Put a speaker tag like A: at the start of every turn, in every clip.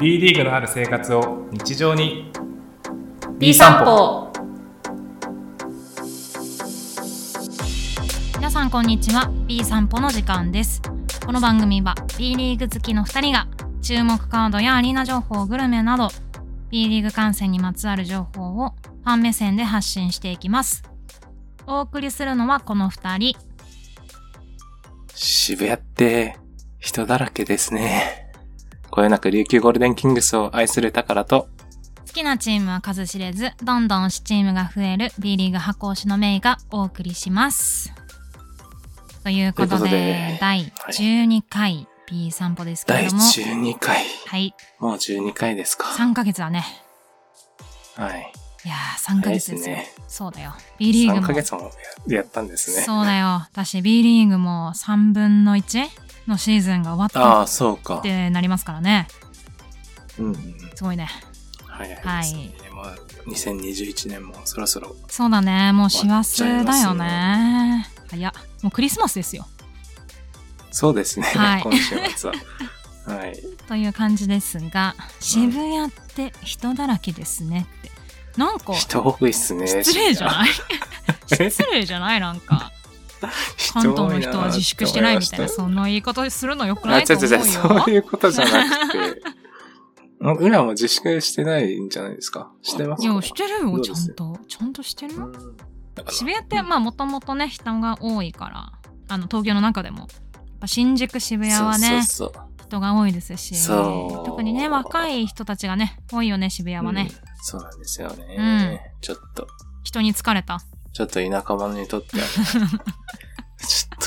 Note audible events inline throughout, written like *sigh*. A: B リーグのある生活を日常に
B: B 散歩皆さんこんにちは B 散歩の時間ですこの番組は B リーグ好きの2人が注目カードやアリーナ情報グルメなど B リーグ観戦にまつわる情報をファン目線で発信していきますお送りするのはこの2人
C: 渋谷って人だらけですね。こよなく琉球ゴールデンキングスを愛する宝と、
B: 好きなチームは数知れずどんどん推しチームが増える B リーグ箱推しのメイがお送りしますということで
C: ということで
B: 第12回 B 散歩ですけ
C: 第
B: れども
C: 12回。
B: はい
C: もう12回ですか。
B: 3ヶ月だね
C: はい。
B: いやー3ヶ月ですよ
C: 早いです
B: そうだよ B リーグ
C: 3
B: も
C: ヶ月もややったんですね。
B: そうだよ私 B リーグも3分の1のシーズンが終わった
C: あ
B: っ
C: あ、そうか。
B: てなりますからね
C: うんうん。
B: すごいね
C: 早いですね。もう2021年もそろそろ。
B: そうだねもう師
C: 終わっ
B: 走
C: ち
B: だ
C: ゃいますね
B: よね早っもうクリスマスですよ
C: そうですね。
B: はい
C: 今週末は。
B: *laughs*
C: はい。
B: という感じですが渋谷って人だらけですねってなんか
C: 人多いっすね。
B: 失礼じゃない
C: え
B: 失礼じゃないなんか
C: *laughs* 人
B: 関
C: 多いな
B: 東の人は自粛してないみたいなそんな言い方するのよくな
C: あ、
B: い
C: 違う
B: と思
C: 違
B: う
C: う違う、そう
B: よ
C: いうことじゃな
B: *laughs*
C: くて。裏も自粛してないんじゃないですかしてます
B: いやしてる
C: ど
B: よ
C: う
B: ち
C: で
B: ゃ
C: す
B: んとちゃんとしてる
C: う
B: よ
C: ん
B: 渋谷ってまあもともとね人が多いからあの東京の中でもやっぱ新宿渋谷はね
C: そうそうそう
B: 人が多いですし
C: そう
B: 特にね若い人たちがね多いよね渋谷はね、
C: うんそうなんですよね、
B: う
C: ちょっと、
B: 人に疲れた
C: ちょっと田舎者に
B: *laughs*
C: とっては、ちょ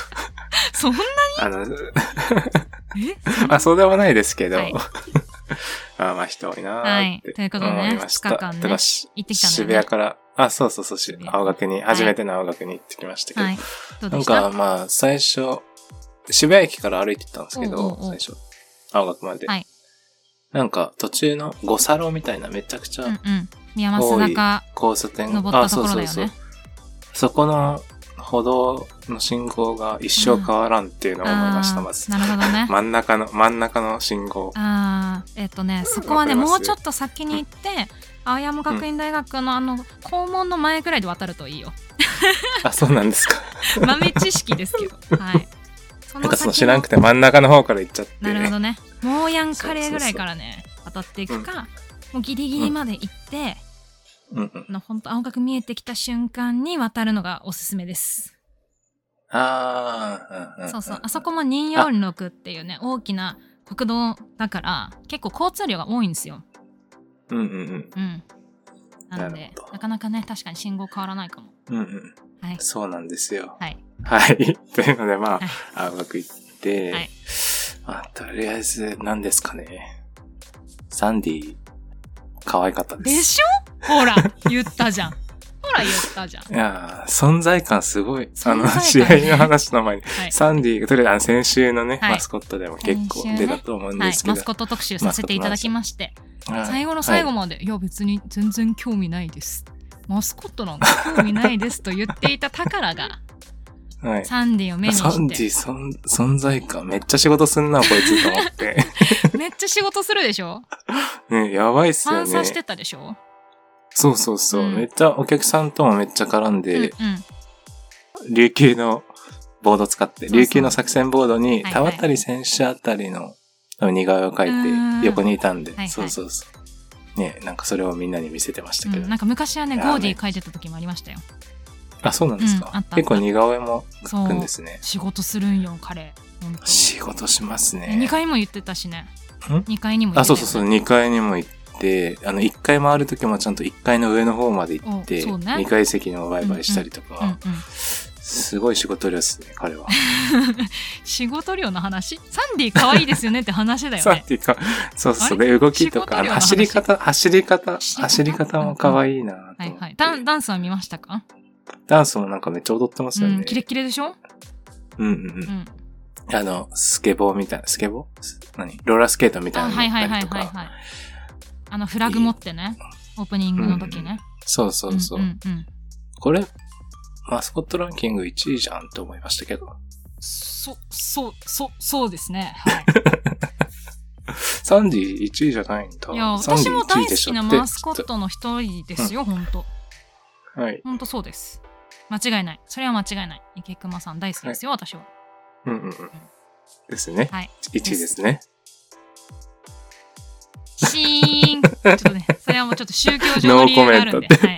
C: っ
B: そんな
C: と、あの、
B: え
C: まあそうでもないですけど、
B: はい
C: あ *laughs* まあ人多いな
B: は
C: ー
B: い
C: って
B: ということでね
C: 思いました。
B: 二日間ね
C: てかし
B: 行ってきたんだよね
C: 渋谷から、あ、そうそうそうし
B: 渋、谷
C: 青学に、初めての青学に行ってきましたけど、
B: はい。どう
C: な
B: で
C: ん
B: した
C: かまあ最初、渋谷駅から歩いてったんですけど、
B: おうおうおう
C: 最初、青学まで。
B: はい
C: なんか途中の五サロみたいなめちゃく
B: う
C: ち
B: んう
C: ゃ
B: ん。宮益坂。
C: 交差点が、
B: 登った
C: あ、
B: と
C: そ
B: こ
C: う
B: ろだ
C: そ
B: よ
C: う
B: ね
C: そう。そこの歩道の信号が一生変わらんっていうのを思いました、 *laughs* ま
B: あ
C: ず
B: ー。なるほどね。
C: 真ん中の、真ん中の信号。
B: あーえっとね、そこはね、
C: わかります
B: もうちょっと先に行って、青山学院大学のあの、校門の前ぐらいで渡るといいよ。
C: あ、そうなんですか。
B: 豆知識ですけど。はい。そ
C: なんかその
B: 先
C: 知らんくて真ん中の方から行っちゃって。
B: なるほどね。モーヤンカレーぐらいからね、渡っていくか、もうギリギリまで行って、
C: うんうん
B: あ。の、ほんと青学見えてきた瞬間に渡るのがおすすめです。
C: ああ、んんん
B: そうそう、あそこも246っていうね、大きな国道だから、結構交通量が多いんですよ。
C: うんうん
B: うん。なの
C: な
B: で
C: るほど、
B: なかなかね、確かに信号変わらないかも。
C: うん。うんうん。
B: はい。
C: そうなんですよ。
B: はい。
C: はい。 *laughs* というので、ま
B: はい
C: あ、青学行って、
B: はい
C: まあ、とりあえず、何ですかね。サンディ、可愛かったで。
B: ですしょほら、言ったじゃん。ほら、言ったじゃん。
C: いやー存在感すごい。
B: 存
C: あ
B: 在感
C: の、
B: ね
C: 試合の話の前に、
B: はい。
C: サンディ、とりあえずあの、先週のね、
B: はい
C: マスコットでも結構
B: 先週ね
C: 出たと思うん
B: は
C: で
B: い
C: す、けど。
B: マスコット特集させていただきまして、
C: はい
B: 最後の最後
C: はい
B: まで、い、や別に全然興味ないですマスコットなんか興味ないですと言っていた宝が
C: はい
B: サンディを目に
C: サン
B: し
C: デ
B: て
C: ィそん、存在感、めっちゃ仕事すんな、こいつと思って。
B: めっちゃ仕事するでしょ
C: ね、やばいっす
B: ファ
C: よ
B: ンサ
C: ね。
B: してたでしょ、
C: そうそうそう、
B: うん
C: めっちゃお客さんともめっちゃ絡ん
B: うんう
C: で、
B: ん
C: 琉球のボード使って、
B: そうそう
C: 琉球の作戦ボードに、
B: はい
C: 田渡選手あたりの多分似顔絵を描
B: う
C: い
B: ん
C: て、横にいたんで、
B: いはい
C: そうそうそう。ね、なんかそれをみんなに見せてましたけど。
B: うん、なんか昔はね
C: いや
B: ゴーディ
C: ね
B: ー書いてた時もありましたよ
C: あ、そうなんです
B: うんあっ
C: か
B: たあっ。た
C: 結構似顔絵も
B: そう
C: 描くんですね。
B: 仕事するんよ彼本当に
C: 仕事します
B: ね2
C: ね。
B: 階にも言ってたしね
C: ん
B: 2階にも言
C: あ、
B: ってた
C: そ
B: よ
C: う
B: ね
C: そうそう、2階にも行って、あの、1階回るときもちゃんと1階の上の方まで行って、
B: おそうね
C: 2階席の売買したりとか、
B: うんうん、
C: すごい仕事量ですね、彼は。
B: 仕事量の話サンディ可愛いですよねって話
C: *laughs*
B: だよ
C: さっ
B: ね
C: ていうか、そうそ
B: あ
C: う、で、動きと
B: 仕事
C: か、あ
B: 量
C: の
B: の
C: 走り方、走り方、
B: 走り方
C: 走り方も可愛いなと思っ
B: は
C: て
B: いはいダンダンスは見ましたか
C: ダンスもなんかめっちゃ踊ってますよ
B: う
C: ね
B: ん、。キレッキレでしょ、
C: うんうん
B: うん、
C: うん。あの、スケボーみたいな、スケボーす何ローラースケートみたい
B: あ
C: なの
B: はい
C: 乗っ
B: はい
C: た
B: はい
C: りと
B: はい
C: か。
B: はいあのフラグ持ってねオープニングの時ね、
C: そうそうそう
B: う。んうんうん
C: これ、マスコットランキング1位じゃんって思いましたけど。 *laughs*
B: そそうそうそうですねはい
C: サンディ1位じゃないんだ。
B: いや、
C: サンデ
B: 私
C: ィ
B: も
C: 1
B: 大
C: 位
B: 好
C: でしょ
B: き
C: っ
B: な
C: て
B: マスコッ。トの一人ですよ、本当
C: はい。
B: 本当そうです。間違いない。それは間違いない。池熊さん大好きですよ、私は。
C: うんうんうん。ですね。
B: はい。
C: 1位ですね。
B: シーン。ちょっとね、それはもうちょっと宗教上の理由があるんで。
C: ノ
B: はい、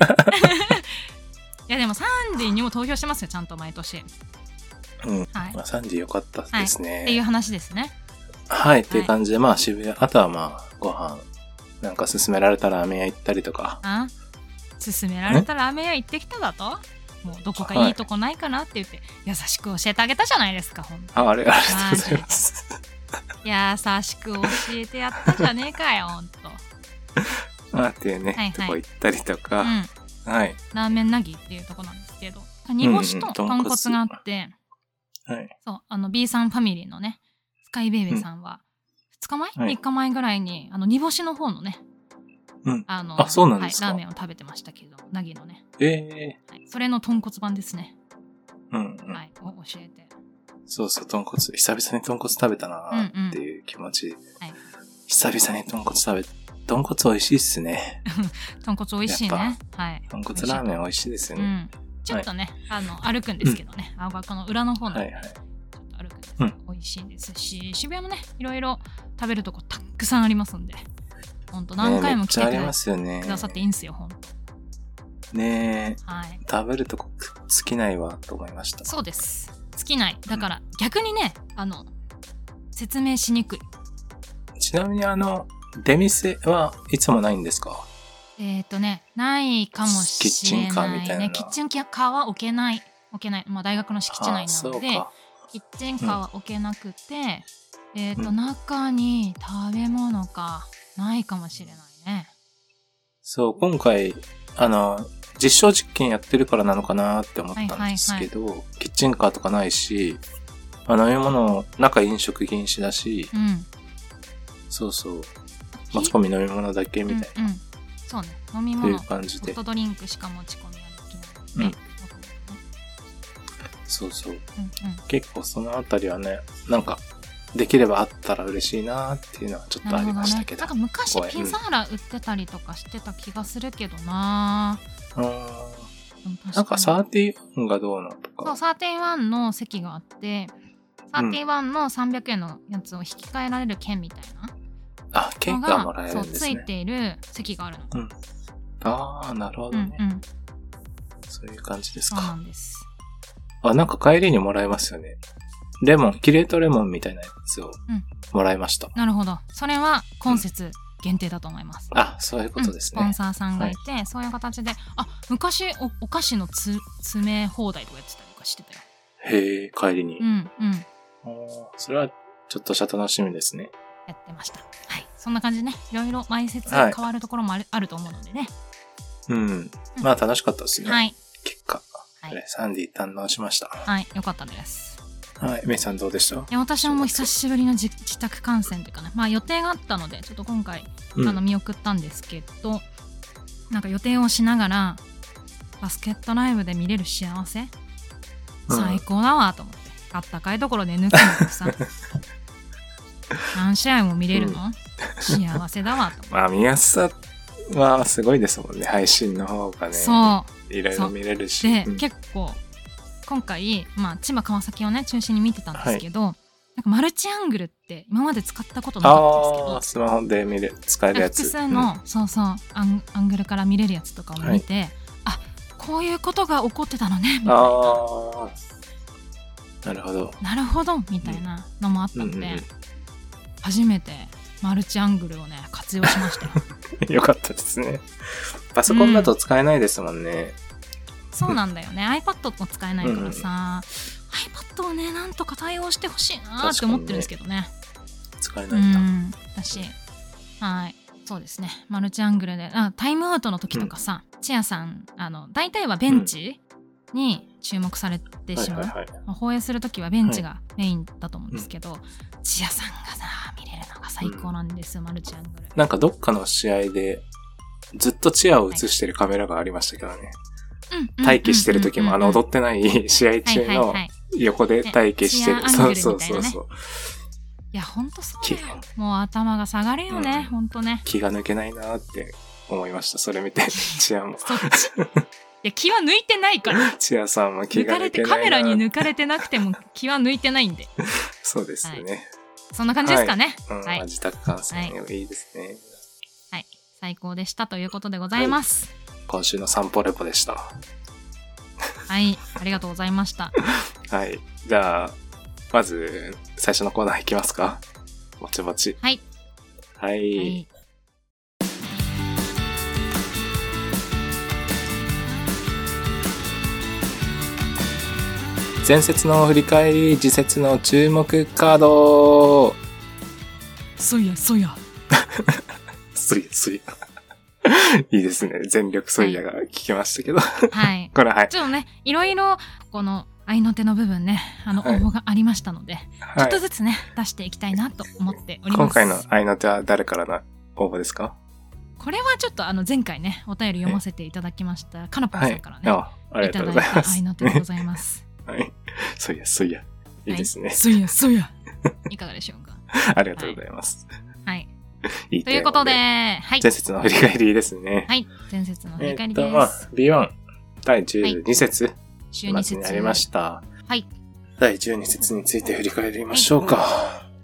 B: *laughs* いや、でもサンディにも投票してますよ、ちゃんと毎年。
C: うん。
B: はい。
C: まあ、サンディ良かったです
B: っていう
C: ね。
B: 話ですね。
C: はい。っていう感じで、まあ渋谷、あとはまあ、ご飯、なんか勧められたらラーメン屋行ったりとか。
B: あ勧められたラーメン屋行ってきただともうどこかいいとこないかなって言って、優しく教えてあげたじゃないですか、ほんと
C: あ、あれ、ありがとうございます。
B: 優しく教えてやったじゃねえ
C: *laughs*
B: かよ、ほんと。
C: まあ、っていうね、
B: はいはい
C: とこ行ったりと
B: う
C: か。
B: ん。
C: はい。
B: ラーメンなぎっていうとこなんですけど、煮干しと豚骨があって、
C: はい。
B: そう、あの B さんファミリーのね、スカイベイベーさんは、2日前、
C: はい
B: ?3 日前ぐらいに、あの、煮干しの方のね、
C: うん
B: あの、
C: あそうなんですか
B: はい、ラーメンを食べてましたけど、なぎのね、
C: ええ
B: はい、それの豚骨版ですね、
C: ー。うんうん。
B: はい、を教えて。
C: そうそう、豚骨。久々に豚骨食べたなーっていう気持ち。
B: はい
C: 久々に豚骨食べ、豚骨美味しいっす
B: *laughs*
C: ね。
B: 豚骨美味しい
C: やっ
B: ね。はい。
C: 豚骨ラーメン美味しいですよ
B: う
C: ね。
B: ん。ちょっとね、あの、歩くんですけどね、青学の裏の方の、
C: はい
B: ち
C: はい。
B: ょっと歩くんですけど、美味しいですし、渋谷もね、いろいろ食べるとこたくさんありますんで、ほんと何回も来てく
C: ねめっちゃあり
B: だ
C: ますよね
B: く。ださっていいんですよ、ほんと。
C: ね
B: はい。
C: え、食べるとこ尽きないわと思いました。
B: そうです尽きないだから逆にねあの説明しにくい
C: ちなみにあの、出店はいつもないんですか
B: えっ、とねないかもしれ
C: キッチンカー
B: な
C: みた
B: い
C: い
B: ね
C: な
B: キッチンカーは置けない置けない、まあ、大学の敷地内
C: あ
B: な
C: そう
B: ので
C: か。
B: キッチンカーは置けなくて、えっ、と、
C: うん
B: 中に食べ物かないかもしれないね
C: そう、今回、あの、実証実験やってるからなのかなって思ったんですけど、キッチンカーとかないし、まあ、飲み物、中飲食禁止だし、
B: うん
C: そうそう、持ち込み飲み物だけみたい
B: うんうん、そうね飲み
C: な、とい
B: 物
C: う
B: ホ
C: 感じで
B: ッ、トドリンクしか持ち込みはできないので、
C: そうそう、
B: うんうん
C: 結構そのあたりはね、なんか、できればあったら嬉しいなっていうのはちょっと
B: な
C: あ
B: る
C: り
B: ほど
C: ました
B: ね
C: け。ど。
B: なんか昔
C: 公園
B: ピザーラ売ってたりとかしてた気がするけどな。
C: う
B: でも確
C: んなんか
B: に
C: 31がどうのと
B: そう
C: か、
B: サーテンワンの席があって、サーテンワンの300円のやつを引き換えられる券みたい
C: あ、
B: な
C: 券
B: の
C: がもらえ
B: そ
C: る
B: うん
C: で
B: つ
C: す
B: い
C: ね。
B: ている席があるの。
C: ああ、なるほ
B: う
C: ど
B: ん
C: ね、
B: うん、
C: そういう感じです
B: そう
C: か。
B: なんです。
C: あ、なんか帰りにもらえますよね。レモン、キレートレモンみたいなやつを
B: うん
C: もらいました。
B: なるほど。それは今節限定だと思います。
C: あ、そういうことですね。
B: うんスポンサーさんがいて、そういう形で、あ昔おお菓子のつ詰め放題とかやってたりとかしてたよ。
C: へえ、帰りに、
B: うんうん。
C: おーそれはちょっとした楽しみですね。
B: やってました。はい、そんな感じでね、いろいろ毎節
C: は
B: 変
C: い
B: わるところもある,、あると思うのでね。
C: うん。まあ楽しかったですね。
B: はい、
C: 結果、
B: はい
C: これサンディ堪能しました。
B: はい、よかったです。
C: はい。メイさんどうでした
B: いや私はもう久しぶりの自自宅観戦というかね、まあ予定があったので、ちょっと今回、
C: うん
B: あの見送ったんですけど、なんか予定をしながら、バスケットライブで見れる幸せ、
C: うん
B: 最高だわと思って、あったかいところでぬくぬ
C: *laughs*
B: くさ、何試合も見れるの、幸せだわと思って。
C: まあ見やすさはすごいですもんね。配信の方がね。
B: そう
C: いろいろ見れるし。
B: で、
C: うん
B: 結構今回、まあ、千葉川崎をね中心に見てたんですけど、なんかマルチアングルって今まで使ったことなかったんですけ
C: あ
B: ど
C: あ、スマホで見れ、使えるやつ。
B: 複数
C: うん
B: の、そうそうアンアングルから見れるやつとかを見て、あこういうことが起こってたのねみたいな
C: ああ。なるほど。
B: なるほどみたいなのもあったので、
C: うんうんうん
B: 初めてマルチアングルをね活用しましたよ
C: *laughs* よかったですね。パソコンだと使えないですもんね。
B: そうなんだよね iPad も使えないからさ、iPad をねなんとか対応してほしいなーって思ってるんですけどね
C: 使え
B: う
C: ないんだ。
B: ん、だし、はい、そうですね。マルチアングルで、あタイムアウトの時とかさ、チアさん、あの、大体はベンチに注目されて
C: はい
B: しまう。
C: はいはい。
B: まあ放映する時はベンチがメインだと思うんですけど、チアさんがさ、見れるのが最高なんですよ、マルチアングル。
C: なんかどっかの試合で、ずっとチアを映してるカメラがありましたけどね。待機してる時も、あの踊ってない試合中
B: は
C: の
B: いはいはい
C: 横で待機して
B: ね
C: る。
B: チアアングル
C: そう
B: みたいな
C: そう
B: ね
C: そうそう。
B: いや、ほんとそうだよ。もう頭が下がるよね、
C: うん
B: ほんとね。
C: 気が抜けないなって思いました。そ
B: *laughs*
C: れ見て、チアも。
B: そっち。いや、気は抜いてないから。
C: チアさんは *laughs* 気
B: 抜
C: が
B: か
C: 抜
B: れ
C: け
B: て、
C: な
B: カ
C: いな
B: メラに抜かれてなくても気は抜いてないんで。
C: そうですね。
B: そんな感じですかね。
C: うん、
B: はい
C: まあ自宅観戦、いいですね。
B: 最高でしたということでございます。
C: 今週の散歩レポでした。
B: はい、ありがとうございました。
C: はい。じゃあ、まず、最初のコーナーいきますか。ぼちぼち。
B: はい。
C: は。
B: はいい、
C: 前節の振り返り、次節の注目カード
B: そうや、そうや。
C: スリスリ。 *laughs* いいですね。全力ソイヤが聞きましたけど。
B: はい。
C: これはい。
B: ちょっとね、いろいろ、この、愛の手の部分ね、あの、応
C: はい
B: 募がありましたので、ちょ
C: は
B: っと
C: い。
B: ずつね、出していきたいなと思っております。
C: 今回の愛の手は誰からの応募ですか
B: これはちょっとあの前回ねお便り読ませていただきましたかなぽん
C: は
B: さん
C: い
B: から。ね、
C: ああり
B: い
C: がと
B: ただ
C: うご
B: い
C: ざいま
B: た
C: す。
B: 愛の手でございます。
C: *laughs* はい。そういや、そういや。いいですね
B: は。そうやそう
C: *laughs*
B: や。いかがでしょうか。
C: ありがとうございます。
B: はい。
C: いい
B: ということで、
C: テー
B: はい
C: マ。前節の振り返りですね。
B: はい。前節の振
C: え
B: り返
C: っ
B: りです。
C: と、まあ、B1 第12節、
B: 週二節
C: 末にありました。
B: はい。
C: 第12節について振り返りましょうか。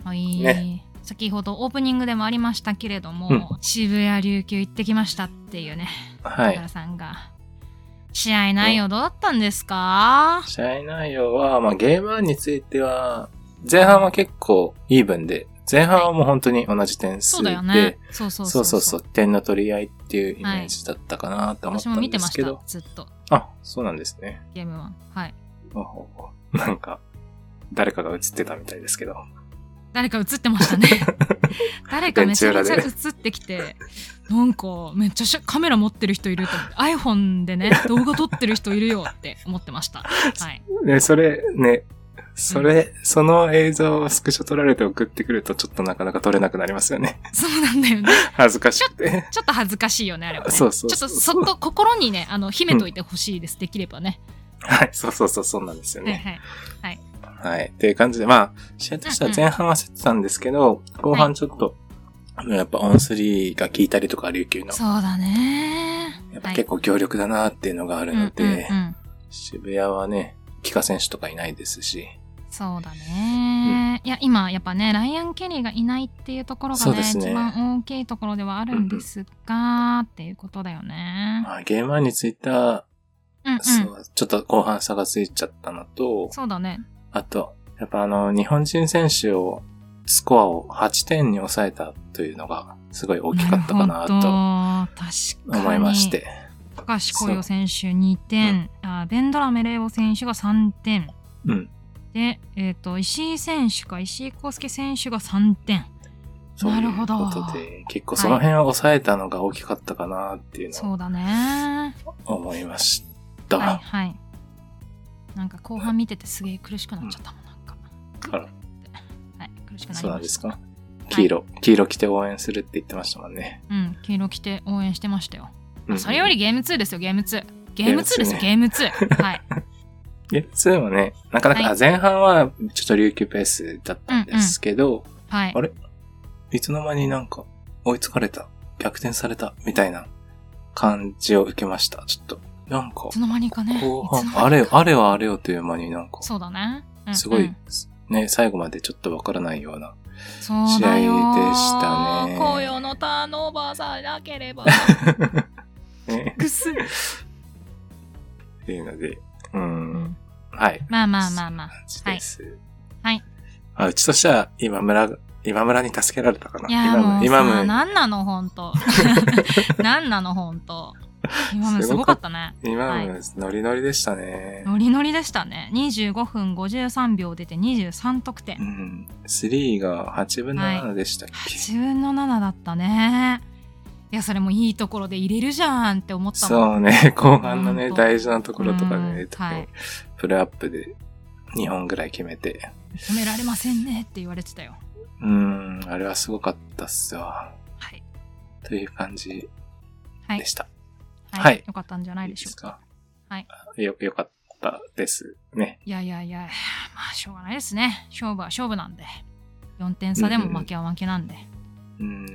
B: はい、
C: ね
B: 先ほどオープニングでもありましたけれども、
C: うん
B: 渋谷琉球行ってきましたっていうね、
C: は
B: 高
C: い。
B: 田さんが。試合内容どうだったんですか、
C: 試合内容は、まあ、ゲームについては、前半は結構イーブンで、前半はもう本当に同じ点数
B: そう
C: で、
B: だよね。そうそう
C: そ
B: そうう
C: そうそう、点の取り合いっていうイメージだったかなと思っ
B: 私
C: た
B: も
C: ん
B: 見て
C: で
B: ますし
C: けど、
B: た、ずっと、
C: あ、そうなんですね。
B: ゲームは。はい。
C: ほうほうほうなんか、誰かが映ってたみたいですけど。
B: 誰か映ってま
C: *laughs*
B: したね誰かめちゃめちゃ
C: ベンチ裏で
B: 映ってきてなんかめっちゃしゃカメラ持ってる人いると思って iPhone
C: *laughs*
B: でね動画撮ってる人いるよって思ってましたはい
C: ね、それ、ね、それ、その映像をスクショ撮られて送ってくると、ちょっとなかなか撮れなくなりますよね。 *laughs*
B: そうなんだよね
C: 恥ずかし
B: *laughs*
C: くて。
B: ちょっと恥ずかしいよねあれはね
C: そうそう
B: ち
C: そ
B: ょ
C: う
B: っとそっと心にねあの秘めといてほしいです、できればね
C: はい、そうそうそう、そうなんですよ
B: はい
C: ね。
B: はい
C: はい。っていう感じで、まあ、試合としては前半は競ってたんですけど、後半ちょっと、あのやっぱオンスリーが効いたりとか、琉球の、
B: そうだね
C: やっぱ結構強力だなっていうのがあるので、
B: うんうんうん
C: 渋谷はね、帰化選手とかいないですし、
B: そうだね、いや今やっぱねライアン・ケリーがいないっていうところが
C: そう
B: ね
C: ですね
B: 一番大きいところではあるんですが、っていうことだよね、
C: まあ、ゲームについた、
B: うんうん、そ
C: そ
B: う
C: うちょっと後半差がついちゃったのと、
B: だね
C: あと、やっぱあの、日本人選手を、スコアを8点に抑えたというのが、すごい大きかったかなと
B: と確かに
C: 思いまして。
B: 高橋光代選手2点、あベンドラメレーオ選手が3点
C: うん。
B: で、えー、と石井選手か石井康介選手が3点
C: そう
B: ないる
C: う
B: ほ
C: こ
B: ど
C: とで、結構その辺を抑えたのが大きかったかなっていうの
B: そうだね
C: を思いました。
B: はいはいなんか後半見ててすげえ苦しくなっちゃったもんなんか
C: あら
B: はい苦しくなりました
C: そうなんですか黄色、黄色着て応援するって言ってましたもんね。
B: うん、黄色着て応援してましたよ。
C: うん
B: それより、ゲーム2ですよ、ゲーム2。ゲーム2ですよ、ゲ
C: ゲ
B: ーム2。はい。
C: ゲッツーもね、なかなか、
B: はい
C: あ前半はちょっと琉球ペースだったんですけど、 *laughs*
B: はい
C: あ。れいつの間になんか追いつかれた、逆転された、みたいな感じを受けました。ちょっと、なんか
B: いつ、の間にかね。
C: 後
B: いつの間に
C: 半、
B: か
C: あれ、あれはあれよという間になんか、
B: そうだね。うん
C: すごい、
B: うん
C: ね、最後までちょっとわからないような。 *laughs*
B: そうだよ
C: 試合でしたね
B: 紅葉のターンオーバーさえなけれ
C: *laughs*
B: ば。
C: ね、
B: くす。
C: っていうので、う、
B: うんん
C: はい、
B: まあまあまあまあ。
C: 感じです。
B: はい。
C: あ、うちとしては、今村が、今村に助けられたかな。
B: いやーもう
C: *laughs* 今
B: さ、
C: 村、
B: なんなの、ほん
C: *laughs*
B: と。なんなの、ほんと。今のすごかったね。
C: 今
B: は
C: 村、ノリノリでしたね。
B: ノリノリでしたね。25分53秒出て23得点
C: う。ん。3が8分の7でしたっけ、
B: 8分の7だったねいやそれもいいところで入れるじゃんって思ったもん
C: そうね、後半のね、
B: 本当
C: 大事なところとか
B: うん
C: で、ね、特に
B: はい
C: プルアップで2本ぐらい決めて、
B: 止められませんねって言われてたよ
C: うん、あれはすごかったっすわ。
B: はい
C: という感じ
B: はい
C: でした。
B: は
C: はいい
B: よかったんじゃない
C: い
B: で
C: で
B: しょ
C: す
B: うか
C: か
B: はい。
C: よ、よかったですね。
B: いやいやいやまあしょうがないですね勝負は勝負なんで4点差でも負けは負けなんで。
C: うん。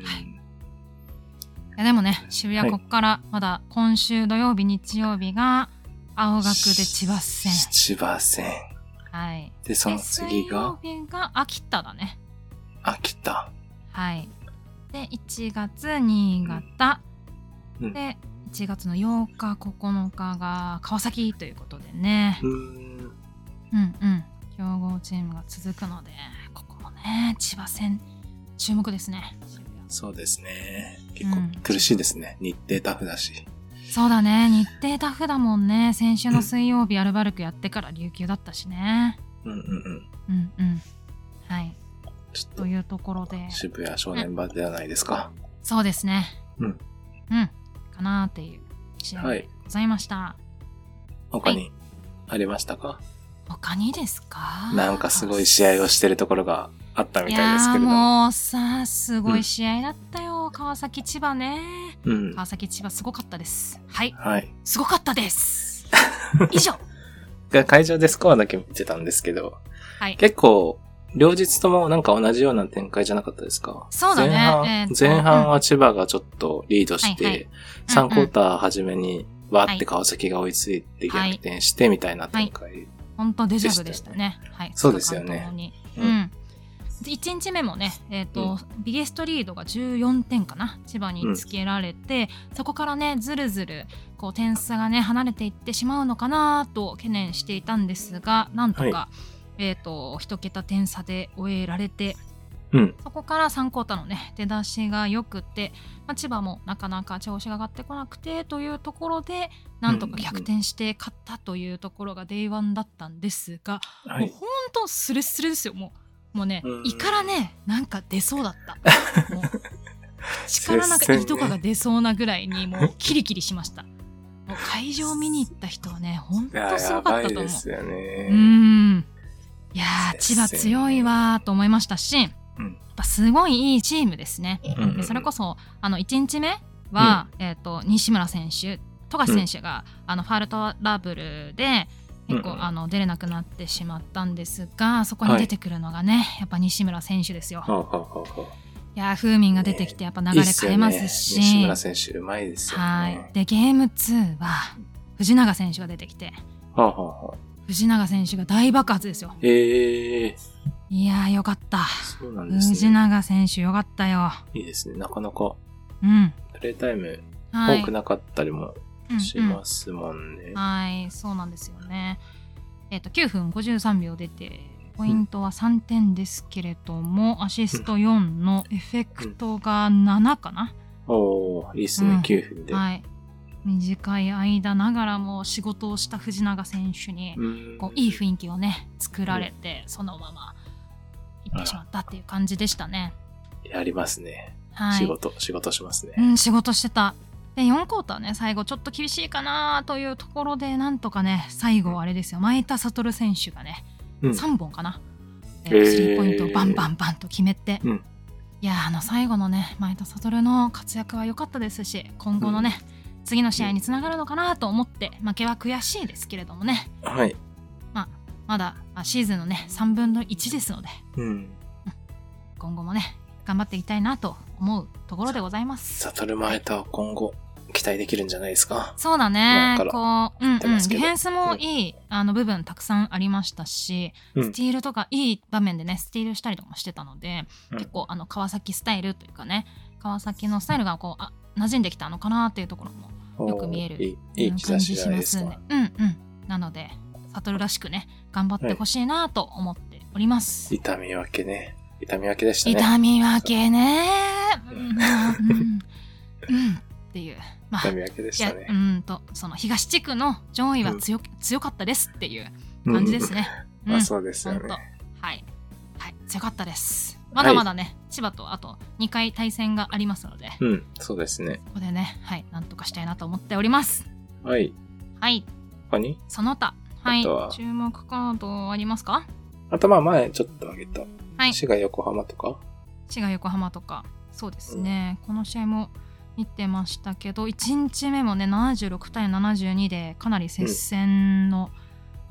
B: いやでもね、渋谷
C: は
B: こ
C: い
B: っからまだ今週土曜日、日曜日が青学で千葉戦。
C: 千葉戦。
B: はい。
C: で、その次が
B: で水曜日が秋田だね。
C: 秋田。
B: はい。で、1月、新潟。
C: うん
B: で、1月の8日、9日が川崎ということでね。
C: うん。
B: うんうん。強豪チームが続くので、ここもね、千葉戦、注目ですね。渋谷
C: そうですね。結
B: うん
C: 構苦しいですね。日程タフだし。
B: そうだね日程タフだもんね先週の水曜日アルバルクやってから琉球だったしね
C: うんうんうん。
B: うんうんはい
C: ちょっ
B: と
C: と
B: いうところで
C: 渋谷少年場ではないですか。
B: そうですね
C: うん
B: うんかなーっていう試合
C: は
B: で
C: い。
B: ございました、
C: 他にありましたか、
B: 他にですか
C: なんかすごい試合をしてるところがあったみ
B: い
C: たい
B: や
C: ですけ
B: ー
C: れども。
B: もうさすごい試合だったよ、川崎千葉ね
C: うん。
B: 川崎千葉すごかったですはい
C: はい。
B: すごかったです
C: *laughs*
B: 以上
C: が会場でスコアだけ見てたんですけど、
B: はい
C: 結構、両日ともなんか同じような展開じゃなかったですか
B: そうだね
C: 前半,、
B: えーと
C: 前半は千葉がちょっとリードして、
B: はいはい
C: 3
B: うん
C: クォーター初めにわー
B: は
C: っ
B: い
C: て川崎が追いついて逆転してみたいな展開。
B: 本当デジャブでしたね。はい、
C: そうですよね
B: 二日間ともに
C: う
B: うんん。で1日目もね、えーとビゲストリードが14点かな千葉につけられて、そこからねずるずるこう点差がね離れていってしまうのかなと懸念していたんですがなんとか、
C: は
B: えー、と1桁点差で終えられて
C: うん。
B: そこから3クォーターのね出だしが良くて、まあ、千葉もなかなか調子が上がってこなくてというところでなんとか逆転して勝ったというところが Day1 だったんですが、
C: は
B: もう
C: い。
B: ほんとスレスレですよもうもうね
C: うん
B: 胃からねなんか出そうだっ
C: *laughs*
B: たもう口からなんか胃とかが出そうなぐらいにもうキリキリしましたもう会場見に行った人はねほん
C: いや
B: とす
C: や
B: ごか
C: ば
B: った
C: い
B: と思
C: で
B: う
C: すよね。
B: うーんいやー
C: 接
B: 千
C: 戦
B: 葉強いわーと思いましたし、やっ
C: うん
B: ぱすごいいいチームですね
C: うんうん
B: でそれこそあの1日目は、えー、と西村選手富樫選手が、あのファールトラブルで結構、
C: うんうん
B: あの出れなくなってしまったんですがそこに出てくるのがね、やっぱ西村選手ですよ。
C: はあはあはあはい
B: やー風民が出てきてやっぱ流れ変えますし。
C: いいっすよね、西村選手うまいですよね。
B: はいでゲーム2は藤永選手が出てきて
C: はあはあはあ
B: 藤永選手が大爆発ですよ。
C: ええ
B: いやーよかった。
C: そうなんです
B: 藤
C: ね。
B: 永選手よかったよ。
C: いいですね。なかなか
B: うん。
C: プレイタイム
B: は
C: 多
B: い
C: く。なかったりもしますもんね。
B: はい、そうなんですよね。えっ、と9分53秒出て、ポイントは3点ですけれども、アシスト4のエフェクトが7かな。
C: おおいいっす
B: う
C: ね
B: ん、
C: 9分で。
B: はい。短い間ながらも仕事をした藤永選手に、
C: うん
B: こういい雰囲気をね作られて、そのまま行ってしまったっていう感じでしたね。
C: やりますね。
B: はい
C: 仕。事、仕事しますね
B: う。ん、仕事してた。で、4クォーターね、最後ちょっと厳しいかなというところで、なんとかね、最後はあれですよ、前田悟選手がね、
C: うん
B: 3本かな。え
C: へ
B: ー、
C: ー
B: スリーポイントをバンバンバンと決めて、
C: うん
B: いやーあの最後のね前田悟の活躍は良かったですし今後のね、次の試合につながるのかなと思って負けは悔しいですけれどもね
C: はい。
B: まだあシーズンのね3分の1ですので
C: うん。
B: 今後もね頑張っていきたいなと思うところでございます。
C: サトルマエタは今後、期待できるんじゃないですか。
B: そうだね。
C: 前
B: こう、うんうん。デ
C: てます
B: ィ
C: けど
B: フェンスもいい、あの部分たくさんありましたし、
C: うん
B: スティールとかいい場面でね、スティールしたりとかもしてたので、
C: うん
B: 結構あの川崎スタイルというかね、川崎のスタイルがこう、あ馴染んできたのかなっていうところも、よく見える
C: おーいい、いい
B: うん
C: 兆しじゃないです
B: ね
C: か。。
B: うんうん。なので、サトルらしくね、頑張ってほしいなと思っております。
C: 痛み分けね。痛み分けでしたね。
B: 痛み分けね。うん。うん。うんっていう。まあ
C: 痛み分けでし
B: いや
C: た
B: う
C: ね。
B: んとその東地区の上位は強,、強かったですっていう
C: うん
B: 感じですね。う
C: まあ
B: ん
C: そうですよ
B: ほんと
C: ね。
B: はい、はい、強かったです。まだまだね、千葉とあと2回対戦がありますので、こ
C: うん、そうですね。
B: こでね、はい、なんとかしたいなと思っております。
C: はい。
B: はい、
C: 他に
B: その他、はい
C: あとは、
B: 注目カードありますか
C: あとまあ前ちょっと挙げた。
B: はい
C: 滋賀、横浜とか。
B: 滋賀、横浜とか、そうですね、この試合も見てましたけど、1日目もね、76対72で、かなり接戦の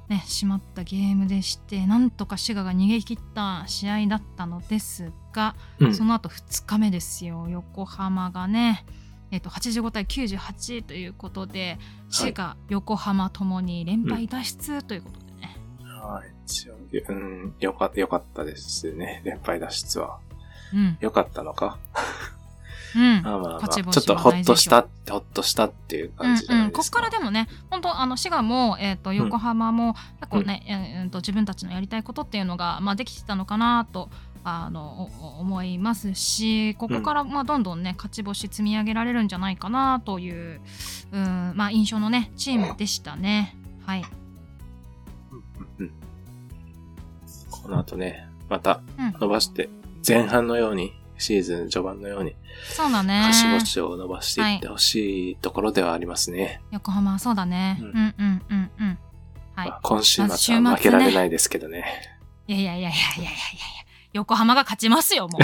B: ね、しまったゲームでしてなんとか滋賀が逃げ切った試合だったのですが、
C: うん
B: その後2日目ですよ横浜がね、えっと85対98ということで滋賀、横浜ともに連敗脱出ということでね、
C: はい。一応、うん、よか、よかったですね。連敗脱出は。
B: うん
C: よかったのか。
B: うん
C: まあまあまあ。
B: 勝
C: ち
B: ち星は
C: ょっとほっとした
B: 大
C: って、ほっとしたっていう
B: う
C: 感じじ
B: ん
C: ゃ
B: う、
C: なんい
B: こ
C: で
B: っ
C: す
B: か
C: か。
B: らでもね本当あの滋賀も、えっと横浜も結構ね、えーうんと自分たちのやりたいことっていうのが、まあ、できてたのかなとあのおお思いますしここから、まあ、どんどんね勝ち星積み上げられるんじゃないかなという、うんまあ、印象のねチームでしたね。はい、
C: うんうんこの後ね、また
B: うん、
C: 伸ばして、前半のように、シーズン序盤のように、
B: そうだね
C: 勝ち星を伸ばしていってほしいところではありますね。
B: 横浜はそうだね。
C: う
B: うんんうんうんうんはい
C: まあ今週
B: まず週
C: 末
B: 末ね
C: は負けられないですけどね。
B: いやいやいやいやいやいやいや横浜が勝ちますよ、も
C: *laughs*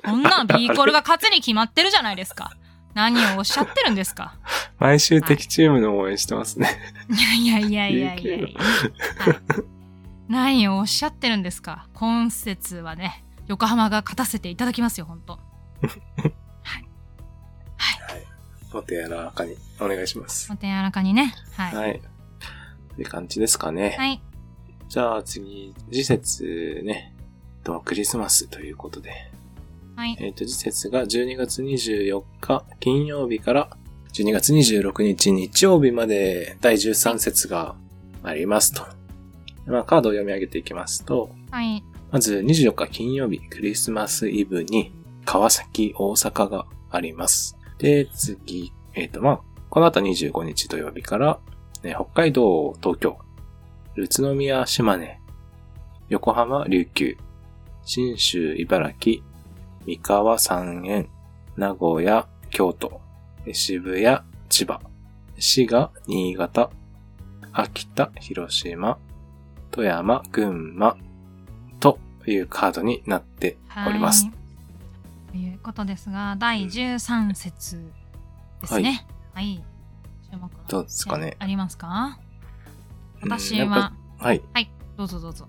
B: う。こんなんビーコルが勝つに決まってるじゃないですか。何をおっしゃってるんですか。
C: 毎週敵チームの応援してますね。
B: いやいやいやいやいやいや。はい何をおっしゃってるんですか。今節はね、横浜が勝たせていただきますよ、本当。
C: お手柔らかにお願いします。
B: お手柔らかにね。はい。
C: はい。という感じですかね。
B: はい。
C: じゃあ次、次節ね、とクリスマスということで。
B: はい。
C: えっ、と、次節が12月24日金曜日から12月26日日曜日まで第13節がありますと。まあ、カードを読み上げていきますと、
B: はい。
C: まず24日金曜日、クリスマスイブに川崎、大阪があります。で、次、えっ、と、まあ、この後25日土曜日から、ね北海道、東京、宇都宮、島根、横浜、琉球、新州、茨城、三河、三円、名古屋、京都、渋谷、千葉、滋賀、新潟、秋田、広島、富山、群馬、というカードになっております
B: は。いということですが、第13節ですね。はい。注目
C: どうですかね
B: ありますか
C: うん
B: 私
C: やっぱ
B: は、
C: はい。い
B: はい、どうぞどうぞ。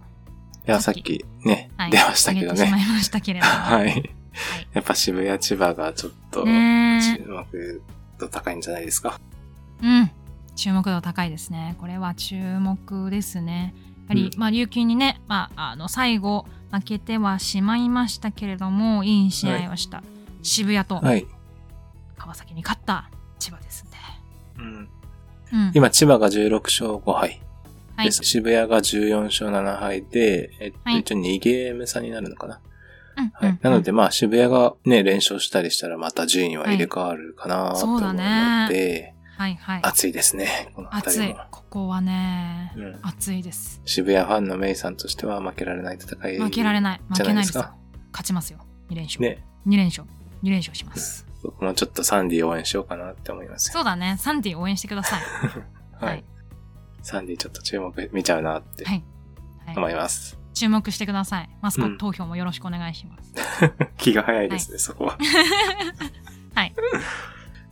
C: や、
B: さ
C: さっ
B: っ
C: き
B: き
C: ね、
B: はい、
C: 出ましたけど
B: 逃げてしま
C: ね。
B: いましたけれども。
C: *laughs* はい。やっぱ渋谷、千葉がちょっと、注
B: ねえ
C: 目度高いんじゃないですか。
B: うん。注目度高いですね。これは注目ですね。やはり、
C: う
B: まあ、琉球にね、まあ、あの最後、負けてはしまいましたけれども、いい試合をした、渋谷と
C: はい。
B: 川崎に勝った千葉ですんで。
C: うん
B: うん、
C: 今、千葉が16勝5敗
B: は
C: で
B: い
C: す。渋谷が14勝7敗で、えっと、
B: はい
C: 一応2ゲーム差になるのかな。
B: うん
C: は
B: う
C: い
B: ん。
C: なので、まあ、渋谷がね、連勝したりしたら、また順位は入れ替わるかな
B: はい
C: と思うの
B: そうだ
C: で、
B: はいはい。
C: 熱いですね、この辺
B: 暑
C: り
B: い
C: は。。
B: ここはね、
C: うん
B: 暑いです。
C: 渋谷ファンのメイさんとしては負けられない戦い。
B: 負けられない。
C: じ
B: 負け
C: ゃない
B: な
C: で
B: い
C: す
B: です
C: か
B: よ。勝ちますよ。2連勝。
C: ね。
B: 2連勝。2連勝します。
C: 僕もちょっとサンディ応援しようかなって思いますよ。
B: そうだね。サンディ応援してください。
C: *laughs* は
B: はいい。
C: サンディちょっと注目見ちゃうなって
B: はい。はい
C: 思います。 *laughs*
B: 注目してください。マスコット投票もよろしくお願いします。
C: 気が早いですね、そこは。
B: はい。 *laughs*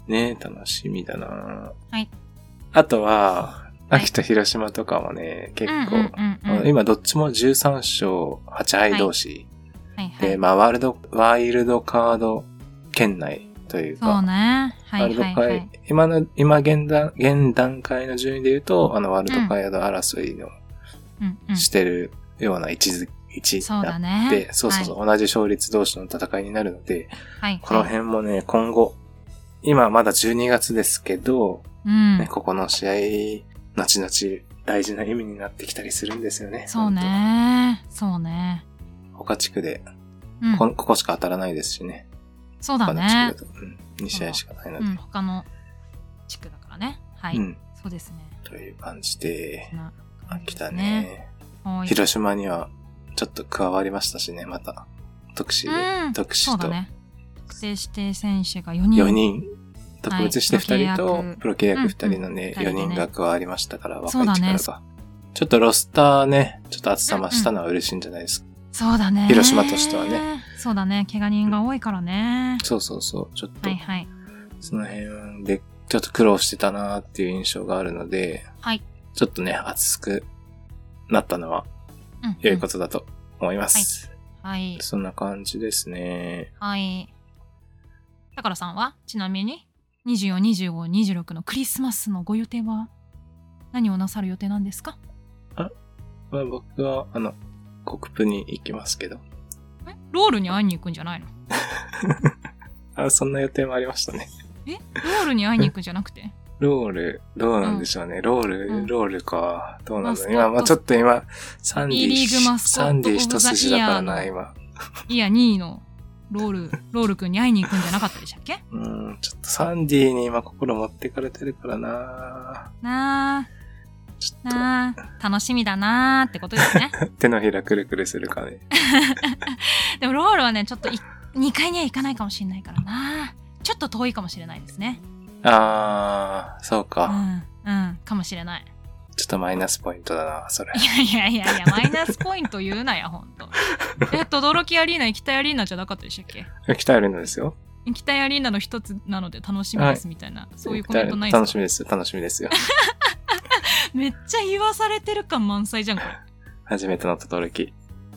C: ね楽しみだな
B: はい。
C: あとは、
B: はい
C: 秋と広島とかもね、結
B: うん
C: 構、
B: うんうんうん
C: 今どっちも13勝8敗同士、
B: はいはい
C: で、まあワールド、ワイルドカード圏内という
B: そう
C: か、
B: ね。は
C: ワ
B: い
C: ールド
B: は
C: カ
B: いは
C: イ、
B: い。
C: 今の、今現段、現段階の順位で言うと、あの、ワールドカード争いの
B: うんうん
C: してるような位置づ、位置
B: そうだ
C: にな
B: ね
C: っ。て、そうそうそう、同じ勝率同士の戦いになるので、
B: はい。はい
C: この辺もね、今後、今まだ12月ですけど、
B: うん
C: ね、ここの試合、後々大事な意味になってきたりするんですよね。
B: そうね。そうね。
C: 本当。他地区で、
B: うん
C: こんここしか当たらないですしね。
B: そうだ
C: 他の
B: ね
C: 地。区だと、うん、2試合しかないの
B: う
C: で。
B: ん。他の地区だからね。は
C: う
B: い。
C: ん。
B: そうですね。
C: という感じで、
B: な
C: 飽きたね。
B: はい
C: 広島にはちょっと加わりましたしね、また。特使
B: う
C: で、
B: ん
C: 特
B: そ
C: 使
B: うだ
C: と
B: ね。特定指定選手が4人。
C: 4人、特別して2人と、
B: はい
C: プロ契約2人のね、
B: うんうん
C: 4人が加わりましたから、
B: そ
C: 若いう
B: だ
C: 力
B: ね
C: が。ちょっとロスターね、ちょっと厚さ増したのは嬉しいんじゃないですか。
B: そうだね。
C: 広島としてはね。
B: そうだね。怪我人が多いからね。
C: そうそうそう、ちょっと
B: はい、はい。
C: その辺で、ちょっと苦労してたなーっていう印象があるので、
B: はい。
C: ちょっとね、厚くなったのは
B: うんうん
C: 良いことだと思います。
B: はい。
C: そんな感じですね。
B: はい。だからさんはちなみに24、25、26のクリスマスのご予定は何をなさる予定なんですか
C: まあ、僕は、あの、国府に行きますけど。
B: えロールに会いに行くんじゃないの
C: あ、そんな予定もありましたね。
B: えロールに会いに行くんじゃなくて
C: ロール、どうなんでしょうね。ロール、
B: うん
C: ロールか。どうなんだろう。
B: マスコット
C: 今、まあちょっと今、サンディ
B: B リーグマスコット
C: サンディ一筋だから
B: オブザ
C: な、
B: イヤー
C: 今。
B: いや、2位のロール、ロールくんに会いに行くんじゃなかったでしたっけ
C: うん、ちょっとサンディに今心持ってかれてるからな。
B: な
C: ち
B: あ、
C: ょっと、
B: なあ、楽しみだなあってことですね。
C: 手のひらくるくるするか
B: *laughs*
C: ね。
B: でもロールはね、ちょっと2階には行かないかもしれないからなあ。ちょっと遠いかもしれないですね。
C: あー、そう
B: う
C: か。
B: ん、うん、かもしれない。
C: ちょっとマイナスポイントだな、それ。
B: いやいやいや、マイナスポイント言うなや、ほんと。えっと、ドロキアリーナ、行きたいアリーナじゃなかったでしたっけ
C: 鍛えるんですよ。
B: 行きたいアリーナの一つなので楽しみですみたいな、そういうコメントないで
C: 楽
B: す
C: しみですよ、楽しみですよ。
B: かめっちゃ言わされてる感満載じゃん、これ。
C: 初めての轟き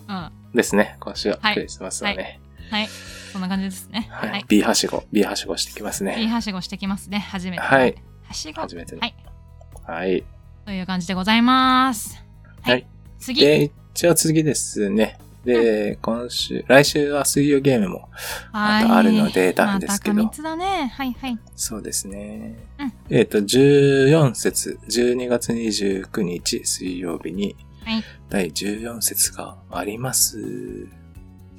B: うん。は
C: ですね、今週は。
B: はい
C: クリスマスはね。
B: い。そんな感じですね。
C: はい。
B: はい。
C: B はしご、B はしごしてきます
B: いい
C: ね。
B: はしごしてきますね、初めて。
C: はい。
B: はしご。
C: 初めての
B: はい。
C: はい。
B: という感じでございます。はい。
C: はい
B: 次。
C: で、一応次ですね。で、今週、来週は水曜ゲームも、
B: はい
C: またあるのでダメですけど
B: また過密だね。はいはい。
C: そうですね。
B: うん
C: えっ、と、14節、12月29日水曜日に、
B: はい
C: 第14節があります。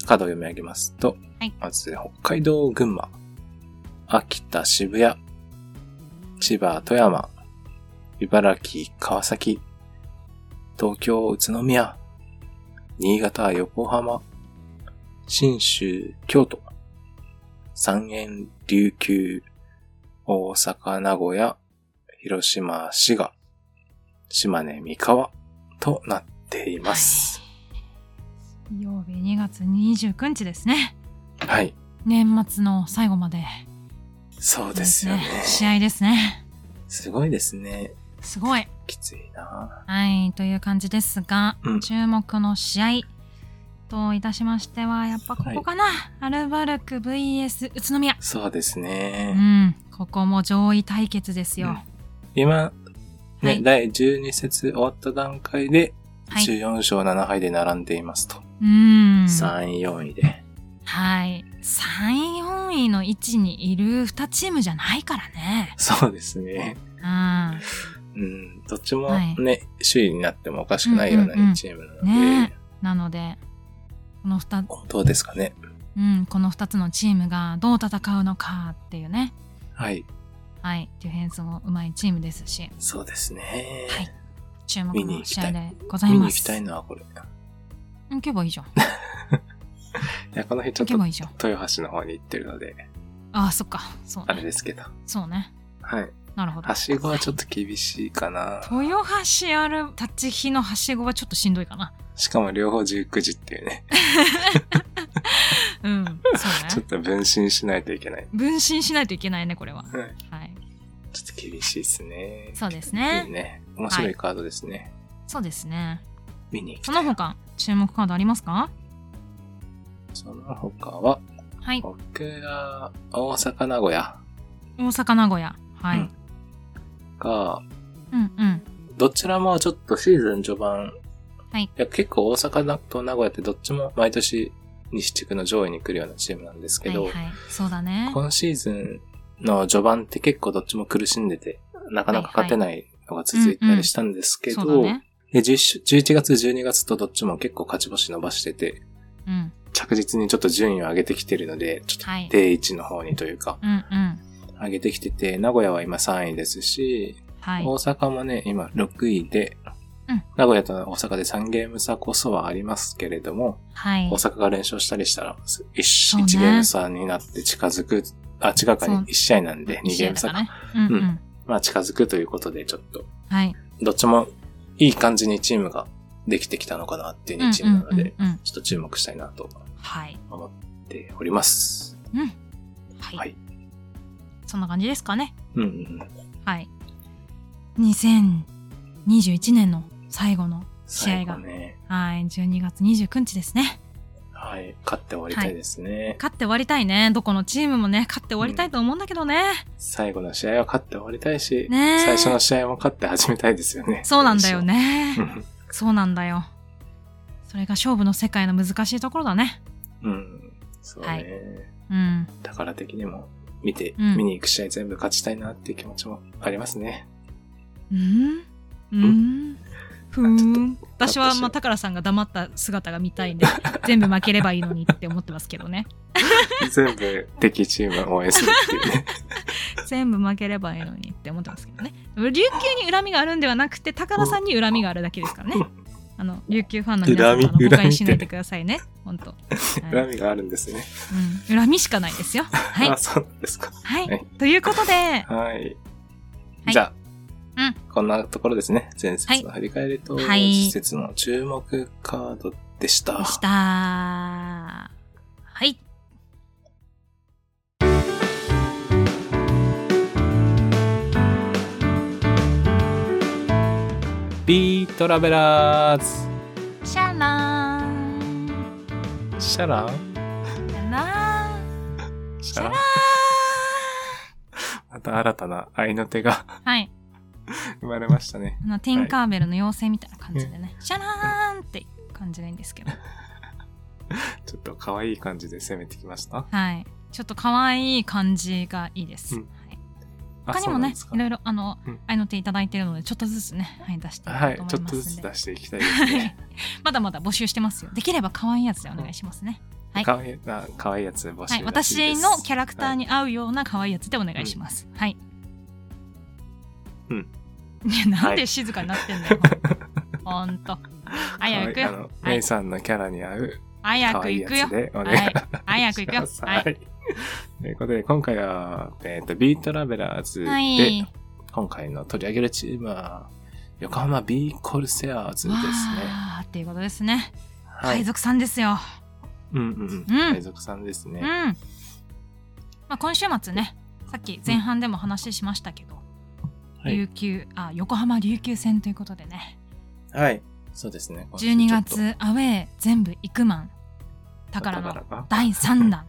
C: カードを読み上げますと、
B: はい
C: まず、北海道、群馬、秋田、渋谷、千葉、富山、茨城、川崎、東京、宇都宮、新潟、横浜、新州、京都、三円、琉球、大阪、名古屋、広島、滋賀、島根、三河となっています。
B: 水曜日2月29日ですね。
C: はい。
B: 年末の最後まで。
C: そうですよね。
B: 試合ですね。
C: すごいですね。
B: すごい。
C: きついな
B: はい、という感じですが、
C: うん
B: 注目の試合といたしましては、やっぱここかな。アルバルク VS 宇都宮。
C: そうです
B: う
C: ね。
B: ん、ここも上位対決ですよ。
C: 今、ね、
B: はい
C: 第12節終わった段階で、
B: はい
C: 14勝7敗で並んでいますと。
B: うん。
C: 3位、4位で。
B: はい。3位、4位の位置にいる2チームじゃないからね。
C: そうですね。
B: う
C: うん。どっちも
B: はい
C: ね、首位になってもおかしくないような
B: うんうんうん
C: 2チームなので、
B: ねん。なので、この2、
C: どうですかね。
B: うん、この2つのチームがどう戦うのかっていうね。
C: はい。
B: はい。ディフェンスもうまいチームですし。
C: そうですね。
B: はい注目
C: 見に行
B: の
C: き
B: 試
C: たい
B: 合でござい
C: 見に行
B: ま
C: き
B: す。
C: たいな、これ。い
B: 行けばいい
C: *laughs*
B: じゃん。
C: や、この辺ち
B: 行
C: ょっ
B: け
C: と
B: ばいいじゃん。
C: 豊橋の方に行ってるので、
B: ああ、そっか。そう
C: あれ
B: ね。
C: ですけど。
B: そうね。
C: はい。
B: なるほど。
C: はしごはちょっと厳しいかな。
B: 豊橋ある立ち日のはしごはちょっとしんどいかな。
C: しかも両方19時っていうね。
B: うん。
C: *laughs* ち
B: そ
C: ょ
B: うね。
C: っと分身しないといけない。
B: 分身しないといけないね、これは。
C: はい。
B: はい。
C: ちょっと厳しいですね。
B: そうです
C: いい
B: ね。
C: ね。面白いカードですね。
B: そうですね。
C: 見に行き
B: そ
C: た
B: の
C: い。
B: 他、注目カードありますか
C: その他は、
B: はい。
C: 僕が大阪、名古屋
B: 大阪、名古屋。は
C: う
B: い
C: ん。が、
B: うんうん。
C: どちらもちょっとシーズン序盤、
B: はい
C: や結構大阪と名古屋ってどっちも毎年西地区の上位に来るようなチームなんですけ
B: はい
C: ど、
B: はい。そうだね。
C: 今シーズンの序盤って結構どっちも苦しんでて、なかなか勝てないのが続いたりしたんですけ
B: そ
C: ど、
B: うだね。
C: で10 11月、12月とどっちも結構勝ち星伸ばしてて、
B: うん。
C: 着実にちょっと順位を上げてきてるので、ちょっ
B: はい
C: と。定位置の方にというか、
B: うんうん。
C: 上げてきてて、名古屋は今3位ですし、
B: はい。
C: 大阪もね、今6位で、
B: うん
C: 名古屋と大阪で3ゲーム差こそはありますけれども、
B: はい
C: 大。阪が連勝したりしたら1、一
B: そうね
C: 一ゲーム差になって近づく、あ、違うか
B: そう
C: に1試合なんで2ゲーム差
B: だ
C: か。
B: ね。うんう
C: うんん。まあ近づくということで、ちょっと、
B: はい。
C: どっちもいい感じにチームができてきたのかなっていう2チームなので、
B: うんうんうんうん
C: ちょっと注目したいなと
B: はい。
C: 思っております。
B: うん。はい。
C: はい
B: そんな感じですかね。
C: うんうんうん。
B: はい。2021年の最後の試合が。
C: 最後ね。
B: はい、12月29日ですね。
C: はい。勝って終わりたいですね。
B: 勝って終わりたいね。どこのチームもね、勝って終わりたいと思うんだけどね。
C: 最後の試合は勝って終わりたいし、
B: ねえ
C: 最初の試合も勝って始めたいですよね。
B: そうなんだよね
C: う。ん。
B: そうなんだよ。それが勝負の世界の難しいところだね。
C: うん。そうね。
B: はいうん。
C: 宝的にも見て、
B: うん
C: 見に行く試合全部勝ちたいなっていう気持ちもありますね。 *laughs*
B: うんうんふー
C: あちょっ
B: ん。私
C: カット
B: は、
C: しよう
B: まあ、宝さんが黙った姿が見たいんで、全部負ければいいのにって思ってますけどね。
C: 全部敵チームを応援するっていうね。
B: 全部負ければいいのにって思ってますけどね。琉球に恨みがあるんではなくて、宝さんに恨みがあるだけですからね。あの、琉球ファンの皆さん
C: 恨み
B: あの誤
C: 恨みって
B: 解しないでくださいね。本当。 *laughs* はい
C: *laughs* 恨みがあるんですね。
B: うん、恨みしかないですよ。はい。
C: あ、そうなんですか。
B: はい。
C: はい
B: ということで、
C: はい。
B: はい
C: じゃあ、
B: うん
C: こんなところですね。前節の振り返りと、
B: はい
C: 施設の注目カードでした。
B: でした。はい。
C: ビートラベラーズ
B: シャラーン。
C: シャラン
B: シャラーン。
C: シ
B: シャラーン。
C: *laughs* また新たな愛の手が *laughs*
B: はい。
C: 生まれましたね。
B: あの、ティンカーベルの妖精みたいな感じでね、シャラーンって感じがいいんですけど。 *laughs*
C: ちょっと可愛い感じで攻めてきました。
B: はい。ちょっと可愛い感じがいいです。
C: うん
B: はい、
C: あ
B: 他に
C: そ
B: も
C: うな
B: ね
C: んで、すか
B: いろいろ、あの
C: うん、
B: 愛の手いただいてるので、ちょっとずつね、はい、出していこ
C: は
B: う
C: い
B: と、思
C: ちょ
B: い
C: っ
B: ま
C: と
B: すん
C: ず
B: で。
C: つ出していきたいですね。
B: まだまだ募集してますよ。できれば可愛いやつでお願いしますね。 *laughs* はい
C: かわいいあ可愛いやつ募集らし
B: はいい、
C: で
B: 私
C: す
B: のキャラクターに合うような可愛いやつでお願いします。はい。
C: うん。
B: いや、 *laughs* なんで静かになってんだ
C: *laughs*
B: よ。ほんと。早く
C: はい
B: 行
C: あ
B: く。
C: の、
B: はい
C: メイさんのキャラに合う
B: 早
C: 可
B: く
C: 愛い
B: 行
C: や
B: くよ
C: つ。でお願い
B: はい。早く行く
C: しま
B: よ。
C: す
B: はい。。
C: ということで、今回は、えっ、と、ビートラベラーズで、
B: はい。
C: 今回の取り上げるチームは、横浜 B コルセアーズで
B: わ
C: すね。
B: ーっていうことですね。
C: は
B: 海
C: い。
B: 賊さんですよ。
C: うんうんうん。
B: うん
C: 海賊さんです
B: う
C: ね
B: ん。。まあ、今週末ね、さっき前半でも話しましたけど、
C: はい
B: 琉球、あ、横浜琉球戦ということでね。
C: はい。そうですね。
B: 12
C: ちょっ
B: 月アウェー全部行くマン
C: と。
B: 宝の
C: が
B: 第3弾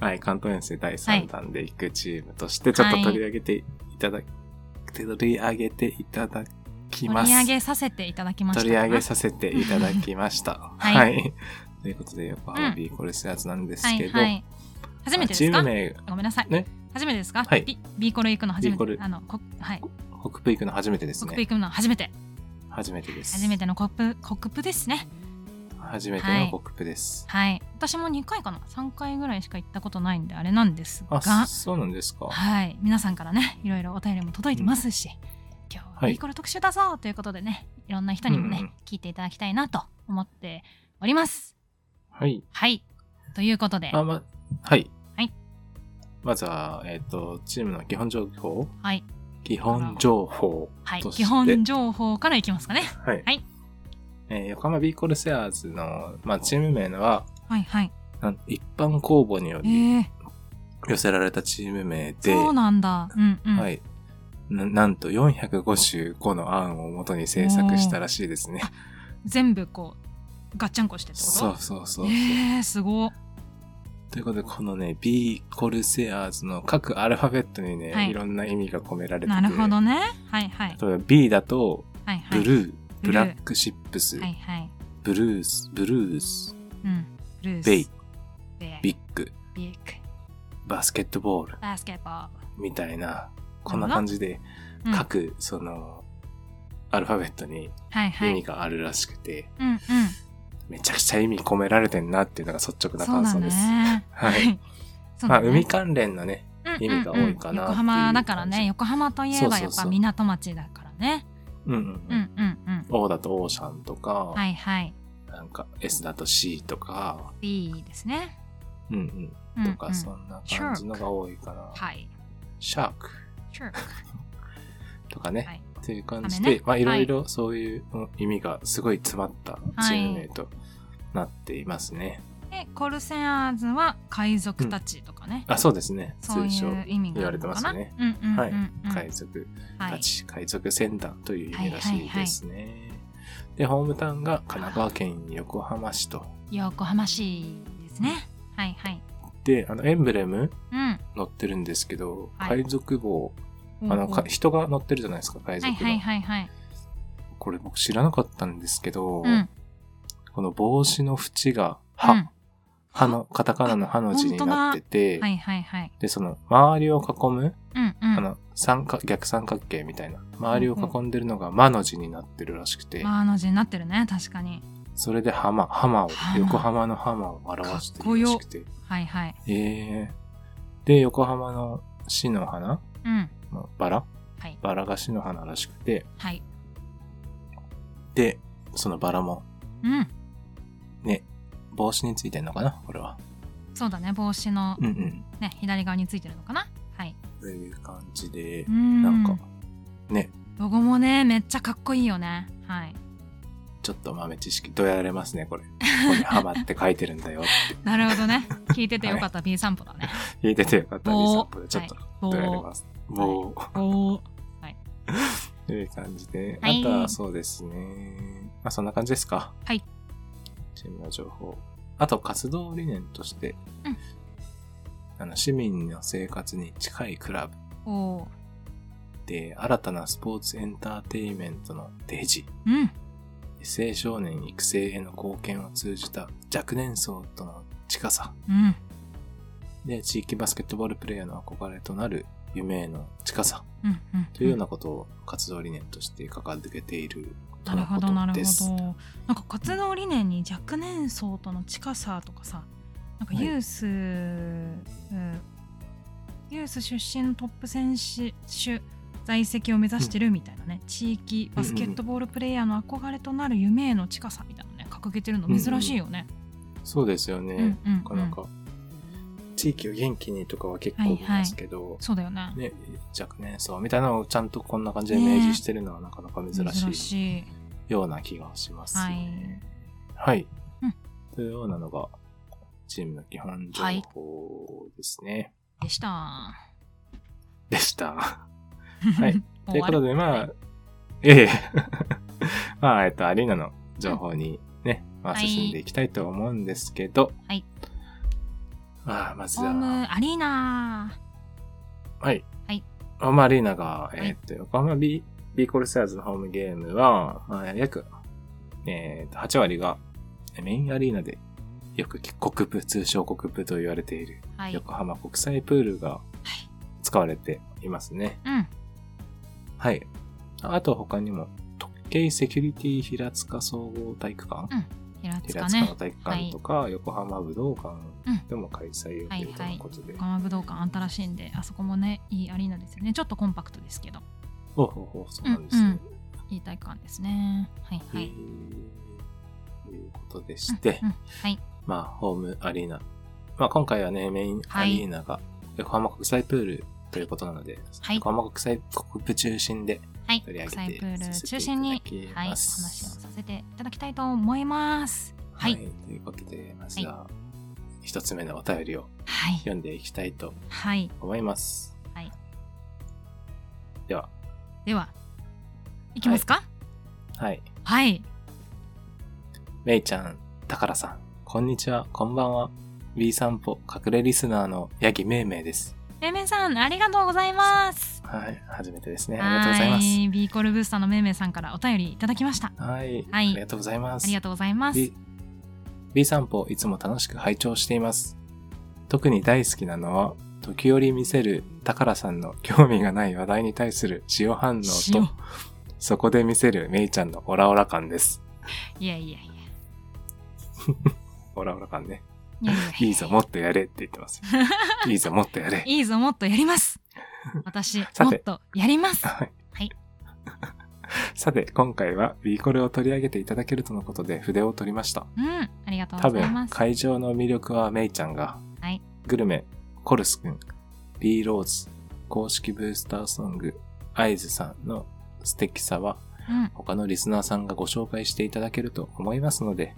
C: はい、関東遠征第3弾で行くチームとして、ちょっと取り上げていただ、取り上げて *laughs* いただきま
B: 盛
C: す。
B: り上げさせていただきました
C: 取り上げさせていただきました。
B: はい
C: ということで、横浜
B: うん
C: B コルセアーズなんです
B: はい
C: けど、
B: はい初めてです
C: チーム
B: か
C: 名、
B: ごめんなさい、
C: ね
B: 初めてですか、
C: はい
B: ビビーコル行くの初
C: B コ
B: めて
C: ル
B: あのこはい
C: コックプ行くの初めてです
B: コップ
C: ね。
B: 行くの初めて
C: 初めてです。
B: 初めてのコップコップですね
C: 初めて
B: は
C: の
B: い
C: コックプです。
B: はい私も2回かな3回ぐらいしか行ったことないんであれなんですが
C: あ、そうなんですか。
B: はい皆さんからねいろいろお便りも届いてますし、今日
C: は
B: はいビーコル特集だぞということでねいろんな人にもね、
C: うんうん
B: 聞いていただきたいなと思っております
C: はい。
B: はい。ということで、
C: あ、ま、はい。
B: はい
C: まずは、えっ、と、チームの基本情報。
B: はい。
C: 基本情報。
B: はい。
C: そして
B: 基本情報からいきますかね。
C: はい
B: はい
C: えー横浜 B コルセアーズの、まあ、チーム名は、
B: はいはい。
C: なん一般公募によ
B: え
C: り
B: ー、
C: 寄せられたチーム名で、
B: そうなんだ。うんうん。
C: はい。ななんと455の案をもとに制作したらしいですね。
B: 全部こう、ガッチャンコしてってこと
C: そうそうそうそう。
B: えー、すご。
C: ということで、このね、B コルセアーズの各アルファベットにね、
B: はい
C: い、ろんな意味が込められてて
B: なるほどね。はいはい。
C: 例えば B だと、
B: はいは
C: ブ
B: い。
C: ルー、
B: ブルー
C: ブラックシップス、
B: はいはい。
C: ブルース、ブルース、
B: うん。ブルース。
C: ベイ、
B: ベイ。
C: ビッグ、
B: ビッグ。
C: バスケットボール、
B: バスケットボール。
C: みたいな、こんな感じで、
B: うん、はい
C: 各、その、アルファベットに
B: は
C: 意味
B: い。
C: があるらしくて、
B: うんうん。
C: めちゃくちゃ意味込められてんなっていうのが率直な
B: そう
C: 感
B: だ
C: 想です。
B: ね。
C: はい。
B: *laughs* そう
C: ま
B: だ
C: あ、
B: ね
C: 海関連のね、意味が多いかなっていう感じ
B: うんうんうん横浜だからね、横浜といえ
C: そう
B: ば
C: そ
B: やっ
C: うそう
B: ぱ港町だからね。
C: うんうん
B: う
C: うんん。
B: うんうん。
C: O だとオーシャンとか、
B: はいはい。
C: なんか S だと C とか、
B: B ですね。
C: うん
B: う
C: うん、
B: うんん
C: とか、そんな感じのが多いかな。
B: はい。
C: シャーク
B: チューク。
C: とかね、
B: はい
C: っていう感じ
B: サメ
C: で、
B: ね
C: まあ、いろいろそういううん意味がすごい詰まったチーム名となっていますね。
B: で、コルセアーズは海賊たちとかね。
C: あ、そうですね。
B: そう
C: 通
B: い
C: 称、
B: う意味があるのかな。
C: 言われて
B: うんうんうんうん。
C: 海賊
B: は
C: た
B: い。
C: ち、海賊船団という意味らしいですね。で、ホームタウンが神奈川県横浜市と。
B: 横浜市ですね。はいはい。
C: で、あの、エンブレム
B: うん。
C: 乗ってるんですけど、
B: はい
C: 海賊号、あの、
B: は
C: か人が乗ってるじゃないですか、海
B: い
C: 賊の。
B: はいはいはい。
C: これ僕知らなかったんですけ
B: う
C: ど、
B: ん。
C: この帽子の縁が、は、
B: うん
C: はの、カタカナのはの字になってて、
B: はいはいはい。
C: で、その、周りを囲む、
B: うんう
C: あ
B: ん。
C: の、三角、逆三角形みたいな、周りを囲んでるのが、まの字になってるらしくて、
B: まあ、あの字になってるね、確かに。
C: それで浜、浜を、
B: 浜
C: 横浜の浜を表してるらしくて。
B: はいはい。
C: えー、で、横浜の市の花、
B: うん。
C: まあバラ
B: はい
C: バラが市の花らしくて、
B: はい。
C: で、そのバラも、
B: うん。
C: ね、帽子についてんのかなこれは。
B: そうだね、帽子の
C: うんうん。
B: ね、左側についてるのかな。はい。
C: という感じで
B: う、ん。
C: なんか、ね、
B: ロゴもね、めっちゃかっこいいよね。はい。
C: ちょっと豆知識、どやられますね、これ。ここにハマって書いてるん
B: *laughs*
C: だよって。
B: なるほど
C: *laughs*
B: ね。聞いててよかった、B 散歩だね。
C: 言えててよかった、
B: おー
C: リサップで。ちょっと、
B: お
C: どやられ
B: ー
C: ます。もう、
B: おー。
C: という感じで、
B: はい
C: あとはそうですね。まあ、そんな感じですか。
B: はい。
C: チームの情報。あと、活動理念として、
B: うん
C: あの、市民の生活に近いクラブ
B: おー。
C: で、新たなスポーツエンターテインメントの提示、
B: うん。
C: 青少年育成への貢献を通じた若年層との近さ、
B: うん。
C: で、地域バスケットボールプレイヤーの憧れとなる夢への近さ、
B: うん。うん。
C: というようなことを活動理念として掲げている
B: な
C: と
B: る
C: のこ
B: ほどなる
C: と
B: ほ
C: です。
B: どなんか活動理念に若年層との近さとかさなんか
C: はい
B: ユース、うんユース出身のトップ選手在籍を目指してるみたいなね、地域バスケットボールプレイヤーの憧れとなる夢への近さみたいなね掲げてるの珍しいよね。
C: そうですよね。
B: うんうんうん
C: なかなか、地域を元気にとかは結構見ますけど、
B: そうだよね。
C: ね、若年層みたいなのをちゃんとこんな感じで明示してるのはなかなか珍
B: 珍
C: しい
B: しい。
C: ような気がしますね。はい。
B: うん
C: というようなのが、チームの基本情
B: はい
C: 報ですね。
B: でした。は
C: でした。い。
B: *laughs*
C: ということ
B: で。
C: で、まあ、ええ *laughs* まあ、えっと、アリーナの情報にね、まあ、
B: はい
C: 進んでいきたいと思うんですけど、
B: はい。
C: まあ、まず
B: ホ
C: は、
B: ームアリーナ
C: はい。
B: はい。
C: ホームアリーナが、
B: い
C: えーっと、横浜 B、B コルセアーズのホームゲームは、まあ、約、えーっと、8割がメインアリーナで、よく国部、通称国部と言われている、
B: はい。
C: 横浜国際プールが
B: い
C: 使われていますね。
B: うん。
C: はい。あと他にも、特計セキュリティ平塚総合体育館、
B: 平
C: 平
B: 塚
C: 塚の
B: ね。
C: 体育館とか、横浜武道館
B: うん
C: でも開催予定とのことで、
B: 横浜武道館新しいんであそこもねいいアリーナですよねちょっとコンパクトですけど
C: おほほそうなんですね。
B: うんうんいい体育館ですねはいは
C: え
B: い、
C: ーということでして、
B: うんうんはい
C: まあ、ホームアリーナ。まあ、今回はね、メインアリーナが横浜国際プールということなので、
B: はい
C: 横浜国際国部中心で
B: はい
C: 取り上
B: 国
C: げて
B: 際プール中心に
C: させていただき
B: はいお
C: ま
B: 話を
C: す
B: させていただきたいと思いますはい
C: ということで、まずは一つ目のお便りを
B: はい
C: 読んでいきたいと
B: はい
C: 思います。
B: はい
C: では、
B: では行きますか
C: はい。
B: はい、
C: めいちゃん、たからさん、こんにちは、こんばんは。B 散歩隠れリスナーのヤギめいめいです。
B: めいめいさんありがとうございます
C: はい、初めてですね。
B: あ
C: ありがとうございます。
B: ビーコルブースターのめいめいさんからお便りいただきました
C: はい、
B: はい
C: ありがとうございます。
B: ありがとうございます
C: B, B 散歩いつも楽しく拝聴しています。特に大好きなのは、時折見せる宝さんの興味がない話題に対する塩反応
B: 塩
C: と、そこで見せるめいちゃんのオラオラ感です。
B: いやいやいや
C: オラオラ感ね。
B: いやいや
C: いいぞ、もっとやれって言ってます
B: *laughs*
C: よ。いいぞ、もっとやれ。
B: いいぞもっとやります私も
C: さて
B: っとやります
C: はい。
B: はい
C: さて、今回は B コレを取り上げていただけるとのことで筆を取りました。
B: うん、ありがとう
C: 多
B: ございま
C: 分
B: す。
C: 会場の魅力はめいちゃんが、
B: はい
C: グルメコルス君 B ローズ公式ブースターソングアイズさんの素敵さは
B: うん、は
C: 他のリスナーさんがご紹介していただけると思いますので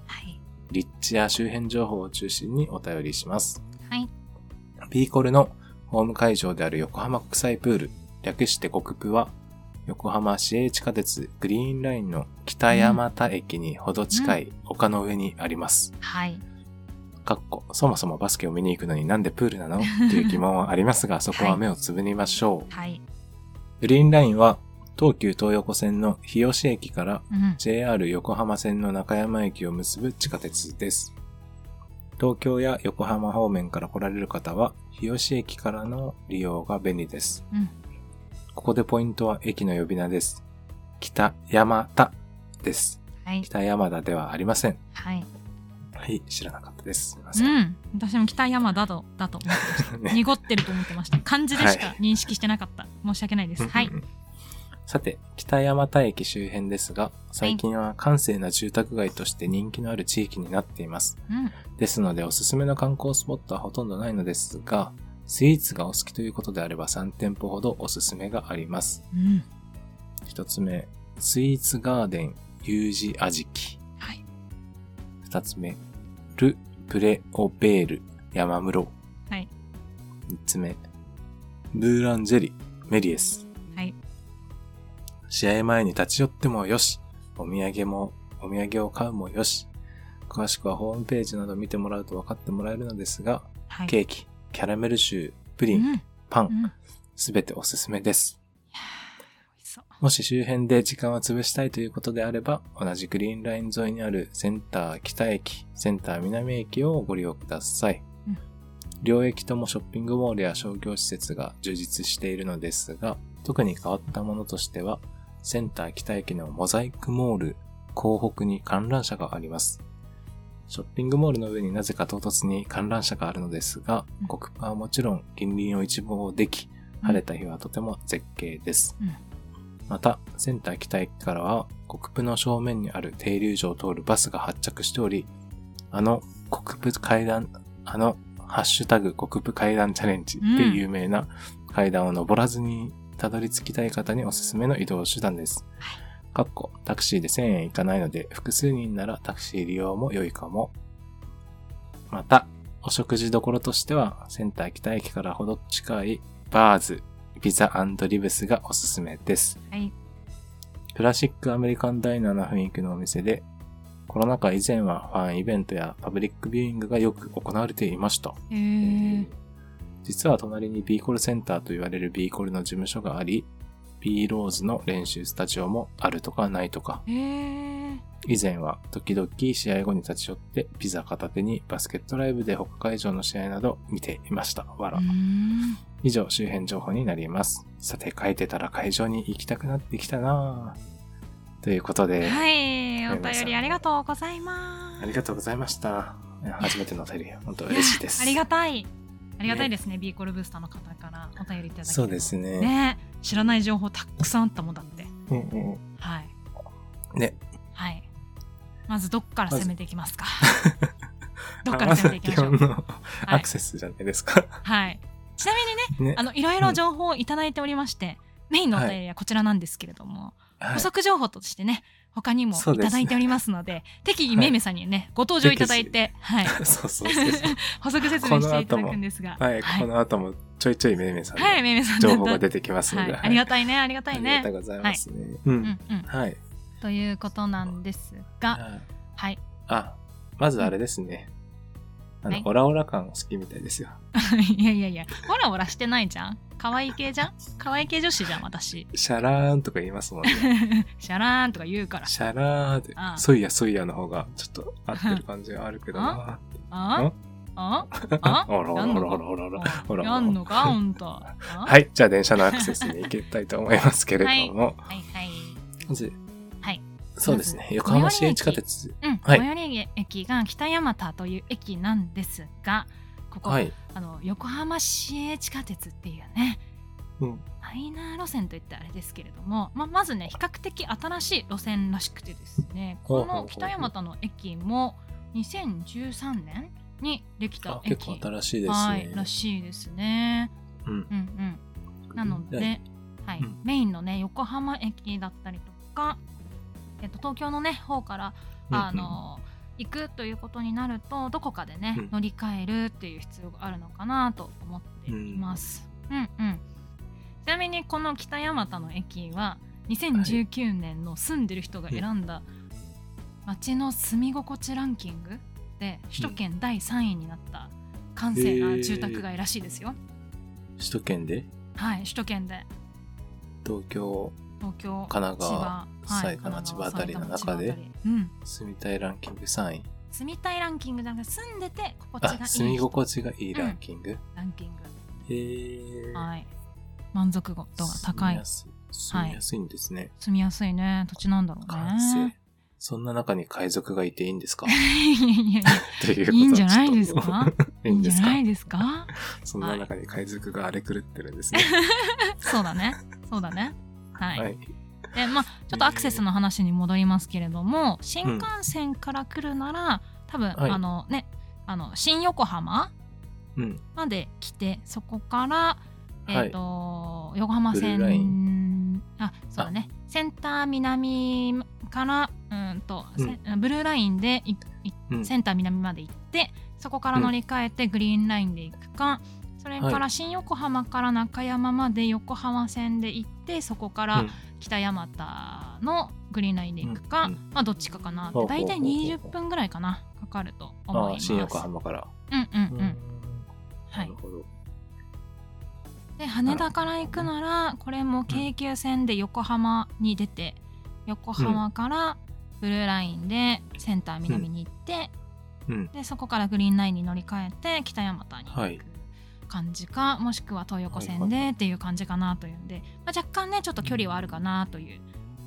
B: い、
C: 立地や周辺情報を中心にお便りします
B: はい、
C: B コルのホーム会場である横浜国際プール略して国プは横浜市営地下鉄グリーンラインの北山田駅にほど近い丘の上にあります。
B: はい。
C: かっこ、そもそもバスケを見に行くのになんでプールな *laughs* のっていう疑問はありますが、そこは目をつぶりましょう。
B: はい。
C: グリーンラインは、東急東横線の日吉駅から
B: うん。
C: JR 横浜線の中山駅を結ぶ地下鉄です。東京や横浜方面から来られる方は、日吉駅からの利用が便利です。
B: うん
C: ここでポイントは駅の呼び名です。北山田です。
B: はい。
C: 北山田ではありません。
B: はい。
C: はい、知らなかったです。すみま
B: う
C: せん。
B: ん。私も北山だと、だと思ってました。
C: *laughs* ね
B: 濁ってると思ってました。漢字でし
C: は
B: か認識してなかった。申し訳ないです。はい
C: うん。うんうん。さて、北山田駅周辺ですが、最近は閑静な住宅街として人気のある地域になっています。
B: うん。
C: ですので、おすすめの観光スポットはほとんどないのですが、スイーツがお好きということであれば3店舗ほどおすすめがあります。
B: うん。
C: 1つ目、スイーツガーデン U 字あじき。
B: はい。
C: 2つ目、ル・プレ・オベール山室。
B: はい。
C: 3つ目、ブーランジェリメリエス。
B: はい。
C: 試合前に立ち寄ってもよし、お土産も、お土産を買うもよし、詳しくはホームページなど見てもらうと分かってもらえるのですが、
B: はい。
C: ケーキ、キャラメルシュー、プリ
B: う
C: ン、
B: ん。
C: パ
B: う
C: ン、
B: ん。
C: すべておすすめです。
B: 美味しそう。
C: もし周辺で時間を潰したいということであれば、同じグリーンライン沿いにあるセンター北駅、センター南駅をご利用ください。
B: うん
C: 両駅ともショッピングモールや商業施設が充実しているのですが、特に変わったものとしては、センター北駅のモザイクモール、広北に観覧車があります。ショッピングモールの上になぜか唐突に観覧車があるのですが
B: うん、
C: コクパはもちろん近隣を一望でき、晴れた日はとても絶景です。
B: うん
C: また、センター北駅からは、国府の正面にある停留所を通るバスが発着しており、あの国府階段、あのハッシュタグ国府階段チャレンジで有名な階段を登らずにたどり着きたい方におすすめの移動手段です。かっこタクシーで1000円いかないので、複数人ならタクシー利用も良いかも。また、お食事どころとしては、センター北駅からほど近いバーズ、ピザリブスがおすすめです。
B: はい。
C: クラシックアメリカンダイナーな雰囲気のお店で、コロナ禍以前はファンイベントやパブリックビューイングがよく行われていました。
B: えー。
C: 実は隣に B コルセンターと言われる B コルの事務所があり、B ローズの練習スタジオもあるとかないとか、
B: えー。
C: 以前は時々試合後に立ち寄ってピザ片手にバスケットライブで他会場の試合など見ていました。わ
B: う
C: ら
B: ー。ん。
C: 以上周辺情報になります。さて書いてたら会場に行きたくなってきたなぁ。ということで、
B: はい。お
C: わかりました
B: 便りありがとうございます。
C: ありがとうございました。いや初めてのお便り、本当嬉しいです。
B: ありがたい。ありがたいですね。ビーコルブースターの方からお便りいただき
C: そうですね。
B: ね。知らない情報たくさんあったもんだって。
C: うんうん
B: はい。
C: うんね。
B: はい。まずどっから
C: まず
B: 攻めていきます
C: *laughs*
B: か。どっから攻めていきましょ
C: ま
B: う。
C: ずは基本のアクセスじゃないですか。
B: はい。ちなみにね、
C: ね
B: あ。のいろいろ情報をいただいておりまして、メインのお便りはこちらなんですけれども、
C: はい
B: 補足情報としてね。他にも
C: そう
B: い
C: です
B: ただいておりますので、適宜めいめいさんにね、ご登場いただいて、はい、
C: そうそうそうそう。
B: *laughs* 補足説明していただくんですが、
C: はい、
B: は
C: こ
B: い、
C: の後もちょいちょいめいめいさんの
B: はいめいめいさん
C: 情報が
B: て
C: 出てきますの
B: はい
C: で、、
B: ありがたいねありがたい
C: ありがとう
B: ね。
C: ございますね。う。
B: うんんうん、
C: はい。
B: ということなんですが、
C: はい
B: はい、
C: あ、まずあれですね。あ
B: は
C: の
B: い、
C: オラオラ感好きみたいですよ。
B: *laughs* いやいやいや、オラオラしてないじゃん。可愛い系じゃん。可愛い系女子じゃん私。
C: シャラーンとか言いますもんね。
B: シャラーンとか言うから。
C: *laughs* シャラーンって
B: あ、あ
C: そいやそいやの方がちょっと合ってる感じがあるけどな。
B: ああ
C: あ
B: あ
C: ほらほらほらほら *laughs* ほらほらほら。
B: やんのかほんと。
C: はいい、じゃあ電車のアクセスに行きたいと思いますけれども。
B: はいはい。
C: まず
B: はい。
C: そうですね
B: ま。ず
C: 横浜市営地下鉄。
B: うん、
C: はい
B: 最寄り駅が北大和という駅なんですが、ここ、
C: はい。
B: あの横浜市営地下鉄っていうね、
C: うん
B: マイナー路線といってあれですけれども、まあ、まずね比較的新しい路線らしくてですね
C: ほ
B: こ
C: うほうほう
B: の北大和の駅も2013年にできた
C: あ
B: 駅
C: 結構新しいですね。
B: はいらしいですね。
C: うん
B: うんうん、なので、はい
C: うん
B: メインのね横浜駅だったりとか、えっと、東京のね方から
C: うんうん
B: あの行くということになるとどこかでね、
C: うん
B: 乗り換えるっていう必要があるのかなと思っています。うん、うんちなみにこの北大和の駅は2019年の住んでる人が選んだ街の住み心地ランキングで首都圏第3位になった閑静な住宅街らしいですよ。
C: 首都圏で
B: はい、首都圏で
C: 東京
B: 東京、
C: 神奈川
B: 千葉、
C: 埼玉千葉あたりの中で
B: 埼玉千葉あたりうん、
C: 住みたいランキング3位。
B: 住みたいランキングじゃなくて住んでて心地がいい
C: あ、
B: 人
C: 住み心地がいいランキング。
B: ランキング。
C: へえ。
B: はい。満足度が高い。
C: 住みやすい。住みやすいんですね。
B: 住みやすいね。土地なんだろう
C: 完成
B: ね。。
C: そんな中に海賊がいていいんですか
B: *laughs* いやいやいや、
C: ということ
B: いいんじゃないです
C: ちょ
B: か
C: っといいん
B: じ
C: で
B: ゃ
C: すか
B: ないですか
C: そんな中に海賊が荒れ狂ってるんですね。
B: *laughs* そうだね。そうだね。はい。
C: はい。
B: で、まあ、ちょっとアクセスの話に戻りますけれども、新幹線から来るなら、多分、
C: はい
B: あのね、あの、新横浜
C: うん。
B: まで来て、そこから、え
C: は
B: っ、
C: い。
B: と、横浜
C: ブルーライ
B: 線、あ、そうだね、センター南から、うーんと、せブルーラインでい
C: うん
B: センター南まで行って、そこから乗り換えてグリーンラインで行くか、それか
C: は
B: ら新横浜から中山まで横浜線で行って、そこから、
C: うん
B: 北大和のグリーンラインで行くか、
C: うんう
B: まあどっちかかなって
C: ほうほう
B: 大
C: ほう
B: 体20分ぐらいかなかかると思い
C: あ
B: ま
C: あ、
B: す
C: 新横浜から。
B: うんうんうん、は
C: ないるほど。
B: で羽田から行くならこれも京急線で横浜に出て横浜からブルーラインでセンター南に行って、
C: うん。
B: でそこからグリーンラインに乗り換えて北大和に
C: はい
B: 行く感じか、もしくは東横線でっていう感じかなというんで、まあ、若干ねちょっと距離はあるかなという、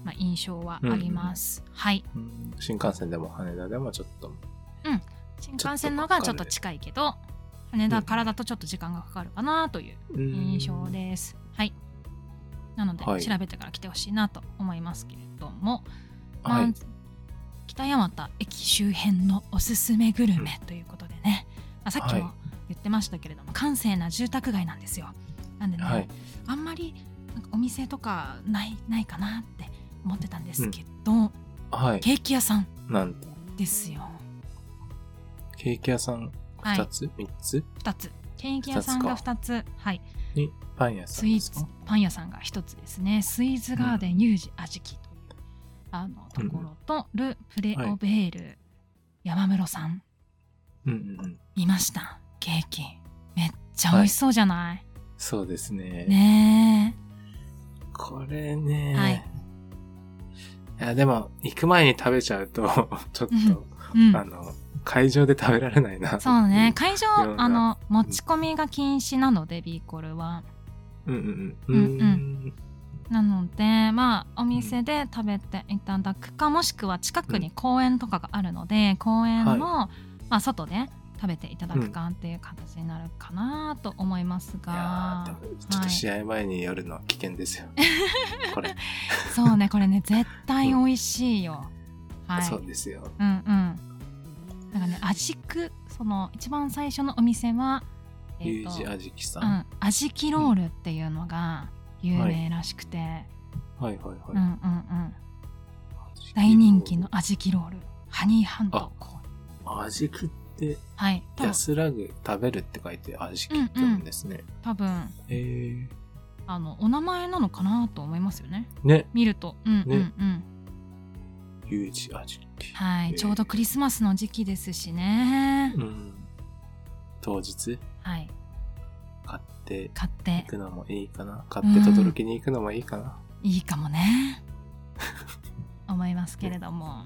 B: まあ、印象はあります、はい
C: うん新幹線でも羽田でもちょっと。
B: 新幹線の方がちょっと近いけど羽田からだとちょっと時間がかかるかなという印象
C: うん。
B: です、はいなので
C: はい
B: 調べてから来てほしいなと思いますけれども、
C: は
B: ま
C: い
B: あ。北山田駅周辺のおすすめグルメということでね、まあ、さっき
C: は
B: も言ってましたけれども閑静な住宅街なんですよなんでね、
C: はい。
B: あんまりなんかお店とかないないかなって思ってたんですけど、
C: はい。
B: ケーキ屋さん
C: なんと、
B: ですよ
C: ケーキ屋さん
B: はい
C: 2つ ?3 つ
B: 2つケーキ屋さんが2つはい
C: にパン屋さ
B: ス
C: ん
B: イ
C: で
B: ー
C: す
B: ツ
C: か
B: パン屋さんが一つですねスイーツガーデンユージあじきというあのところと、ル・プレオベール、山室さん
C: うんうんうん。
B: 見ましたケーキめっちゃ美味しそうじゃない、
C: そうですね。
B: ね
C: これね。
B: はい。
C: や、でも、行く前に食べちゃうと、 *laughs* ちょっ
B: え、うん
C: と、あ、の、会場で食べられないな。
B: そうね。会場
C: いろんな
B: あの持ち込みが禁止なのでビーコルは
C: うんうんうん。
B: うんうんなのでまあお店で食べていただくかもしくは近くに公園とかがあるので、公園の、まあ、外で食べていただくかっていう形になるかなと思います
C: いや
B: が
C: ー、でもちょっと試合前に夜のは危険ですよ。これ、
B: そうねこれ
C: *laughs*
B: ね絶対美味しいよ、はい
C: そうですよ。
B: うんうんなんかね味くその一番最初のお店はえ
C: ユ
B: ー
C: ー
B: と
C: ジアジキさ。
B: うんん味キロールっていうのが有名らしくて、
C: はいはい
B: うんうん
C: はい。
B: うん大人気の。味キロールハニーハン
C: あ
B: ドコーヒー
C: アジキって、
B: はい多分
C: 安らぐ食べるって書いてアジキって読むんですね。
B: 多分
C: へえ
B: あのお名前なのかなと思いますよね
C: ー。ね、
B: 見るとうんうんうん、
C: ねユージアジキ。
B: はい、
C: えー
B: ちょうどクリスマスの時期ですしね、
C: うん。当日、
B: はい
C: 買って
B: 買って
C: 行くのもいいかな。買って轟に行くのもいいかな。
B: いいかも
C: *laughs*
B: ね思いますけれども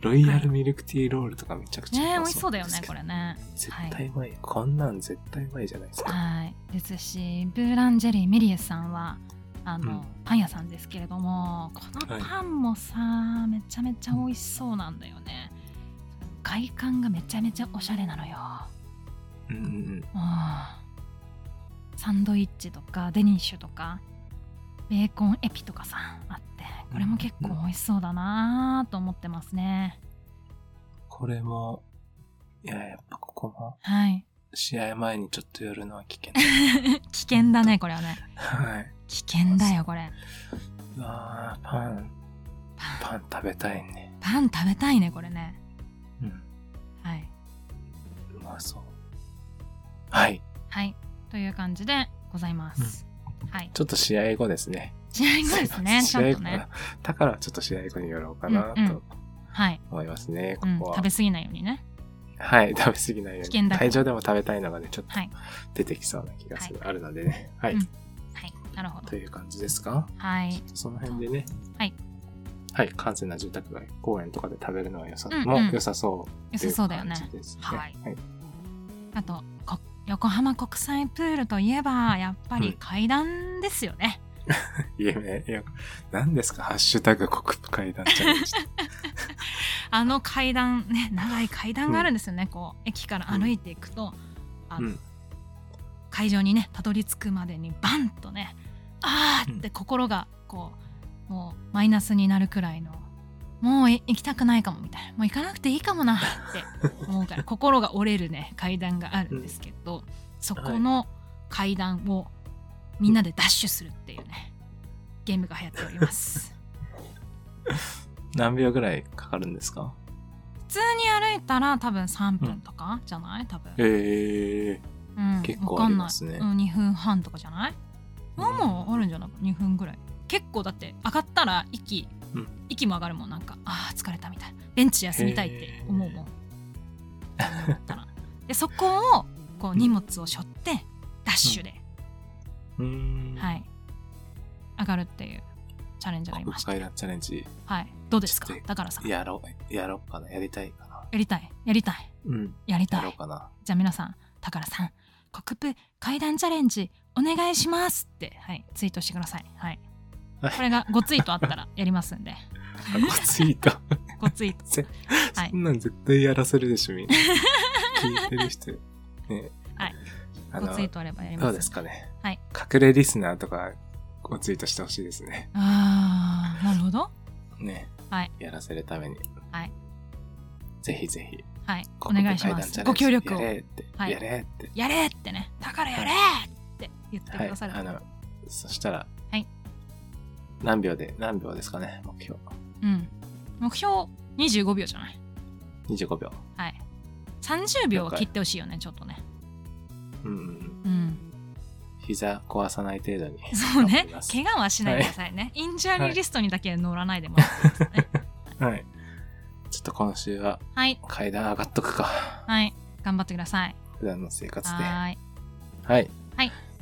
C: ロイヤルミルクティーロールとかめちゃくちゃ
B: ね
C: う
B: 美
C: ま
B: 味しそうだよ
C: な
B: ね
C: んですけ
B: こ
C: ど。
B: れね
C: 絶対うまい。こんなん絶対うまいじゃないですか。
B: はいですしブーランジェリーメリエさんはあの、
C: うん
B: パン屋さんですけれどもこ
C: は
B: の
C: い
B: パンもさ、めちゃめちゃ美味しそうなんだよね外観がめちゃめちゃおしゃれなのよ
C: うんうんうん。
B: うんサンドイッチとかデニッシュとかベーコンエピとかさあってこれも結構美味しそうだなと思ってますね、
C: これも、いや、やっぱここも、
B: はい *laughs*
C: 試合前にちょっと寄るのは危険。
B: 危険だねこれはね
C: はい。
B: 危険だよこれ
C: うわーパン、パン食べたいね。
B: パン食べたいねこれね
C: うん。
B: はい、
C: うまそう。はい。
B: はい、という感じでございます、はい
C: ちょっと試合後ですね。
B: 試合
C: *laughs*
B: 後ですね、ち
C: 試
B: ゃん
C: 合
B: と
C: 後
B: ね。
C: なだからちょっと試合後にやろうかな
B: うんうん
C: と
B: はい、
C: 思いますね、
B: うん。
C: ここは、
B: 食べ過ぎないようにね。
C: はい、食べ過ぎない
B: 危
C: よう
B: 険
C: に。
B: だ
C: 会場でも食べたいのがね、ちょっと
B: はい
C: 出てきそうな気がする、あるのでね。はい、
B: うんはい、なるほど
C: と。いう感じですか
B: はい。
C: その辺でね。
B: はい。
C: はい、閑静な住宅街、公園とかで食べるのは良さ、
B: うんうん
C: も良さそう
B: 良
C: って
B: さ
C: い
B: そうだよね
C: 感。じですね。
B: はい
C: はい。
B: あとこ横浜国際プールといえばやっぱ
C: う
B: り
C: ん
B: 階段ですよね、
C: いえね、いや、何ですか、ハッシュタグ国府会談チャ
B: *laughs*
C: レンジ。
B: あの階段ね長い階段があるんですよね、こう駅から歩いていくと、あの
C: うん
B: 会場にねたどり着くまでにバンとねあーって心がこうもうマイナスになるくらいのもうい行きたくないかもみたいなもう行かなくていいかもなって思うから心が折れるね階段があるんですけど、そこの階段をみんなでダッシュするっていうねゲームが流行っております。
C: 何秒ぐらいかかるんですか
B: 普通に歩いたら多分3分とかじゃない多分、
C: ええ
B: うん、
C: 結構
B: わかんない
C: ありますね
B: うん、2分半とかじゃないまあまああるんじゃない2分ぐらい結構だって上がったら息、
C: うん
B: 息も上がるもんなんかあー疲れたみたいなベンチ休みたいって思うもん上がったらでそこをこう荷物を背負ってダッシュで、
C: うーん。
B: はい上がるっていうチャレンジがあり
C: 国
B: ま
C: 府
B: した
C: 会談チャレンジ、
B: はいどうですか
C: ちょっと
B: だからさや
C: やろう、やろうかな、やりたいかな。
B: りたいやりたい
C: うん。
B: やりた
C: や
B: い
C: ろうかな。
B: じゃあ皆さん、たからさん、国プ階段チャレンジお願いしますって、はい、ツイートしてください。はい。
C: はい
B: これがごツイートあったらやります
C: *laughs*
B: んで、
C: あ、ごツイート。
B: ごツイート。
C: ぜ
B: はい
C: そんなん絶対やらせるでしょ、みんな。聞いてる人。ね。
B: はい。
C: あ
B: ご
C: の
B: ツイー、トあればやります。
C: どうですかね。
B: はい。
C: 隠れリスナーとか、ごツイートしてほしいですね。
B: あー、なるほど。
C: ね。
B: はい。
C: やらせるために。
B: はい。
C: ぜひぜひ。
B: はい、お
C: 国府
B: 願いし
C: 会
B: ま
C: 談チ
B: す。
C: ャレンジ
B: ご協力を
C: や。れって。
B: はい
C: やれって。
B: やれってね、たからやれって言ってく
C: はい。
B: ださる。
C: あの、そしたら、
B: はい。
C: 何秒で、何秒ですかね、目標。
B: うん。目標25秒じゃない。
C: 25秒。
B: はい。30秒
C: 了
B: は
C: 解
B: 切ってほしいよね、ちょっとね。
C: うんうんうん。
B: うん。
C: 膝壊さない程度に。
B: そう
C: 頑張
B: ね
C: りま。す
B: 怪我はしないでくださいね。インジャリーリストにだけ乗らないでもらってくださいね。
C: はい。ちょっと今週は
B: はい。
C: 階段上がっとくか。
B: はい。頑張ってください。
C: 普段の生活で。は
B: はーい。
C: い。
B: はい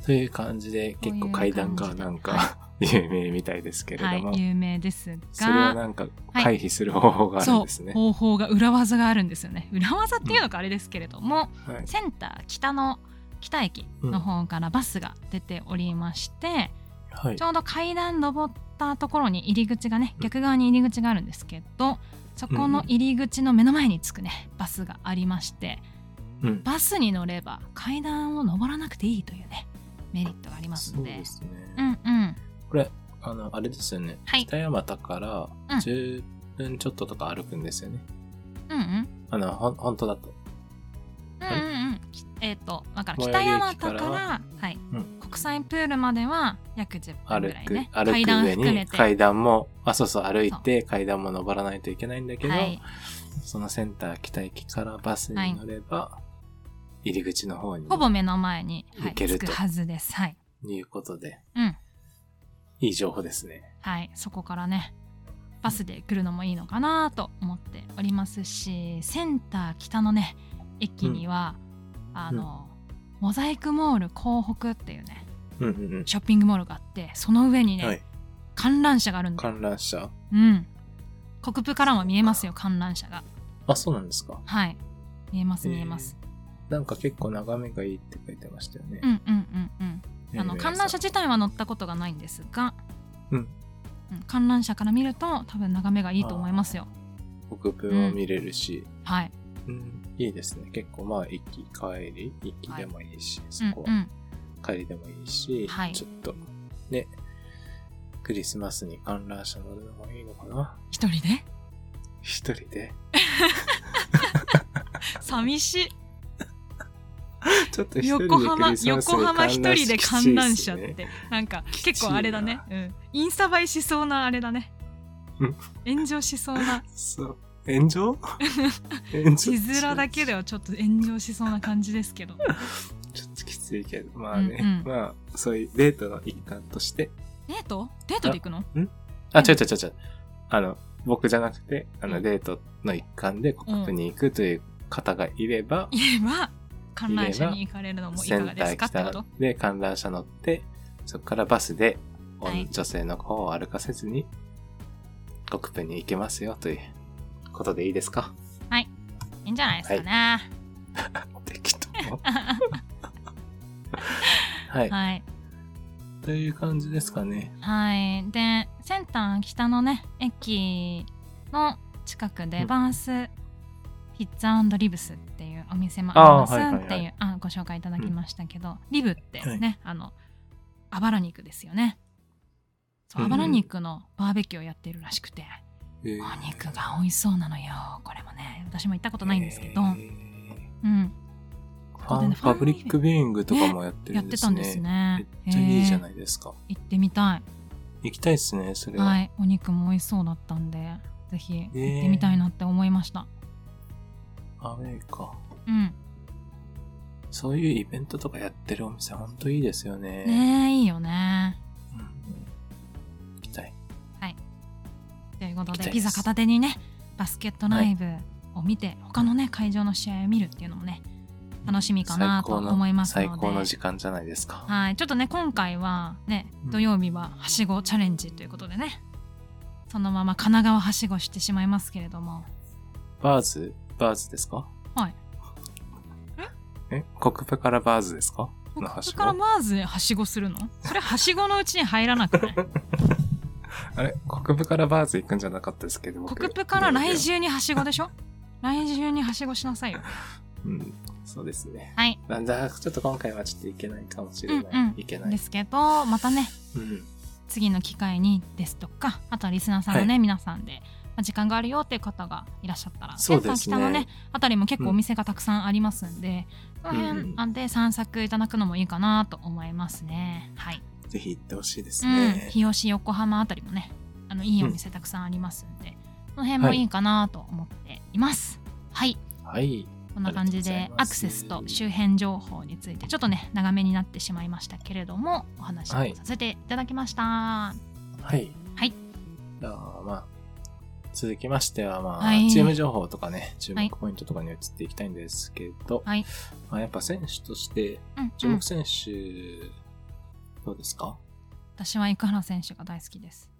C: という感じで、結構階段がなんか、 *laughs* 有名みたいですけれども、
B: はい。有名です
C: それを
B: が、
C: なんか
B: はい
C: 回避する方法があるんですね。
B: 方法が裏技があるんですよね。裏技っていうのかあれですけれども、
C: はい。
B: センター北の北駅の方からバスが出ておりまして、
C: はい
B: ち。ょうど階段登ったところに入り口がね、逆側に入り口があるんですけど、そこの入り口の目の前に着くね、バスがありまして、
C: うん。
B: バスに乗れば階段を登らなくていいというねメリットがあります
C: そ
B: の
C: う
B: で
C: ですね。
B: うんうん
C: これ、あの、あれですよね。
B: はい
C: 北山田から
B: うん
C: 10分ちょっととか歩くんですよね。
B: うんうん
C: あの、ほん、本当だと。
B: うんうんうんきえっ、とだから
C: 最
B: 北
C: 寄り
B: 山
C: 駅
B: 田か
C: からら
B: はい、
C: うん
B: 国際プールまでは約10分ぐ
C: 歩
B: らい
C: く、
B: ね
C: 歩
B: 階
C: く
B: 段
C: 上
B: 含
C: に
B: めて
C: 階段も、あ、そうそう、歩いて階段も登らないといけないんだけど、
B: はい
C: そのセンター北駅からバスに乗れば、入り口の方に、
B: ほぼ目の前に、はい、
C: 行ける
B: 着く
C: と
B: はずですはい、
C: いうことで、
B: うん
C: いい情報ですね。
B: はい、そこからねバスで来るのもいいのかなと思っておりますしセンター北のね駅には、あの、モザイクモール港北っていうね
C: うんうんうん。
B: ショッピングモールがあってその上にね、
C: はい。
B: 観覧車があるんだよ、
C: 観覧車。
B: うん、国府からも見えますよ観覧車が
C: あ、そうなんですか。
B: はい見えます
C: へー
B: 見えます、
C: なんか結構眺めがいいって書いてましたよね。
B: うんうんうんうんあの
C: ね
B: 観覧車。自体は乗ったことがないんですが、
C: うん。
B: うん、観覧車から見ると多分眺めがいいと思いますよ
C: 北部も見れるし、
B: はい
C: うん、いいですね。結構まあ、行き帰り、行きでもいいし、そこは
B: うんうん
C: 帰りでもいいし、
B: はい
C: ちょっとね、クリスマスに観覧車乗るのもいいのかな
B: 一人で
C: 一人
B: *laughs*
C: で。
B: 寂しい
C: ちょっと一人で
B: 横浜
C: クリスマス
B: 横
C: に
B: 浜一人で観覧車っ
C: きついすね
B: てなんか結構あれだね、うん、インスタ映えしそうなあれだね
C: うん
B: 炎上しそう
C: *laughs*
B: な
C: そう。
B: *laughs*
C: 炎上炎上
B: 字面だけで
C: は。
B: はちょっと炎上しそうな感じですけど *laughs*
C: ちょっときついけど、まあね、
B: うんうん
C: まあ、そういうデートの一環として、
B: デートデートで行くの
C: あ、違う違う違う違う。あの、僕じゃなくて、あの、デートの一環で国府に行くという方がいれば、
B: 言えば観覧車に行かれるのもい
C: セ
B: か
C: ン
B: が
C: タ
B: で
C: ー
B: すかってこ
C: 北
B: と
C: で観覧車乗って、そこからバスで、
B: はい
C: 女性の方を歩かせずに、国府に行けますよということでいいで
B: *laughs*
C: すか
B: いいんじゃないですかね。
C: 適
B: *laughs*
C: 当。はい。
B: はい
C: という感じですかね。
B: はい、でセンター北のね駅の近くで
C: うん
B: バースピッツァリブスっていうお店もあ
C: あ
B: り
C: ーはい
B: ま
C: はい
B: す
C: はい
B: っていうあご紹介いただきましたけど、リブってね、あのあばら肉ですよねそう
C: う
B: あ
C: ん
B: ばら肉のバーベキューをやってるらしくて、
C: えー
B: お肉が美味しそうなのよこれもね私も行ったことないんですけど、
C: えー
B: うん
C: ファンパブリックビューイングとかもやって
B: や
C: る
B: っ
C: ん
B: て
C: ですね。
B: たんですね
C: めっちゃいいじゃ
B: へ
C: ないですか。
B: ー行ってみたい
C: 行きたいですね、それは。
B: はい、お肉も美味しそうだったんで、ぜひ行ってみたいなって思いました。
C: アウェイか。
B: うん。
C: そういうイベントとかやってるお店、ほんといいですよね。
B: ねえ、いいよね。
C: うん行きたい。
B: ということ
C: 行きた
B: で、
C: いです
B: ピザ片手にね、バスケットライブを見て、他のね、会場の試合を見るっていうのもね、楽しみかなと思いますので。
C: 最高の時間じゃないですか。
B: はい、ちょっとね、今回はね
C: う、ん
B: 土曜日ははしごチャレンジということでね、そのまま神奈川はしごしてしまいますけれども、
C: バーズバーズですか
B: はい。
C: え国府からバーズですか
B: こ
C: のは
B: こ
C: し
B: から
C: ご
B: まずはしごするのそれはしごのうちに入らなくない
C: あれ国府からバーズ行くんじゃなかったですけど、僕
B: 国府から来。週にはしごでしょ *laughs* 来週にはしごしなさいよ。
C: うん、そうですね。
B: はい。
C: なんだ、ちょっと今回はちょっと行けないかもしれない。
B: うんうん
C: 行けな
B: で
C: い。
B: すけど、またね、
C: うん。
B: 次の機会にですとか、あとはリスナーさんのね、
C: は
B: 皆さんで、まあ、時間があるよっていう方がいらっしゃったら、
C: そうです
B: セン
C: ね
B: ター北のね、あたりも結構お店がたくさんありますんで、その
C: うん
B: 辺で散策いただくのもいいかなと思いますね。はい。
C: ぜひ行ってほしいです
B: うん。
C: ね。
B: 日吉、横浜あたりもね、あのいいお店たくさんありますんで、その辺もいいかなと思っています。はい
C: はい。
B: こんな感じ
C: あり
B: で
C: がとうござい
B: ア
C: ま
B: ク
C: す
B: セスと周辺情報についてちょっとね長めになってしまいましたけれどもお話
C: は
B: を
C: い
B: させていただきましたは
C: はい。
B: はい。
C: じゃあ、まあ、続きましては、まあ、
B: はい
C: チーム情報とかね、注
B: はい
C: 目ポイントとかに移っていきたいんですけど、
B: はい
C: まあ、やっぱ選手として、
B: い、うん
C: 注
B: うん
C: 目、選手、どうですか、
B: 私は生原選手が大好きです、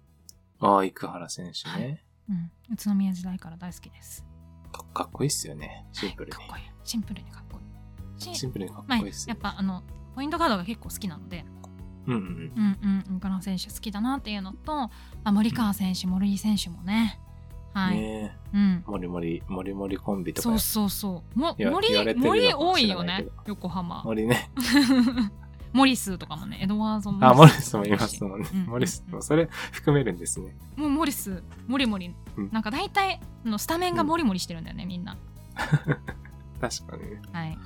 C: ああ、生原選手ね。
B: うん、宇都宮時代から大好きです
C: かかっこいいっすよね、シンプル
B: はい、
C: に
B: かっこ。いいシンプルにかっこいい
C: シ
B: し、
C: ンプルにかっこ
B: まあ、
C: いいっす
B: や
C: よ
B: っ
C: ね。
B: ぱあのポイントガードが結構好きなので
C: うんうん
B: うんうん生原選手好きだなっていうのと、まあ、森川選手森井選手もね
C: うん。
B: はい、
C: ねえ
B: うん
C: もりもり、もりもりコンビとか
B: そ
C: ね、
B: うそうそうも
C: いや
B: 森
C: 言われてるのかも
B: 森多い
C: 知ら
B: よ
C: ないけ
B: ね
C: ど
B: 横浜
C: もりね。
B: *laughs* モリスとかもね、エドワーズも。
C: あ、モリスもいますもんね。
B: うんうんうん
C: モリスも、それ含めるんですね。
B: もうモリス、モリモリ
C: うん。
B: なんか大体、あのスタメンがモリモリしてるんだよね、みんな。
C: 確かにね。
B: はい。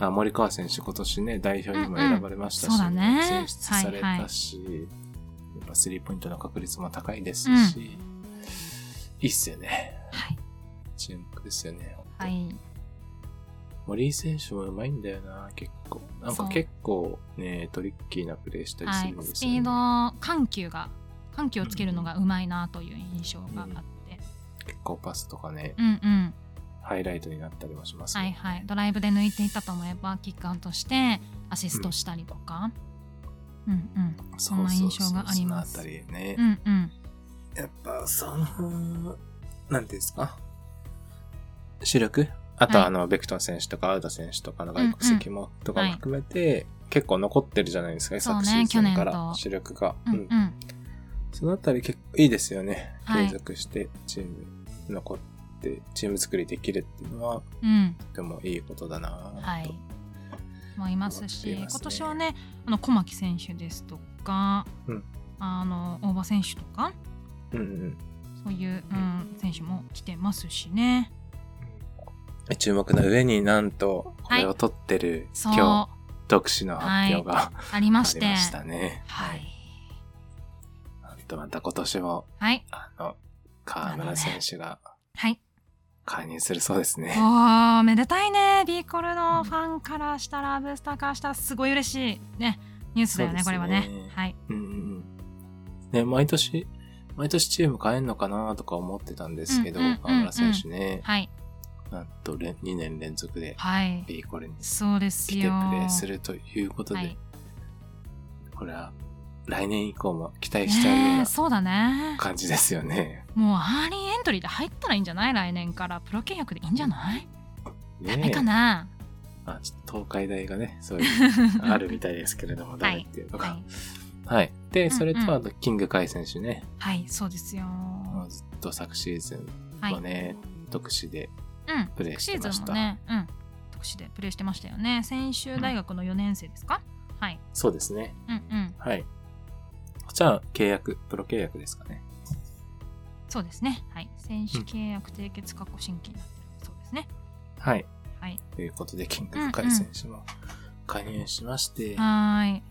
C: あ森川選手、今年ね、代表にも選ばれまし
B: う
C: たし、
B: んうんそうだね
C: 選出されたし、やっぱスリーポイントの確率も高いですし、いいっすよね。
B: はい。
C: 注目ですよね。
B: はい。
C: 森井選手もうまいんだよな、結構。なん
B: そ
C: か
B: う
C: 結構ね、トリッキーなプレーしたり
B: は
C: す
B: い
C: るん。で
B: ス
C: す
B: ピ
C: よね。
B: ード、緩急が、緩急をつけるのがうまいなという印象があって。
C: 結構パスとかね、
B: うんうん。
C: ハイライトになったりもします
B: は
C: ね、
B: いはい。ドライブで抜いていったと思えば、キックアウトして、アシストしたりとか。うんうん。
C: そ
B: そん
C: う
B: な
C: そう
B: 印
C: そう
B: 象があります
C: そのあたりね、
B: うんうん。
C: やっぱそのなんていうんですか主力あとは
B: はい
C: あの、ベクトン選手とかアウダ選手とかの外国籍も、とかも含めて、結構残ってるじゃないですか、
B: そうね
C: 昨シーズンか
B: 去年
C: ら
B: と
C: 主力が、
B: うん
C: うん
B: うん。
C: そのあたり結構いいですよね、
B: はい
C: 継続してチーム残ってチーム作りできるっていうのは
B: うん。
C: とてもいいことだなぁと
B: はい。もいますし、
C: 思っていますね
B: 今年はね、あの小牧選手ですとか、
C: うん
B: あの大場選手とか、
C: うんうん
B: そういう、うん、選手も来てますしね。
C: 注目の上になんとこ
B: はい
C: れを取ってる、
B: そう
C: 今日独自の発表が、
B: ありま
C: あ
B: し
C: り
B: て、
C: ましたね
B: はい、
C: あとまた今年も、
B: はい、
C: あの、河村選手が
B: はい、
C: 加入するそうですね。
B: おーめでたいね、ビーコルのファンからしたら、ブースターからしたらすごい嬉しいねニュースだよね
C: そう
B: こ
C: です
B: れ
C: ね
B: はね。はい、
C: うんうんうん。ね、毎年、毎年チーム変えんのかなとか思ってたんですけど、
B: うんうんうんうん
C: 河村選手ね、
B: はい。
C: なんとれ2年連続で
B: はい。
C: リーコレに
B: そうです
C: 来て
B: よ。
C: プレーするということで、
B: はい
C: これは来年以降も期待しちゃうよう
B: ねえ、
C: な
B: そうだね。
C: 感じですよね。
B: もうアーリーエントリーで入ったらいいんじゃない来年から。プロ契約でいいんじゃないダメ
C: ね
B: かな
C: あちょっと東海大がね、そういうの *laughs* あるみたいですけれども、ダメっていうのが。
B: は
C: はい
B: い。。
C: で、
B: ん
C: それとあと、キングカイ選手ね、
B: *laughs* はい、そうですよ。
C: もうずっと昨シーズン
B: はい。
C: はね、特使で
B: うん。
C: プレー
B: 昨
C: し
B: シ
C: て
B: ーズ
C: ま
B: ン
C: し
B: も
C: た。
B: ね、うん。特殊でプレーしてましたよね。専修大学の4年生ですか、はい。
C: そうですね。
B: うんうん。
C: はい。じゃあ、契約、プロ契約ですかね。
B: そうですね。はい。選手契約締結確保新規になってる。そうですね。
C: はい。
B: はい。
C: ということで、キングカイ選手も加入しまして、
B: はーい。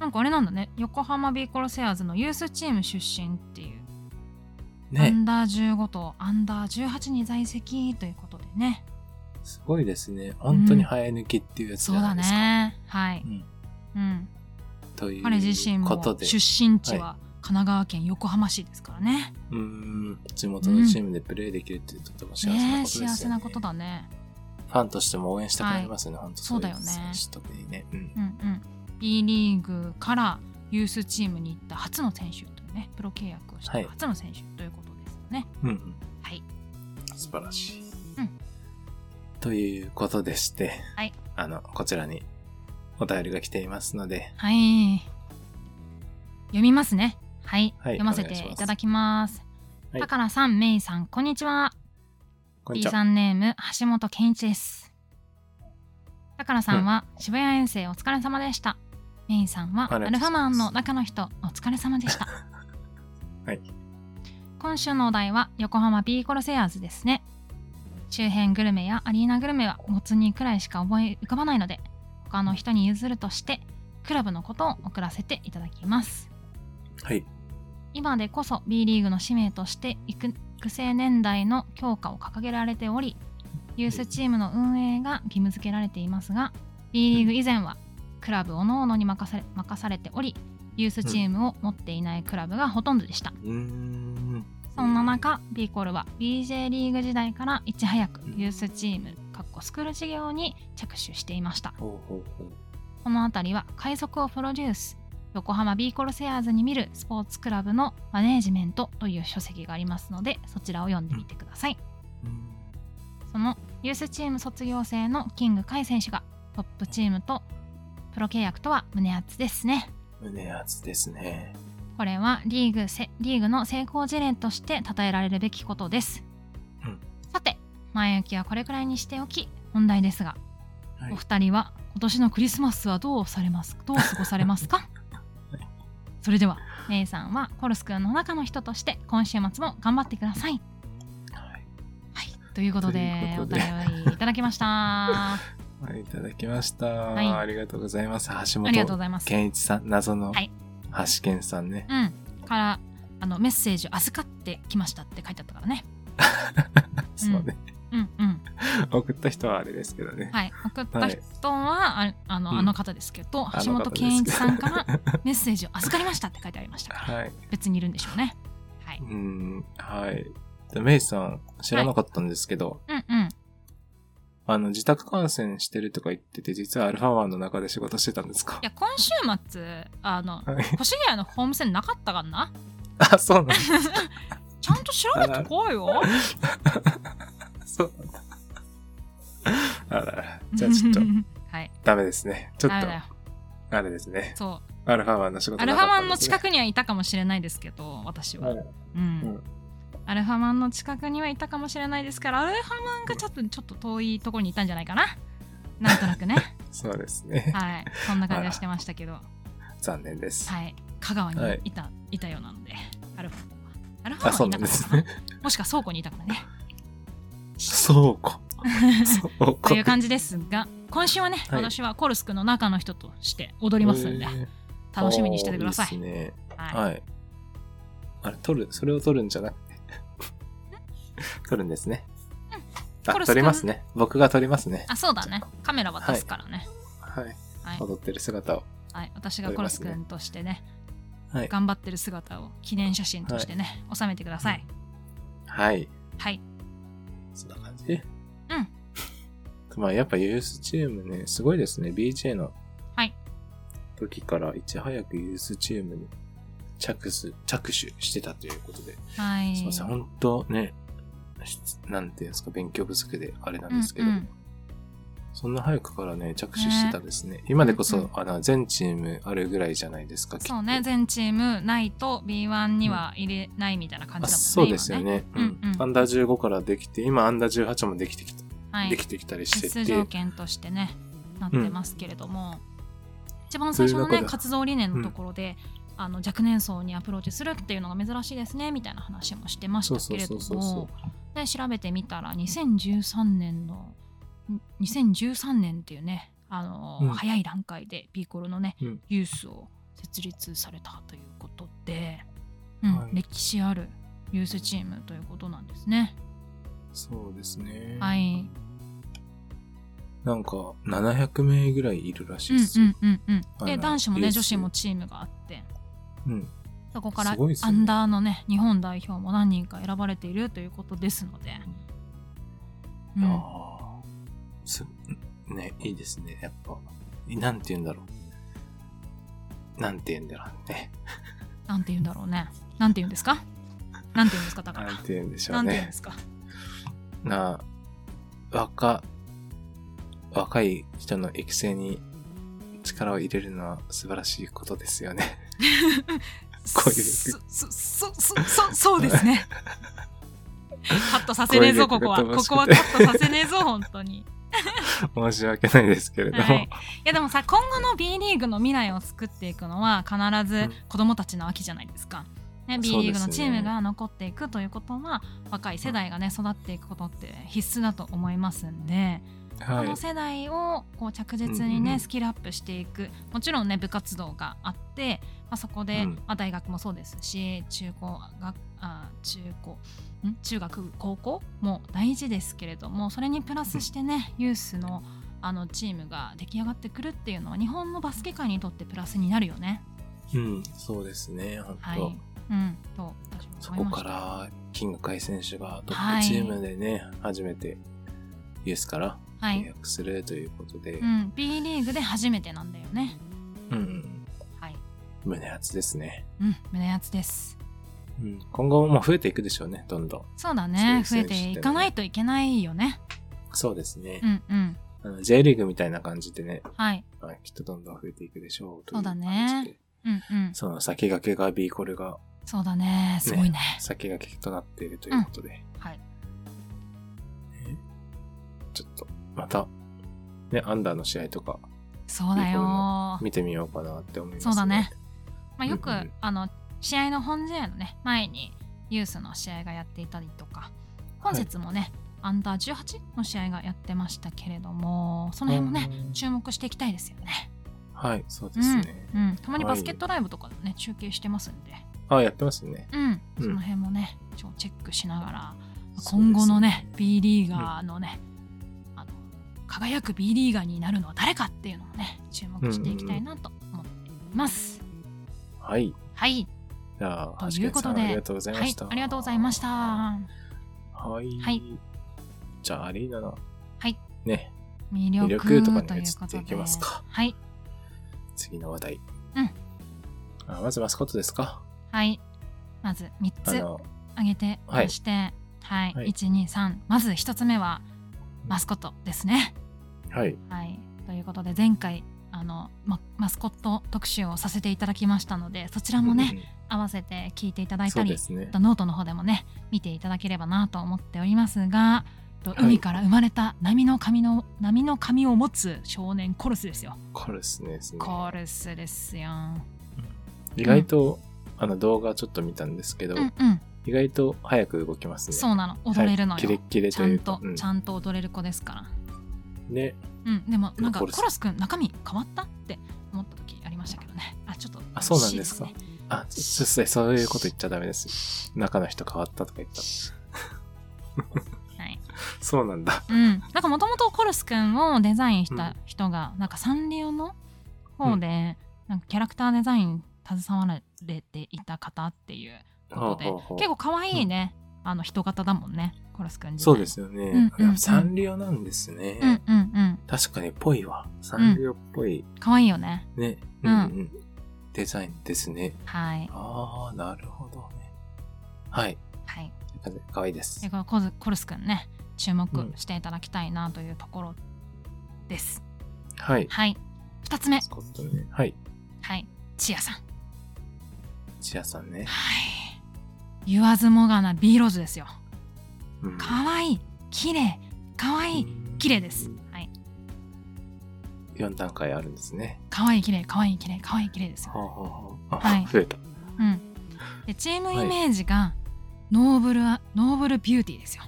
B: なんかあれなんだね。横浜ビーコロセアーズのユースチーム出身っていう。ア
C: ね、
B: ンダー15とアンダー18に在籍ということでね。
C: すごいですね。本当に生え抜きっていうやつじ
B: そう
C: ゃな
B: だ
C: いですか。
B: ね。はい。
C: うん
B: うん。
C: という
B: 彼自身も
C: ことで、
B: 出身地は神奈川県横浜市ですからね。
C: うーん、地元のチームでプレーできるってとても幸せなこと
B: ねえ
C: ですよね。
B: 幸せなことだね。
C: ファンとしても応援したくなりますよね、本当
B: そうだよ
C: い
B: ね
C: 選手特にね。うん
B: う。んうん、B リーグからユースチームに行った初の選手というねプロ契約をした
C: はい
B: 初の選手ということですよね。
C: うんうん。
B: はい、
C: 素晴らしい。
B: うん
C: ということでして、
B: はい
C: あの、こちらにお便りが来ていますので、
B: はい、読みますね。はい、
C: はい
B: 読ませていただきます。
C: はい
B: 高野さん、メイさん、こんにちは。
C: こん
B: B
C: にちは。
B: さんネーム橋本健一です。高野さんは渋谷遠征お疲れ様でした。メイさんは
C: あ
B: ア
C: りがとう
B: ル
C: ご
B: フ
C: ざ
B: ァ
C: います
B: マンの中の人お疲れ様でした。
C: *laughs* はい
B: 今週のお題は横浜ビーコロセアーズですね。周辺グルメやアリーナグルメはもつ煮くらいしか思い浮かばないので他の人に譲るとしてクラブのことを送らせていただきます。
C: はい。
B: 今でこそ B リーグの使命として育育成年代の強化を掲げられておりユースチームの運営が義務付けられていますが B リーグ以前はクラブおのおのに任され任されておりユースチームを持っていないクラブがほとんどでした
C: うーん。
B: そんな中 B コールは BJ リーグ時代からいち早くユースチームかっこスクール事業に着手していました
C: ほうほうほう。
B: この辺りは快速をプロデュース横浜ビーコルセアーズに見るスポーツクラブのマネージメントという書籍がありますのでそちらを読んでみてください、
C: うん
B: そのユースチーム卒業生のキングカイ選手がトップチームとプロ契約とは胸熱ですね
C: 胸熱ですね。
B: これはリーグせリーグの成功事例として称えられるべきことです、
C: うん
B: さて前置きはこれくらいにしておき本題ですが、
C: はい
B: お二人は今年のクリスマスはどうされますどう過ごされます
C: *laughs*
B: かそれではメイさんはコルス君の中の人として今週末も頑張ってください
C: はい
B: はいということで
C: ということで
B: お便りいただきま
C: *laughs*
B: したあ
C: はい。いただきました。
B: い
C: ありがとうございます。橋
B: りがとうご
C: 本
B: ざいます
C: 健一さん、謎の
B: はい
C: 橋健さんね。
B: うんからあのメッセージ預かってきましたって書いてあったからね
C: そうね。
B: うんうん
C: 送った人はあれですけどね。
B: はい、送った人は、ああの
C: うん
B: あの方ですけど、
C: あ
B: 橋
C: の
B: 本
C: 方です
B: 健一さんからメッセージを預かりましたって書いてありま
C: *laughs*
B: したから
C: はい。
B: 別にいるんでしょうね。はい、
C: うーん、はい。でメイさん、知らなかったんですけど、
B: うんうん
C: あの、自宅感染してるとか言ってて、実はアルファワンの中で仕事してたんですか
B: いや今週末あ
C: *laughs*
B: の
C: はい。
B: 越谷のホームセンなかったからな
C: あ、そうなんだ。
B: ちゃんと調べてこいよ
C: そうなんだ。あらら。 *laughs* じゃあちょっと、
B: *laughs* はい
C: ダメですね。ちょっ
B: ダメ
C: と
B: だ、よ
C: あれですね。
B: そ
C: アルファワンの仕
B: う
C: 事
B: アルファマンの近
C: く
B: くにはいたかもしれないですけど私は、
C: はい
B: うん
C: うん
B: アルファマンの近くにはいたかもしれないですからアルファマンがちょっとちょっと遠いところにいたんじゃないかななんとなくね
C: そうですね。
B: はい、そんな感じはしてましたけど、は
C: 残念です。
B: い、香川
C: は
B: に
C: い
B: いた、い、たようなので、アルファは。アルファ
C: あ、そ
B: はい
C: うな
B: たか
C: んで
B: ら
C: す
B: かな
C: ね。
B: もしくは倉庫にいたから
C: *laughs*
B: ね。
C: そうか。そうか。
B: という感じですが、今週はね、
C: はい
B: 私はコルスクの中の人として踊りますんで
C: へ、ー
B: 楽しみにしててください。
C: おーいですね。
B: はい、
C: はい。あれ、取る、それを取るんじゃなくて。取るんですね。あ、
B: コルス君
C: 取りますね。僕が取りますね。
B: あ、そうだね。カメラ渡すからね。
C: はい。
B: はい。
C: 踊ってる姿を。
B: はい、私がコルス君としてね、
C: はい
B: 頑張ってる姿を記念写真としてね、収めてください。
C: はい。
B: はい。
C: そんな感じ
B: うん。
C: *laughs* まあやっぱユースチームね、すごいですね。BJ の
B: はい
C: 時からいち早くユースチームに着手、着手してたということで。
B: はい。
C: すいません、本当ね、しなんていうんですか、勉強不足であれなんですけど、
B: うんうん
C: そんな早くからね、着手してたんですね。今でこそ、あの、全チームあるぐらいじゃないですか、きっと
B: そうね、全チームないと B1 には入れないみたいな感
C: あ
B: じだもんね。
C: そうですよね。
B: 今ね
C: う
B: うん
C: ん
B: うん
C: アンダー15からできて、今アンダー18もできてきた、
B: 今ね。はい
C: で。きてきたりして
B: 必須
C: て、
B: 条件としてね、なってますけれども、一番最初の
C: そういう
B: ね、
C: 中で
B: 活動理念のところで、あの若年層にアプローチするっていうのが珍しいですねみたいな話もしてまし
C: そ
B: た
C: うそ
B: け
C: う
B: れ
C: そ
B: ど
C: うそうそ
B: もで調べてみたら2013年のん2013年っていうねあの、
C: うん
B: 早い段階でピーコロのね、
C: うん
B: ユースを設立されたということで、うん
C: はい
B: 歴史あるユースチームということなんですね。
C: う。そうですね。
B: はい、
C: なんか、700名ぐらいいるらしいです
B: う
C: よ。
B: んうんうんうん。
C: あ
B: で
C: ら
B: 男子も
C: ユ
B: ね
C: ース
B: 女子もチームがあって
C: うん。
B: そこから
C: すごいです
B: ア
C: ね
B: ンダーのね日本代表も何人か選ばれているということですので、うん
C: ああーす、ね、いいですね。やっぱ、なんて言うんだろう。なんて言うんだろうね。
B: なんて言うんだろうねなんて言うんですかなんて言うんですかだから、
C: なんて言うんでしょ
B: な
C: うん
B: て言うんで
C: ね。
B: すか
C: なあ、若、若い人の育成に力を入れるのは素晴らしいことですよね。 *laughs* こういう
B: そそそそそそうです
C: *laughs*
B: ねカットさせねえぞ
C: こ
B: こ
C: うい
B: こは
C: うのが楽
B: こ
C: しくて
B: こはカットさせねえぞ本当に
C: 申し訳ないですけれども。
B: はい、いやでもさ今後の B リーグの未来を作っていくのは必ず子供たちの秋じゃないですか、ね、B
C: そう
B: リ
C: で
B: ー
C: すね
B: グのチームが残っていくということは若い世代がね育っていくことって必須だと思いますんで、
C: は
B: こ
C: い
B: の。世代をこう着実に
C: うんうんう
B: ね
C: ん
B: スキルアップしていくもちろんね部活動があって、まあ、そこで、
C: うん
B: まあ、大学もそうですし中高があ中高ん中学高校も大事ですけれどもそれにプラスしてねユースのあのチームが出来上がってくるっていうのは日本のバスケ界にとってプラスになるよね。
C: うん、そうですね、本当。
B: はい、うん、と私
C: そ
B: も思
C: こ
B: いま
C: か
B: した。
C: ら、キング海選手がトッ
B: はい
C: プチームでね、初めてユースから
B: は
C: 契
B: い、
C: 約するということで、
B: うん、B リーグで初めてなんだよね。
C: うんうん
B: はい、
C: 胸熱ですね。
B: うん、胸熱です。
C: うん今後も増えていくでしょうね、どんどん。
B: そうだね、増
C: そうい
B: え
C: う選手ってね
B: ていかないといけないよね。
C: そうですね
B: う。んうん、
C: あの J リーグみたいな感じでね、
B: はい、
C: まあきっとどんどん増えていくでしょうと
B: そ
C: いうう
B: だ
C: 感じで。
B: ねうんうん、
C: その先駆けが B コルが
B: そうだね、すごいね。
C: 先駆けとなっているということで、
B: はい、
C: ちょっとまた、ね、アンダーの試合とか
B: そうだ
C: いい
B: よ
C: と
B: ー。
C: 思見てみようかなって思います
B: そうだね。まあ、よく、
C: うんうん
B: あの試合の本試合のね前にユースの試合がやっていたりとか今節もね、アンダー18の試合がやってましたけれどもその辺もね、
C: うん
B: 注目していきたいですよね。
C: はい、そうですね。
B: うん、たまにバスケットライブとかでもね、中継してますんで、
C: あ、やってますね。
B: うん、
C: うん
B: その辺もねちょチェックしながら
C: そうですね
B: 今後のね B リーガーのね、あの輝く B リーガーになるのは誰かっていうのもね注目していきたいなと思っています。
C: はい。
B: はい
C: じゃあ、
B: ということで
C: 橋口さんありがとうございま
B: は
C: し
B: い
C: た。、
B: ありがとうございました。は
C: はい。
B: はい
C: じゃあ、アリーナの
B: い、
C: ね、
B: 魅力
C: 魅力とかに
B: ということ
C: 移って
B: で。
C: いきますか
B: はい、
C: 次の話題。
B: うん
C: あまずマスコットですか
B: はい、まず三
C: あ
B: つ
C: の、
B: 挙げてまして、はい
C: はい、
B: 一二三、まず一つ目はマスコットですね。
C: はい。
B: はい、ということで前回あのまマスコット特集をさせていただきましたので、そちらもね、
C: うんうん、
B: 合わせて聞いていただい
C: そ
B: た
C: う
B: り
C: で、すね
B: あと。ノートの方でもね見ていただければなと思っておりますがと
C: はい
B: 海から生まれた波の髪の波の髪を持つ少年コルスですよ
C: これですねですね。
B: コルスですよ
C: 意外と、あの、動画ちょっと見たんですけど、
B: うんうん
C: 意外と早く動きますね。。
B: そううなの踊れるの
C: キ
B: よ、
C: レッキレ
B: ち
C: と
B: ゃ
C: いうんか
B: と、ちゃんと踊れる子ですから
C: うん、ね、
B: うんでもなんか
C: コ
B: コ
C: ルス
B: ルスくん中身変わったって思った時ありましたけどねあちょっと
C: あそうなんですか
B: シーね
C: あ、ちょちょっとそういうこと言っちゃダメです。中の人変わったとか言った。
B: はい
C: そうなんだ。
B: うん、なんかもともとコルスくんをデザインした人が、なんかサンリオの方で、なんかキャラクターデザイン携わられていた方っていうこと
C: はあ
B: で、
C: はあはあ
B: 結構可愛いね、あの人型だもんねコロス君自体
C: そうですよね。
B: うんうんうん
C: いやサンリオなんですね。
B: うんうんうん
C: 確かにぽいわ。サンリオっぽい、
B: 可愛いよね
C: ね、
B: う
C: うんんうん。デザインですね。
B: はい
C: ああ、なるほどね。はい。
B: はい
C: かわいいです
B: で。このコズコルス君ね注目していただきたいなというところです、
C: はい。
B: はい2つ目
C: スコットね。はい。
B: はいチアさん
C: チアさん
B: は
C: ね。
B: い言わずもがな B ローズですよ
C: うん
B: 可愛い綺麗可愛い綺麗です。はい
C: 4段階あるんですね。
B: 可愛い綺麗可愛い綺麗可愛い綺麗ですよ
C: はあはあはあ
B: はい
C: あ増えた。
B: うんでチームイメージがノーブルアノーブルビューティーですよ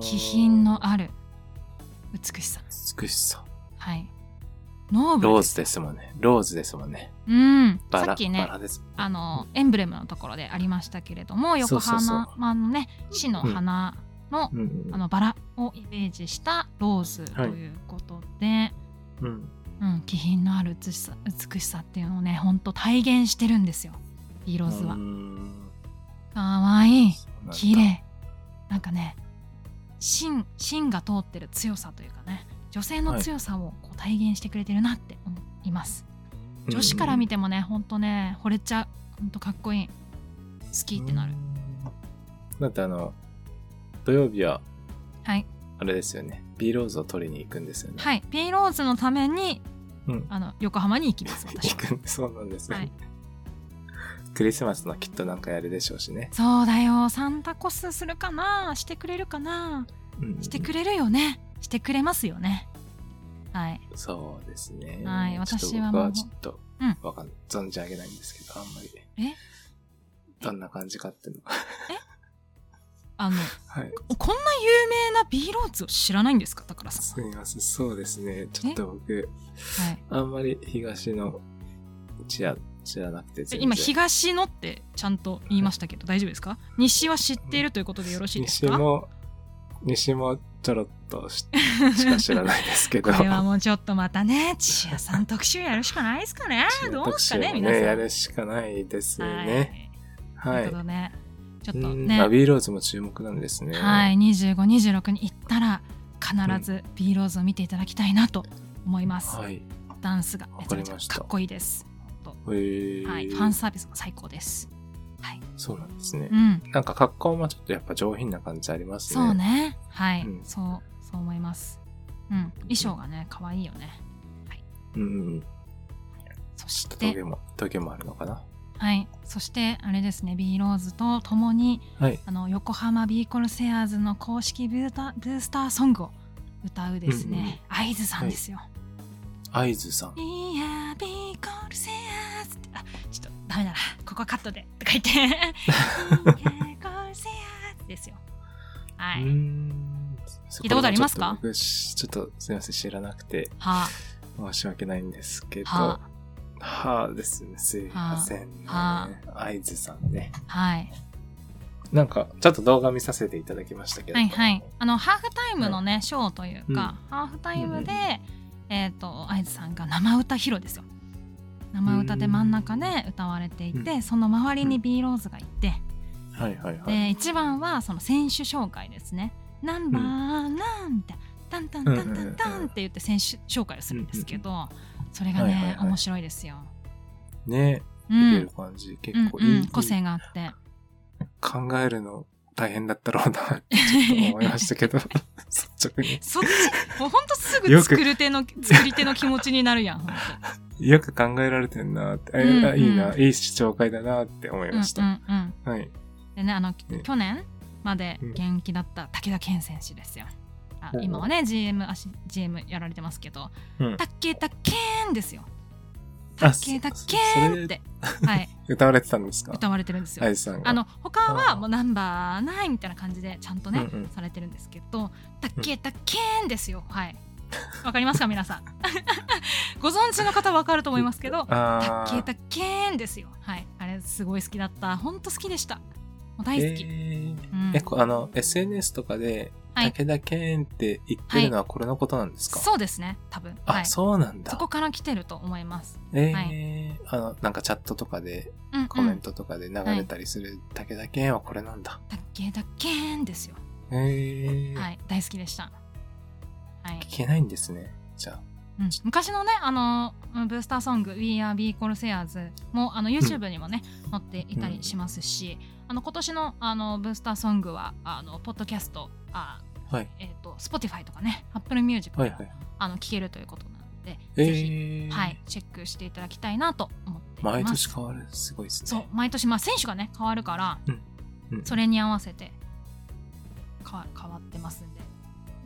B: 気品のある美しさ
C: 美しさ。
B: はいノーブル
C: ローズですもんね。ローズですもんね。
B: うん
C: バ
B: さっ
C: ラ、
B: き
C: バ
B: ね
C: ラです。
B: あのエンブレムのところでありましたけれども
C: そ
B: 横
C: うそうそう
B: 浜のね市の花の,、
C: うんうん
B: あのバラをイメージしたローズということで、
C: うん。
B: うん、気品のある美しさ美しさっていうのをねほんと体現してるんですよビーローズは
C: うー。ん。
B: かわいい
C: そうなんだ
B: 綺。麗なんかね芯芯が通ってる強さというかね女性の強さをこう体現してくれてるなって思います。女子から見
C: て
B: てもねほんとね惚れちゃうほんとかっこいい好きってなる。
C: だってあの、土曜日は、
B: はい
C: あれですよね。ビーローズを取りに行くんですよね。。
B: はいいピーローズのために
C: うん。
B: あの横浜に行きます私
C: 行 *laughs*
B: は
C: くんそうなんですね。
B: はい
C: クリスマスのきっとなんかやるでしょうしね。
B: そうだよサンタコスするかなしてくれるかな
C: うん
B: してくれるよねしてくれますよねはい
C: そうですね。
B: はい
C: ちょっと
B: 私は
C: 僕
B: もう
C: はちょっと
B: うん、
C: わかん、存じ上げないんですけど、あんまり。
B: え
C: どんな感じかっていう
B: *laughs*
C: のが。
B: あの
C: はい。
B: こんな有名な B ローズを知らないんですか宝さん
C: すみません。そうですね。ちょっと僕、
B: はい
C: あんまり東の知ら、知らなくて
B: え
C: 全然。
B: 今東のってちゃんと言いましたけど大丈夫ですか西は知っているということでよろしいです
C: 西
B: か
C: も、西もちょろっとししか知らないです
B: *laughs*
C: け
B: こ
C: ど。
B: れはもうちょっとまた
C: *laughs*
B: ね千谷さん特集やるしかないですかねどうですかね皆さん
C: やるしかないです
B: はい
C: ね。は
B: という
C: い
B: こ。とでちょっと
C: うん
B: ね
C: アビーローズも注目なんですね。
B: はい、2526に行ったら必ず B ローズを見ていただきたいなと思います、
C: はい。
B: ダンスがめちゃめち
C: わかり
B: ゃ
C: ました
B: かっこいいですほん
C: へー
B: とはい、ファンサービスも最高ですはい、
C: そうなんですね
B: う。ん、
C: なんか格好もちょっとやっぱ上品な感じありますね。
B: そうねはい、
C: うん
B: そうそう思いますうん衣装がね可愛いよね
C: うんうん。
B: そし
C: ト
B: て
C: ゲも、トゲもあるのかな。
B: はいそしてあれですね B ローズと共に
C: はい。
B: あの横浜ビーコルセアーズの公式ブータブースターソングを歌うですね、会津さんですよ、
C: 合図さん。
B: いやビーコルセアーズってあちょっとダメだなここはカットでとか *laughs* 言っていやビーコルセアーズですよは
C: う
B: い
C: ーん
B: 聞いたことありますか
C: これもちょっと僕しちょっとすみません、知らなくて
B: は
C: 申し訳ないんですけ
B: あ
C: ど。
B: は
C: はあですね。すいませんね。
B: は
C: 合図さんね。
B: あはい
C: なんか、ちょっと動画見させていただきましたけど。
B: はいはい。あのハーフタイムのね、ショーというか、ハーフタイムで、
C: うん
B: えっ、と愛津さんが生歌披露ですよ生歌で真ん中で歌われていて、
C: う
B: その周りに B ローズがいて、
C: はいはいはい。
B: で一番はその選手紹介ですね「ナンバーなん」って「タンタンタンタンタン」って言って選手紹介をするんですけど、それがね、
C: はいはいはい
B: 面白いですよ。
C: ね、
B: う
C: 見て
B: ん
C: る感じ、
B: うん
C: 結構いい、
B: うん、個性があ
C: *laughs*
B: って
C: 考えるの大変だったろうな
B: *laughs*
C: ってちょっと思いましたけど、率直に。
B: そっちもうほんとすぐ
C: よく
B: 作る
C: *laughs*
B: 手の作り手の気持ちになるやんほんと
C: よく考えられてんなって、あ
B: うんうん
C: いいな、いい視聴会だなって思いました。
B: うんうんうん、
C: はい。
B: でねあの、
C: ね
B: 去年まで
C: うん
B: 現役だった武田健選手ですよ。あ
C: ほうほう
B: 今はね GM あし GM やられてますけど
C: う
B: 「
C: ん
B: 武田健」ですよ。
C: あ
B: 武田
C: そ
B: 健って、はい、
C: 歌われてたんですか
B: 歌われてるんですよ。
C: 愛さんが。
B: あの他
C: あ
B: は
C: ー
B: もうナンバーないみたいな感じでちゃんとね、
C: うんうん
B: されてるんですけど「だっけだっけーん」ですよはいわかりますか皆さん *laughs* ご存知の方はわかると思いますけど「だ
C: あ
B: っけだっけーん」ですよはいあれすごい好きだったほんと好きでしたもう大好き、
C: えー
B: うん
C: えこあの、SNS とかで、
B: はい
C: 武田健って言ってるのはこれのことなんですか、
B: そうですね多分
C: あ、
B: はいそ
C: そうなんだ。
B: こから来てると思います
C: えー
B: は
C: ああの、なんかチャットとかで、
B: うんうん
C: コメントとかで流れたりするだけだけはこれなんだ。
B: だっけだっけーんですよ。
C: へえ、
B: はい、大好きでした。はい。
C: 聞けないんですね。じゃあ。
B: うん昔のね、あの、うんブースターソング、We Are Be Corsairs も、あの、YouTube にもね、載っていたりしますし、あの、今年の、あの、ブースターソングは、あの、ポッドキャスト、あ
C: はい。
B: えっ、と、Spotify とかね、Apple Music も、
C: はいはい。
B: あの、聞けるということなので、
C: え
B: ぜひ、
C: ー、
B: はい、チェックしていただきたいなと思っています。
C: 毎年変わる。すごいですね。
B: そう、毎年、まあ、選手がね、変わるから、
C: うん。うん、
B: それに合わせて、変わ変わってますんで、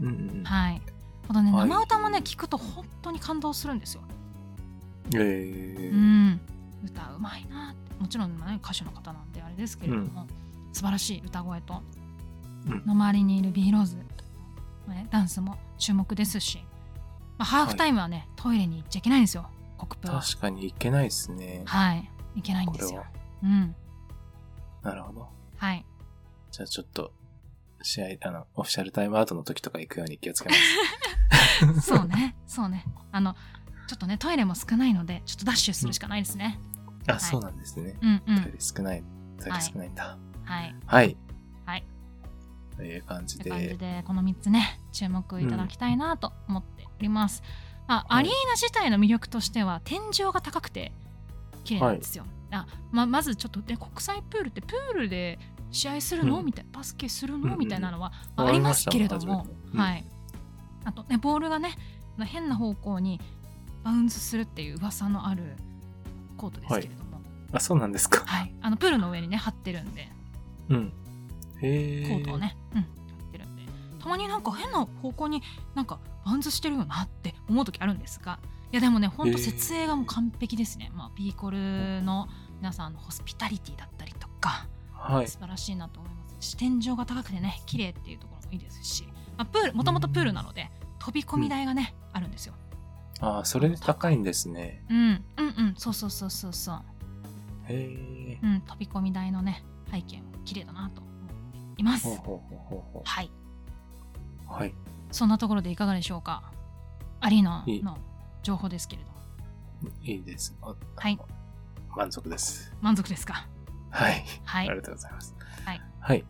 C: うんうんうん。
B: はい。あとね、
C: はい
B: 生歌もね、聞くと本当に感動するんですよ。
C: え
B: う
C: ー、
B: ん。歌うまいなって。もちろん、ね、歌手の方なんであれですけれども、素晴らしい歌声と、
C: うん
B: の周りにいるビーローズ、ね、ダンスも注目ですし、まあ、ハーフタイムはね、トイレに行っちゃいけないんですよ、国プは。
C: 確かにいけないですね。
B: はい。いけないん
C: こ
B: で
C: れ
B: すよ
C: は。。
B: うん。
C: なるほど。
B: はい。
C: じゃあちょっと、試合、あの、オフィシャルタイムアウトの時とか行くように気をつけます。
B: *laughs* そうね、そうね。あの、ちょっとね、トイレも少ないので、ちょっとダッシュするしかないですね。
C: *laughs* あ、
B: はい
C: そうなんですね。
B: うんう
C: トイ
B: ん。
C: レ少ない。トイレ少ないんだ。
B: はい。
C: はい。
B: はい。
C: という感じ
B: って
C: で。
B: 感じでこの3つね注目いただきたいなと思っております、まあ、
C: は
B: ア
C: い
B: リーナ自体の魅力としては天井が高くて綺麗なんですよ、あままずちょっとで国際プールってプールで試合するの、
C: うん
B: みたいなバスケする
C: うん
B: の、
C: うん
B: みたいなのは、まあ
C: わか
B: あり
C: りま
B: ま
C: し
B: す
C: た
B: けれども
C: 初めてうん
B: はいあとねボールがねあの変な方向にバウンズするっていう噂のあるコートですけれども、
C: あ、そうなんですか。
B: はいあのプールの上にね張ってるんで
C: うん。へえ。
B: コートをね、うん、やってるんでたまになんか変な方向になんかバウンズしてるよなって思う時あるんですがいやでもねほんと設営がもう完璧ですね、まあ、ビーコルの皆さんのホスピタリティだったりとか
C: はい。
B: 素晴らしいなと思いますし天井が高くてね綺麗っていうところもいいですし、まあ、プールもともとプールなので飛び込み台がね、あるんですよ、
C: あー、それで高いんですね。
B: うん、うんうんそうそうそうそうそう、
C: へえ。
B: うん、飛び込み台のね背景も綺麗だなと思っていま
C: ほう
B: す
C: ほうほうほうほ。
B: はいう
C: はい。
B: そんなところでいかがでしょうかアリーナ
C: いい
B: の情報ですけれども
C: いいです。あ
B: はい。
C: 満足です。
B: 満足ですか
C: はい。
B: は
C: あ
B: い
C: りがとうございます。
B: はい。
C: はい。っ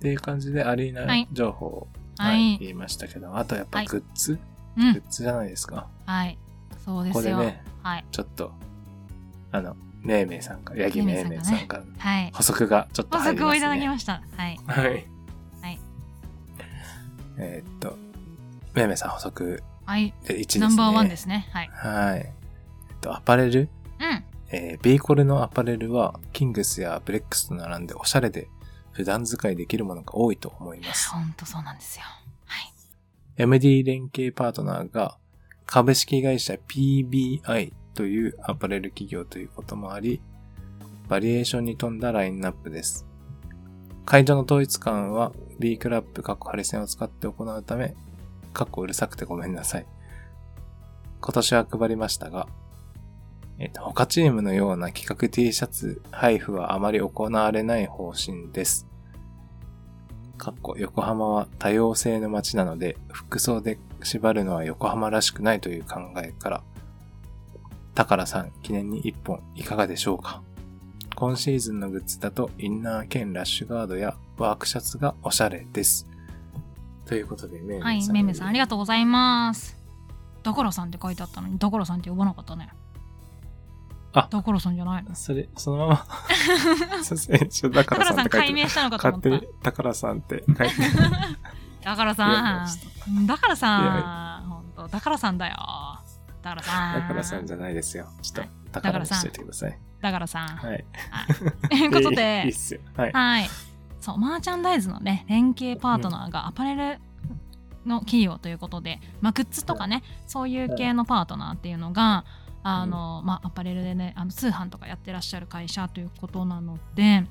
C: ていう感じでアリー
B: は
C: ナ
B: い
C: 情報を、
B: は
C: はい
B: い、
C: 言いましたけど、あとやっぱ
B: はい
C: グッズ、
B: う
C: グ
B: ん
C: ッズじゃないですか。
B: はいそうで
C: ここ
B: す
C: で
B: よ、
C: ね、
B: はい
C: ちょっと、あの、めいめいさんから、八木めいめいさんから、
B: はい
C: 補足がちょっと
B: 補
C: 入り
B: 足
C: ま
B: を
C: す
B: いただき
C: ね。
B: ましたはい
C: はい。
B: はい。
C: えーっと、めいめいさん補足
B: はい
C: で1ですね。
B: ナンバーワンで。すねはい
C: はい。えっと、アパレル、
B: うん
C: えー、ビーコルのアパレルは、キングスやブレックスと並んでおしゃれで、普段使いできるものが多いと思います。
B: ほんとそうなんですよはい
C: MD 連携パートナーが株式会社 PBI というアパレル企業ということもあり、バリエーションに富んだラインナップです。会場の統一感は B クラップ、過去ハリセンを使って行うため、過去うるさくてごめんなさい。今年は配りましたが、えっと、他チームのような企画 T シャツ配布はあまり行われない方針です。かっこ横浜は多様性の街なので服装で縛るのは横浜らしくないという考えから宝さん記念に1本いかがでしょうか今シーズンのグッズだとインナー兼ラッシュガードやワークシャツがおしゃれですということでめいめいさん、
B: はいめめさんありが
C: と
B: とうございますだからさんって書いてあったのにだからさんって呼ばなかったね
C: あ
B: だからさんじゃ
C: *laughs*
B: ないの
C: うそれそのまますいませんちょっと
B: だ
C: 宝
B: から
C: さん
B: さ
C: っ
B: ん
C: て
B: 解
C: 書いて
B: 明したのかと思
C: 勝
B: った
C: 手に宝さ
B: *laughs*
C: んって書いて
B: だからさんだからさん本当だからさんだよだからさん
C: だからさんじゃないですよ。ちょっと、だからにしといてください。
B: だからさん
C: はい。
B: *laughs* ということ
C: いいっ
B: です
C: よ。はい。
B: はいそうマーチャンダイズのね連携パートナーがアパレルの企業ということで、まあ、グッズとかねそういう系のパートナーっていうのがあの、まあ、アパレルでねあの通販とかやってらっしゃる会社ということなので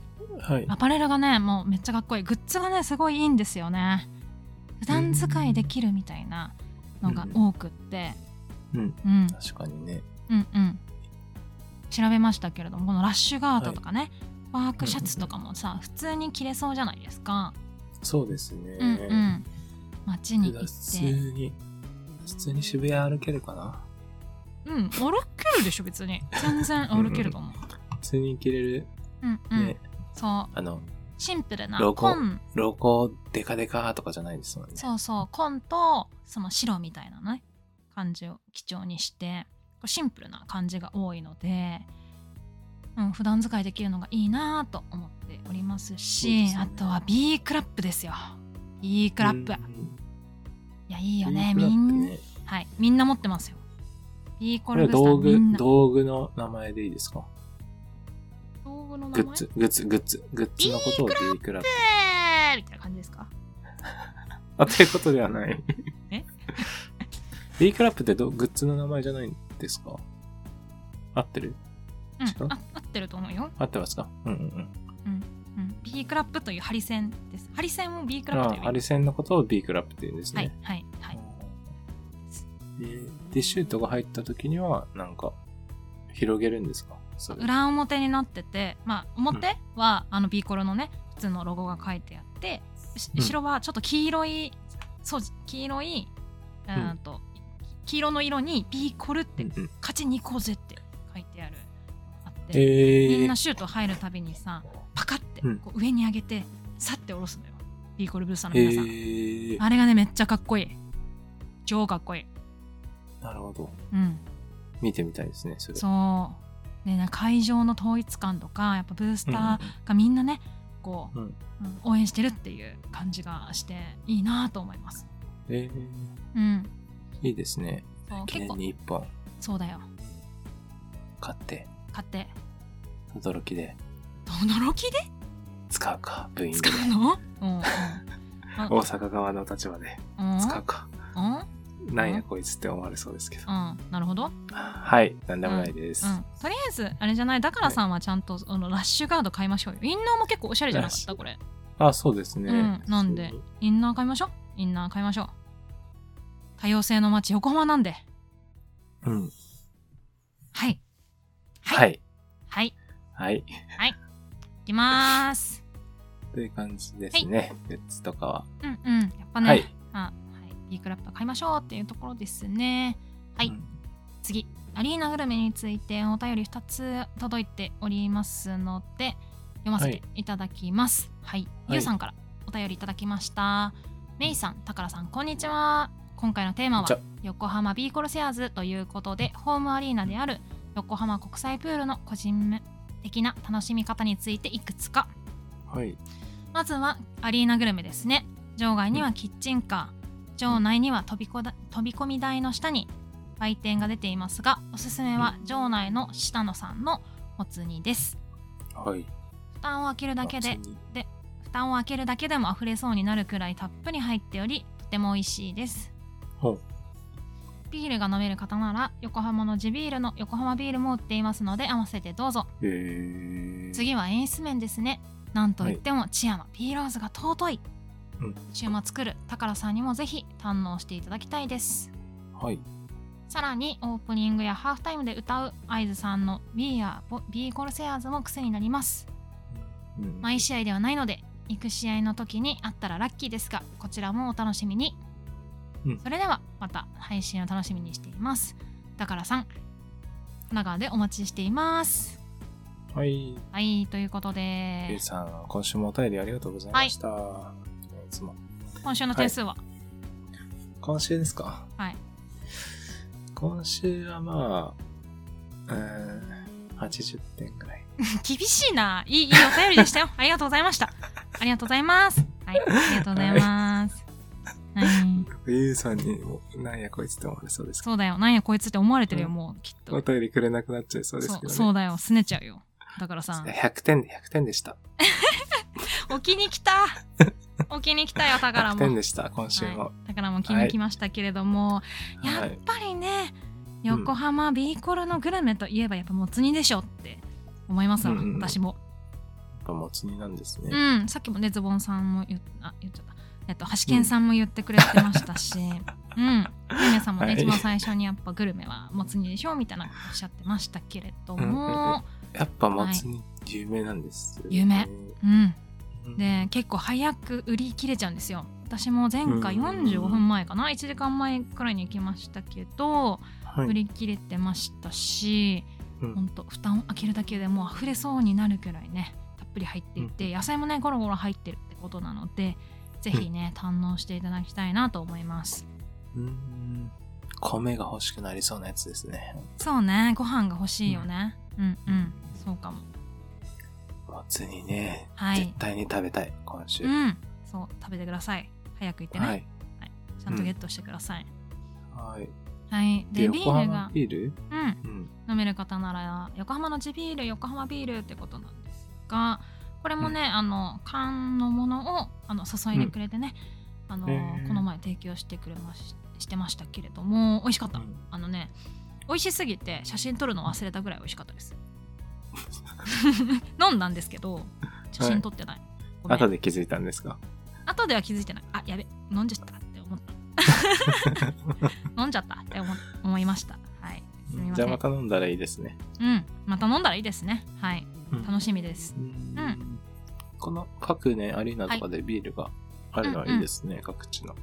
C: はい。
B: アパレルがねもうめっちゃかっこいいグッズがねすごいいいんですよね普段使いできるみたいなのが多くって、
C: うん。
B: うん、
C: 確かにね。
B: うんうん調べましたけれどもこのラッシュガードとかね、ワークシャツとかもさ、普通に着れそうじゃないですか、
C: そうですね。
B: うんうん街に行
C: 普
B: って
C: 通に、普通に渋谷歩けるかな
B: うん、歩けるでしょ、別に。全然歩けると *laughs* 思う。
C: 普通に着れる、
B: うんうん。
C: ね
B: そう。
C: あの、
B: シンプルな
C: ロゴ
B: 紺。
C: ロゴデカデカとかじゃないですもんね。
B: そうそう。紺と、その白みたいなね、感じを基調にして、こうシンプルな感じが多いので、うん、普段使いできるのがいいなぁと思っております
C: そう
B: し、
C: ですよ
B: あ
C: ね
B: とは B クラップですよ。B クラップ。
C: うん
B: いや、いいよね。
C: ビ
B: み
C: ークラップ
B: んな、
C: ね
B: はい。みんな持ってますよ。B コ
C: こ
B: ル
C: れ
B: グ
C: は
B: スタ
C: 道
B: ーみ
C: 具
B: ん、な。
C: 道具の名前でいいですか
B: 道具の名
C: グ
B: 前
C: ッズ、グッズ、グッズ、グッズのことをビークラップ。
B: えーみたいな感じですか
C: あ、ということではない。
B: え
C: ビークラップってどグッズの名前じゃないんですか合ってる
B: うん
C: 違う
B: あ合ってると思うよ、
C: 合ってますかうんうんうん。
B: うん、B クラップというハリセンですハリセンを B クラッ
C: あ
B: プという
C: ハリセンのことをビークラップって言うんです
B: はい
C: ね。
B: はいはい
C: でで、シュートが入った時には、なんか、広げるんですかそれ。
B: 裏表になっててまあ表は、あの B コロのね普通のロゴが書いてあってし
C: うん
B: 後ろはちょっと黄色い、そう黄色いうんと黄色の色に B コルって
C: うんうん
B: 勝ちに行こうぜって書いてあるあって、
C: えー、
B: みんなシュート入るたびにさパカって
C: うん
B: こう上に上げて、さって下ろすのよビーコルブースターの
C: え
B: 皆さん、
C: ー、
B: あれがねめっちゃかっこいい超かっこいい
C: なるほど。
B: うん
C: 見てみたいですね、それ。
B: そうでね会場の統一感とかやっぱブース
C: うんうんうん
B: ターがみんなねこう、
C: うん
B: うん応援してるっていう感じがしていいなと思います
C: え
B: うん
C: ー、いいですね。
B: そう
C: 記
B: 結
C: 念
B: 構
C: に1本
B: そうだよ
C: 買って、
B: 買って
C: 驚きで
B: 驚きで
C: 使うか、部員で
B: 使。 *laughs* うのうんうん
C: *laughs* 大阪側の立場で
B: うん
C: 使うか。
B: うん
C: なんやこいつって思われそうですけど。
B: うんなるほど
C: はい、なんでもないです。
B: うん、とりあえずあれじゃないだからさんはちゃんとあのラッシュガード買いましょうよインナーも結構おしゃれじゃなかっ
C: ラ
B: たこれ
C: あ、そうですね。
B: うんなんでインナー買いましょうインナー買いましょう多様性の街横浜なんで
C: うん。
B: はい
C: は。
B: はいはい
C: はい。
B: いきまーす
C: という感じですね。グッズとかは。
B: うんうんやっぱね、
C: はい
B: まあはい、B クラップ買いましょうっていうところですねはい、
C: うん
B: 次アリーナグルメについてお便り2つ届いておりますので読ませていただきますはい、
C: はい
B: ゆうさんからお便りいただきましためいさんたからさんこんにちは今回のテーマ
C: こん
B: は
C: に
B: 横浜 B コルセアーズということでホームアリーナである横浜国際プールの個人的な楽しみ方についていくつか
C: はい。
B: まずはアリーナグルメですね場外にはキッチンカー場内には飛びこだ飛び込み台の下に売店が出ていますがおすすめは場内の下野さんのもつ煮です
C: はい。
B: 蓋を開けるだけ
C: あ
B: で
C: 普通に
B: 蓋を開けるだけでも溢れそうになるくらいたっぷり入っておりとても美味しいです
C: ほう
B: ビールが飲める方なら横浜の地ビールの横浜ビールも売っていますので合わせてどうぞ
C: えー。
B: 次は演出面ですねなんといっても千山ピーローズが尊い、
C: うん
B: 週末来る宝さんにもぜひ堪能していただきたいです
C: はい。
B: さらにオープニングやハーフタイムで歌う会津さんの「We are B コルセアーズ」も癖になります
C: うん
B: 毎試合ではないので行く試合の時にあったらラッキーですがこちらもお楽しみに、
C: うん
B: それではまた配信を楽しみにしています宝さん神奈川でお待ちしています
C: はい。
B: はいということで
C: ゆうさん、今週もお便りありがとうございました。いつも。
B: 今週の点数は、
C: 今週ですか
B: はい
C: 今週はまあ、うーん、80点ぐらい。
B: 厳しいな。いい、いいお便りでした
C: *laughs*
B: よ。ありがとうございました。ありがとうございます。はい、ありがとうございます。はい、
C: ゆうさんにも、なんやこいつって思われそうですけ
B: そうだよ。なんやこいつって思われてるよ、
C: うん
B: もう、きっ
C: ど。お
B: と。
C: 便りくれなくなっちゃいそうです
B: そ
C: けど
B: う
C: ね。
B: そうだよ。すねちゃうよ。だからさ、
C: 100点で、100点でした。
B: 置きに来た。置きに来たよ、宝
C: 100点
B: も。
C: でした、今週も。
B: 宝も気に来ましたけれども、や
C: は
B: っ
C: い。
B: ぱりね、横浜ビーコルのグルメといえば、やっぱもつ煮でしょって思いますわ、
C: うんうんうん
B: 私も。
C: やっぱもつ煮なんですね。
B: うん、さっきもねズボンさんも言っあ言っちゃった。えっと、橋健さんも言ってくれてましたし、うん、皆、さんもね、
C: はい
B: 一番最初にやっぱグルメはもつ煮でしょみたいなおっしゃってましたけれども、
C: やっぱもつ煮、有名なんです、
B: 有名
C: う
B: うん、
C: ん。
B: で結構早く売り切れちゃうんですよ。私も前回
C: うん
B: 45分前かな1時間前くらいに行きましたけど
C: は
B: 売
C: い。
B: り切れてましたし、
C: うん
B: ほんと蓋を開けるだけでもう溢れそうになるくらいねたっぷり入っていて、野菜もねゴロゴロ入ってるってことなのでぜひね、堪能していただきたいなと思います
C: うん米が欲しくなりそうなやつですね。
B: そうねご飯が欲しいよね、うん、うんそうかも
C: もつにね、
B: はい
C: 絶対に食べたい、今週。
B: うんそう食べてください早く行ってね、
C: はい。
B: ちゃんとゲットしてください、
C: はい。
B: はいでビ
C: 横
B: ール
C: 浜
B: が
C: ビール
B: うん
C: うん。
B: 飲める方なら横浜の地ビール横浜ビールってことなんですがこれもね、あの缶のものをあの注いでくれてね、あの
C: へー
B: この前提供してくれまししてましたけれども美味しかった、
C: うん
B: あのね美味しすぎて写真撮るの忘れたぐらい美味しかったです
C: *laughs*
B: *laughs* 飲んだんですけど写真撮ってない、ごめん
C: 後で気づいたんですか
B: 後では気づいてないあやべ飲んじゃったって思った
C: *laughs*
B: 飲んじゃったって思思いましたはいすみませ
C: じゃあ
B: ん
C: また飲んだらいいですね。
B: うん、また飲んだらいいですね。はい、
C: うん
B: 楽しみです。う
C: この各ね、アリーナとかでビールがあるのはいいですね、各地の。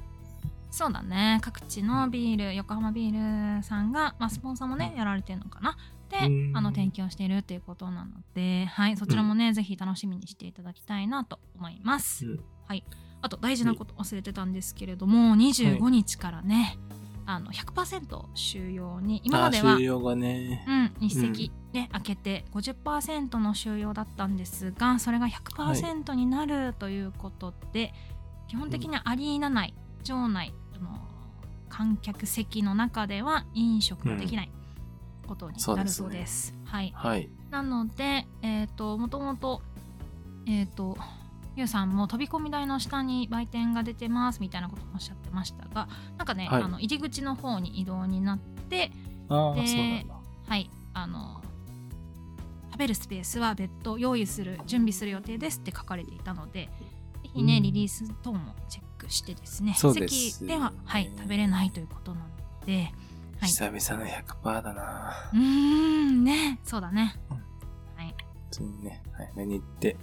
B: そうだね、各地のビール、横浜ビールさんが、まあ、スポンサーもね、やられてるのかな。で、
C: うん
B: あの提供しているっていうことなので、はい、そちらもね、ぜひ楽しみにしていただきたいなと思います。
C: うん
B: はい、あと大事なこと忘れてたんですけれども、25日からね、あの100%収容に今ま
C: あ
B: で
C: ー、
B: は
C: 収容がね
B: う。ん、一石ね、開けて50%の収容だったんですがそれが100%になるということで、基本的にアリーナ内場内あの観客席の中では飲食ができないことになるそうです。はい、
C: はい。
B: なので、えー、ともともと,、えー、とゆうさんも飛び込み台の下に売店が出てますみたいなこともおっしゃってましたがなんかね、
C: はい
B: あの入り口の方に移動になって
C: ああ、
B: で
C: そうなんだ。
B: はい、あの食べるスペースは別途用意する準備する予定ですって書かれていたのでぜひね、
C: うん
B: リリース等もチェックしてですね
C: そうです
B: 席では、はい、食べれないということなのではい
C: 久々の100%だな
B: う。ーんねそうだねはい
C: 本当にね、早めに行って、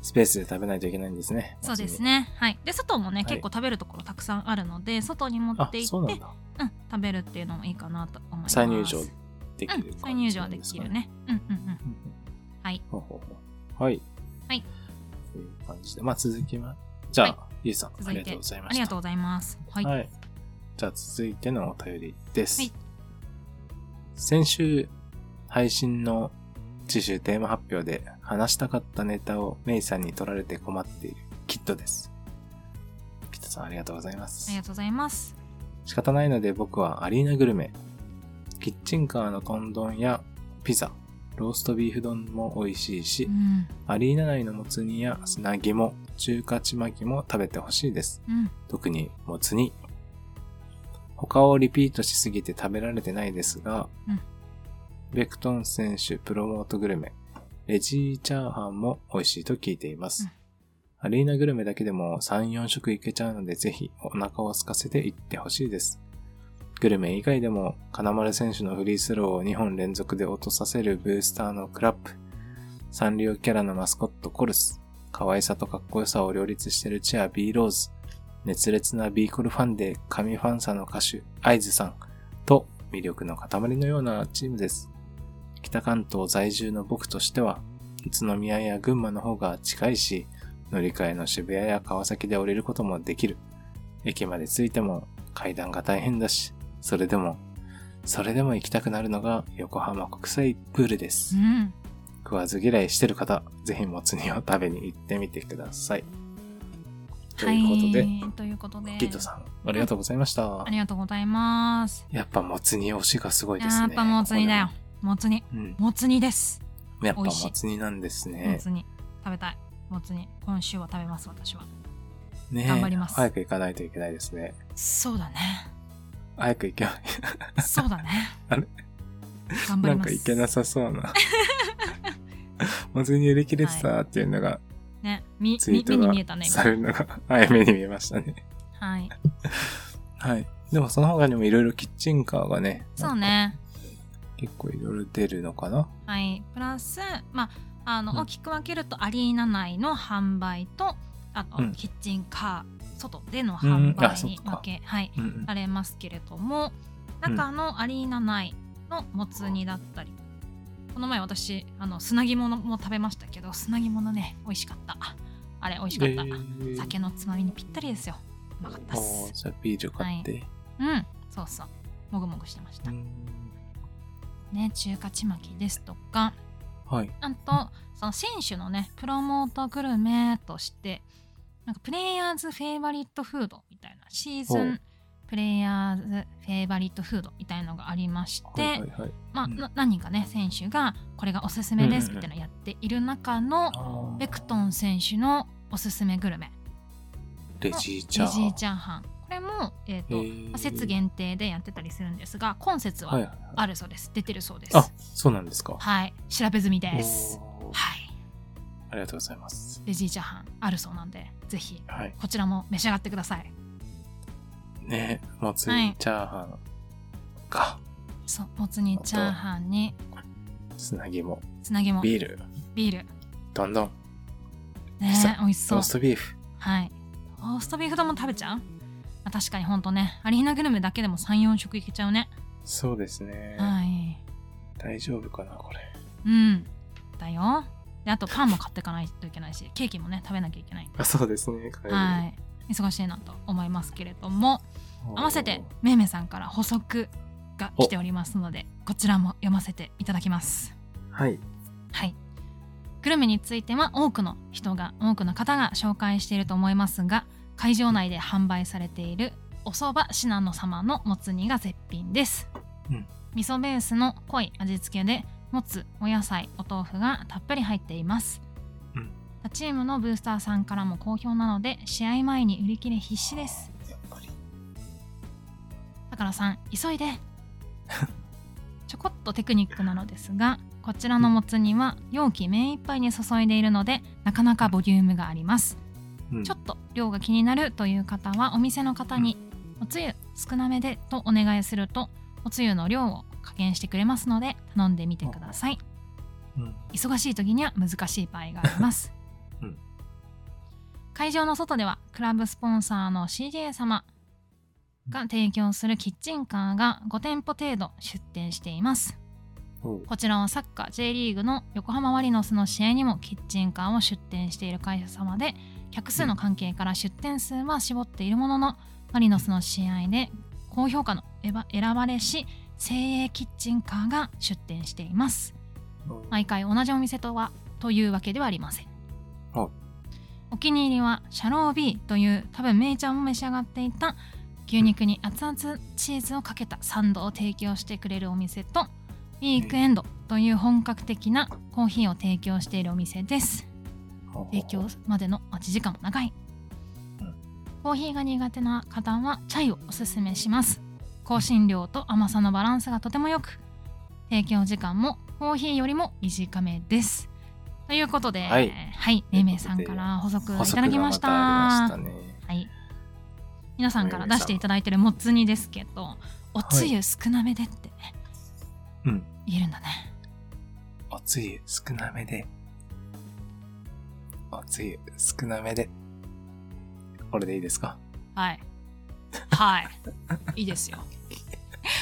C: スペースで食べないといけないんですね。
B: そうです
C: ね。
B: ねはいで外もね、
C: はい
B: 結構食べるところたくさんあるので外に持
C: あ
B: って、行
C: そう
B: っ
C: な
B: て
C: んだ。
B: う、ん、食べるっていうのもいいかなと思います
C: 再入場できる感じ
B: うん、再入場できるねうんうんうん
C: なんですかね。うん
B: はい
C: ほうほうほうはい。
B: はい。
C: という感じで、まあ続きは、じゃあ、
B: は
C: ゆうさん、
B: 続いて
C: ありがとうございました。
B: ありがとうございますはい、
C: はい。じゃあ続いてのお便りです。
B: はい
C: 先週、配信の次週テーマ発表で話したかったネタをメイさんに取られて困っているキットです。キットさんありがとうございます
B: あり。がとうございます
C: 仕方ないので僕はアリーナグルメ、キッチンカーのトン丼やピザ、ローストビーフ丼も美味しいし、
B: うん
C: アリーナ内のもつ煮や砂肝、中華ちまきも食べてほしいです。
B: うん
C: 特にもつ煮。他をリピートしすぎて食べられてないですが、
B: うん
C: ベクトン選手プロモートグルメ、レジーチャーハンも美味しいと聞いています。
B: うん
C: アリーナグルメだけでも3、4食いけちゃうので、ぜひお腹を空かせていってほしいです。グルメ以外でも、金丸選手のフリースローを2本連続で落とさせるブースターのクラップ、サンリオキャラのマスコットコルス、可愛さとかっこよさを両立してるチェア B ローズ、熱烈なビーコルファンで神ファンサの歌手、アイズさんと魅力の塊のようなチームです。北関東在住の僕としては、宇都宮や群馬の方が近いし、乗り換えの渋谷や川崎で降りることもできる。駅まで着いても階段が大変だし、それでも、それでも行きたくなるのが横浜国際プールです。
B: うん
C: 食わず嫌いしてる方、ぜひもつ煮を食べに行ってみてください。ということで、
B: はい、ということで
C: ギットさん、ありがとうございました
B: あ。りがとうございます。
C: やっぱもつ煮推しがすごいですね。
B: やっぱもつ煮だよ。もつ煮。
C: これも。
B: もつ煮です。
C: うん。やっぱ
B: 美
C: も
B: 味しい
C: つ煮なんです
B: も
C: ね。
B: つ煮。食べたい。もつ煮。今週は食べます、私は。
C: ね
B: 頑張ります
C: 早く行かないといけないですね。
B: そうだね。
C: 早く行け、
B: そうだね。
C: *laughs* あれ
B: 頑張り
C: なん
B: ま
C: か
B: す。
C: 行けなさそうな。 *laughs* もつ煮売り切れてたっていうのが、
B: ね。み、
C: ツイ
B: み
C: ー、
B: 目
C: ト
B: に
C: が
B: 見えたね。今
C: されるのが、はい、目に見えましたね。
B: はい。
C: はい。でもその他にもいろいろキッチンカーがね、
B: そう。ね。
C: 結構いろいろ出るのかな。
B: はい。プラス、まあ、あ
C: うん
B: の、大きく分けると、アリーナ内の販売と、あと
C: う、ん
B: キッチンカー外での販
C: うんあ
B: 売
C: そっ
B: に
C: か
B: 分け、はい、
C: うんうん
B: られますけれども
C: うん
B: 中のアリーナ内のもつ煮だったり、この前私あの砂肝のも食べましたけど砂肝のね美味しかったあれ美味しかった、
C: ー
B: 酒のつまみにぴったりですようまかったっ
C: おー
B: す
C: じゃあビール買って。
B: うんそうそうもぐもぐしてました、
C: うん
B: ね中華ちまきですとか
C: はい。
B: なんとその選手のねプロモートグルメとしてなんかプレイヤーズフェイバリットフードみたいなシーズ
C: ほ
B: ン
C: う
B: プレイヤーズフェイバリットフードみたいのがありまして、
C: はいはいはい。
B: まあ
C: うん
B: な何人かね選手がこれがおすすめです
C: う
B: み
C: んうんうん
B: たいなのやっている中の
C: あー
B: ベクトン選手のおすすめグルメ
C: レジーチャ
B: レ
C: ー。
B: ジーチャーハンこれも、えーと
C: へー
B: まあ節限定でやってたりするんですが今節
C: はい
B: は
C: はいはい。
B: あるそうです、出てるそうです
C: あ、そうなんですか。
B: はい調べ済みです
C: おー
B: はい
C: ありがとうございます。
B: レジーチャーハンあるそうなんでぜひ
C: はい。
B: こちらも召し上がってください
C: ね、もつ
B: はい
C: 煮チャーハンか、
B: そうもつ煮チャーハンに
C: つなぎも、
B: つなぎもビ
C: ビール、
B: ール
C: どんどん、
B: ね
C: そう
B: 美味しそ
C: ロ
B: う
C: ーストビーフ。
B: はい。トーストビーフ丼も食べちゃう、まあ、確かにほんとね、アリーナグルメだけでも3、4食いけちゃうね。
C: そうですね。
B: はい。
C: 大丈夫かな、これ。
B: うん。だよ。で、あとパンも買っていかないといけないし、ケーキもね、食べなきゃいけない。
C: あ、そうですね。
B: はい。忙しいなと思いますけれども、
C: おー
B: 合わせてめいめいさんから補足が来ておりますので、こちらも読ませていただきます。
C: はい。
B: はい。グルメについては多くの人が多くの方が紹介していると思いますが会場内で販売されているお蕎麦信濃様のもつ煮が絶品です、
C: うん
B: 味噌ベースの濃い味付けでもつお野菜お豆腐がたっぷり入っています、
C: うん
B: 他チームのブースターさんからも好評なので試合前に売り切れ必至です
C: やっぱり。
B: だからさん急いでちょこっとテクニックなのですがこちらのもつ煮は容器目いっぱいに注いでいるのでなかなかボリュームがあります、
C: うん
B: ちょっと量が気になるという方はお店の方におつゆ少なめでとお願いするとおつゆの量を加減してくれますので頼んでみてください
C: うん
B: 忙しい時には難しい場合があります、
C: *laughs* うん
B: 会場の外ではクラブスポンサーの CJ 様が提供するキッチンカーが5店舗程度出店しています
C: おう
B: こちらはサッカー J リーグの横浜マリノスの試合にもキッチンカーを出店している会社様で客数の関係から出店数は絞っているもののマリノスの試合で高評価の選ば選ばれし精鋭キッチンカーが出店しています
C: おう
B: 毎回同じお店とはというわけではありません、
C: はい
B: お気に入りはシャロービーという多分めいちゃんも召し上がっていた牛肉に熱々チーズをかけたサンドを提供してくれるお店とウィークエンドという本格的なコーヒーを提供しているお店です提供までの待ち時間も長い、
C: うん
B: コーヒーが苦手な方はチャイをおすすめします香辛料と甘さのバランスがとても良く提供時間もコーヒーよりも短めですということで、
C: はい
B: めいめいさんから補足い
C: 補足
B: ただきました
C: がまたありましたね。
B: はい、皆さんから出していただいてるもつ煮ですけどおつゆ少なめでって
C: うん。
B: 言えるんだね、
C: おつゆ少なめで。おつゆ少なめで。これでいいですか
B: はいはいいいですよ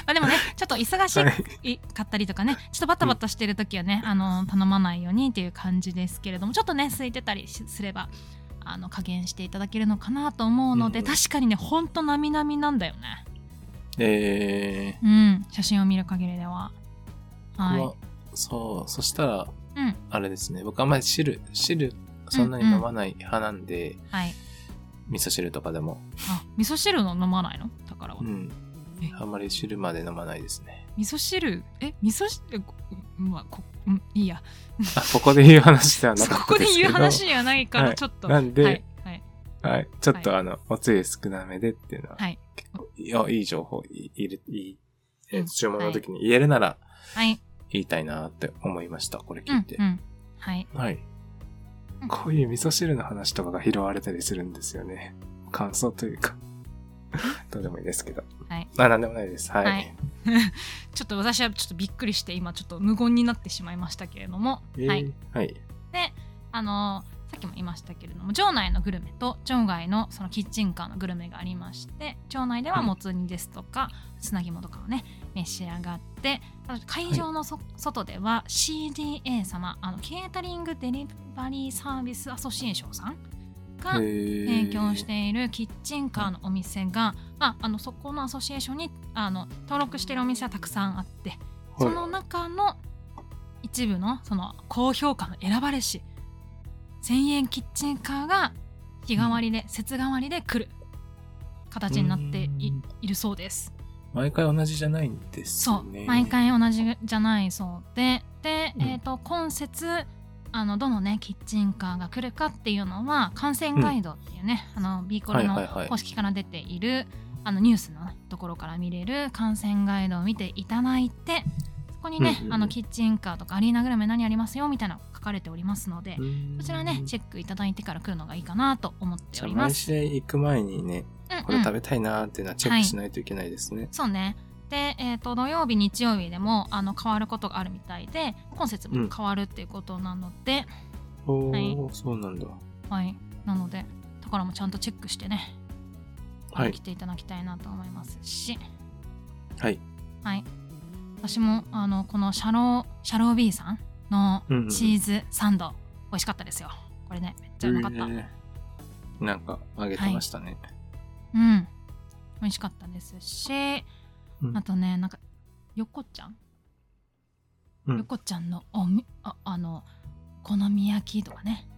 B: まあでもねちょっと忙しい
C: はい。
B: い買ったりとかねちょっとバタバタしてる時はね、あの頼まないようにっていう感じですけれどもちょっとね空いてたりしすればあの加減していただけるのかなと思うので、
C: うん
B: 確かにねほんとなみなみなんだよね
C: *laughs* え
B: うん写真を見る限りでは
C: ー、
B: は
C: うわそう、そしたら、
B: いうん
C: あれですね。僕あんまり汁、汁、そんなに飲まない派なんで、
B: はい
C: 味噌汁とかでも、
B: あ味噌汁の飲まないの宝は、
C: うん
B: え。
C: あんまり汁まで飲まないですね。
B: 味噌汁え味噌汁こまあこうんいいや
C: あ、ここで言う話ではなか
B: こ
C: った
B: こで
C: で
B: す
C: け
B: *laughs* 言
C: ど。
B: う話じゃないから
C: はい
B: ちょっと、
C: なんで
B: はいはい
C: はい。ちょっと
B: は
C: あの、おつゆ少なめでっていうのは、
B: はい
C: 結構いや、いい情報、いいる、いい、えー
B: うん
C: 注文の時に言えるなら
B: はい
C: 言いたいなって思いました。これ
B: う
C: 聞い
B: ん
C: て。
B: うんはい
C: はい
B: うん。
C: こういう味噌汁の話とかが拾われたりするんですよね。感想というか。どうでもいいですけど。
B: はい
C: あ、なんでもないです。はい。
B: はいちょっと私はちょっとびっくりして今ちょっと無言になってしまいましたけれども、
C: えー
B: はい、
C: はい。
B: あのさっきも言いましたけれども町内のグルメと町外のそのキッチンカーのグルメがありまして町内ではもつ煮ですとか砂肝とかをね召し上がってあと会場のそ、外では CDA 様あのケータリングデリバリーサービスアソシエーションさんが提
C: 提
B: 供しているキッチンカーのお店が、まあ、あのそこのアソシエーションにあの登録しているお店はたくさんあってその中の一部のその高評価の選ばれし1000円キッチンカーが日替わりで節替わりで来る形になってい
C: うん
B: いるそうです。
C: 毎回同じじゃないんです
B: そう、
C: ね。
B: 毎。回同じじゃないそうでで、
C: うん
B: えっ、と今節あのどのねキッチンカーが来るかっていうのは「感染ガイド」っていうね、あの B コレの
C: はいはいはい
B: 公式から出ている、あのニュースのところから見れる感染ガイドを見ていただいてそこにね、
C: うんうんうん
B: あのキッチンカーとかアリーナグルメ何ありますよみたいなの書かれておりますので、
C: こ
B: そちらねチェックいただいてから来るのがいいかなと思っておりま
C: 毎
B: す。
C: 試合行く前にね、
B: うんうん
C: これ食べたいなーっていうのはチェックしないといけないですね。
B: そうね。で、えー、と土曜日日曜日でもあの変わることがあるみたいで今節も変わるっていうことなので、
C: お
B: はい
C: ー、そうなんだ。
B: はいなのでだからもちゃんとチェックしてね、
C: はい
B: 来。ていただきたいなと思いますし
C: はい。
B: はい私もあのこのシャローシャロー B さんの
C: うんうん
B: チーズサンド、美味しかったですよこれねめっちゃうまかった、
C: えーなんか、あげてましたね。
B: うん美味しかったですし
C: うん
B: あとねなんか横ちゃん
C: うん
B: ゆこちゃんのおみああの好み焼きとかね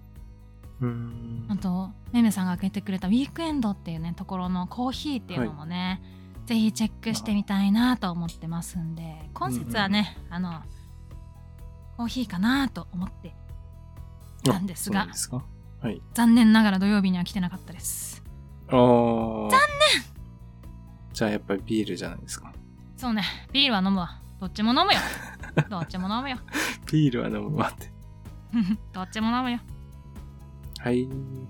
C: うーん
B: あとめめさんが開けてくれたウィークエンドっていうねところのコーヒーっていうのもね、ぜひチェックしてみたいなと思ってますんで今節はね、あのコーヒーかなと思ってなんですが
C: あそうなんですかはい。
B: 残念ながら土曜日には来てなかったです
C: 残念じゃあやっぱりビールじゃないですか。
B: そうねビールは飲むわどっちも飲
C: *laughs*
B: むよどっちも飲むよ *laughs*
C: ビールは飲むわって。
B: どっちも飲むよ
C: はい。うん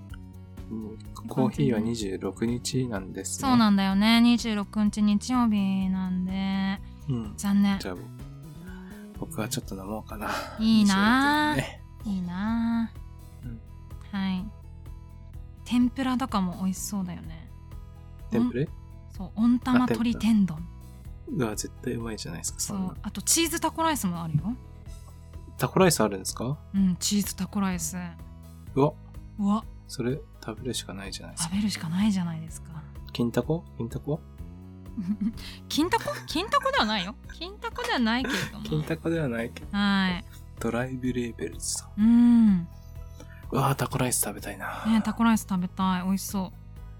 C: コーヒーは26日なんです、ね。
B: そうなんだよね26日日曜日なんで
C: うん。
B: 残念
C: じゃあ、僕はちょっと飲もうかな。
B: いいなぁ
C: 26ね
B: いいなぁ、
C: うん
B: はい天ぷらとかも美味しそうだよね
C: 天ぷら
B: そう温玉
C: あ天ぷら
B: 鶏天丼
C: うわ、絶対うまいじゃないですか、
B: そ
C: そ
B: うん
C: な。
B: あとチーズタコライスもあるよ
C: タコライスあるんですか
B: うんチーズタコライス
C: うわ、
B: うわ
C: それ食べるしかないじゃないです
B: 食
C: か。
B: べるしかないじゃないですか *laughs*
C: 金タコ金タコ
B: 金タコ金タコではないよ金タコではないけれど
C: 金
B: も
C: タコではないけど、
B: はい
C: ドライブレーベルズさん。
B: うん
C: うわ、タコライス食べたいな。
B: ねタコライス食べたい美味しそ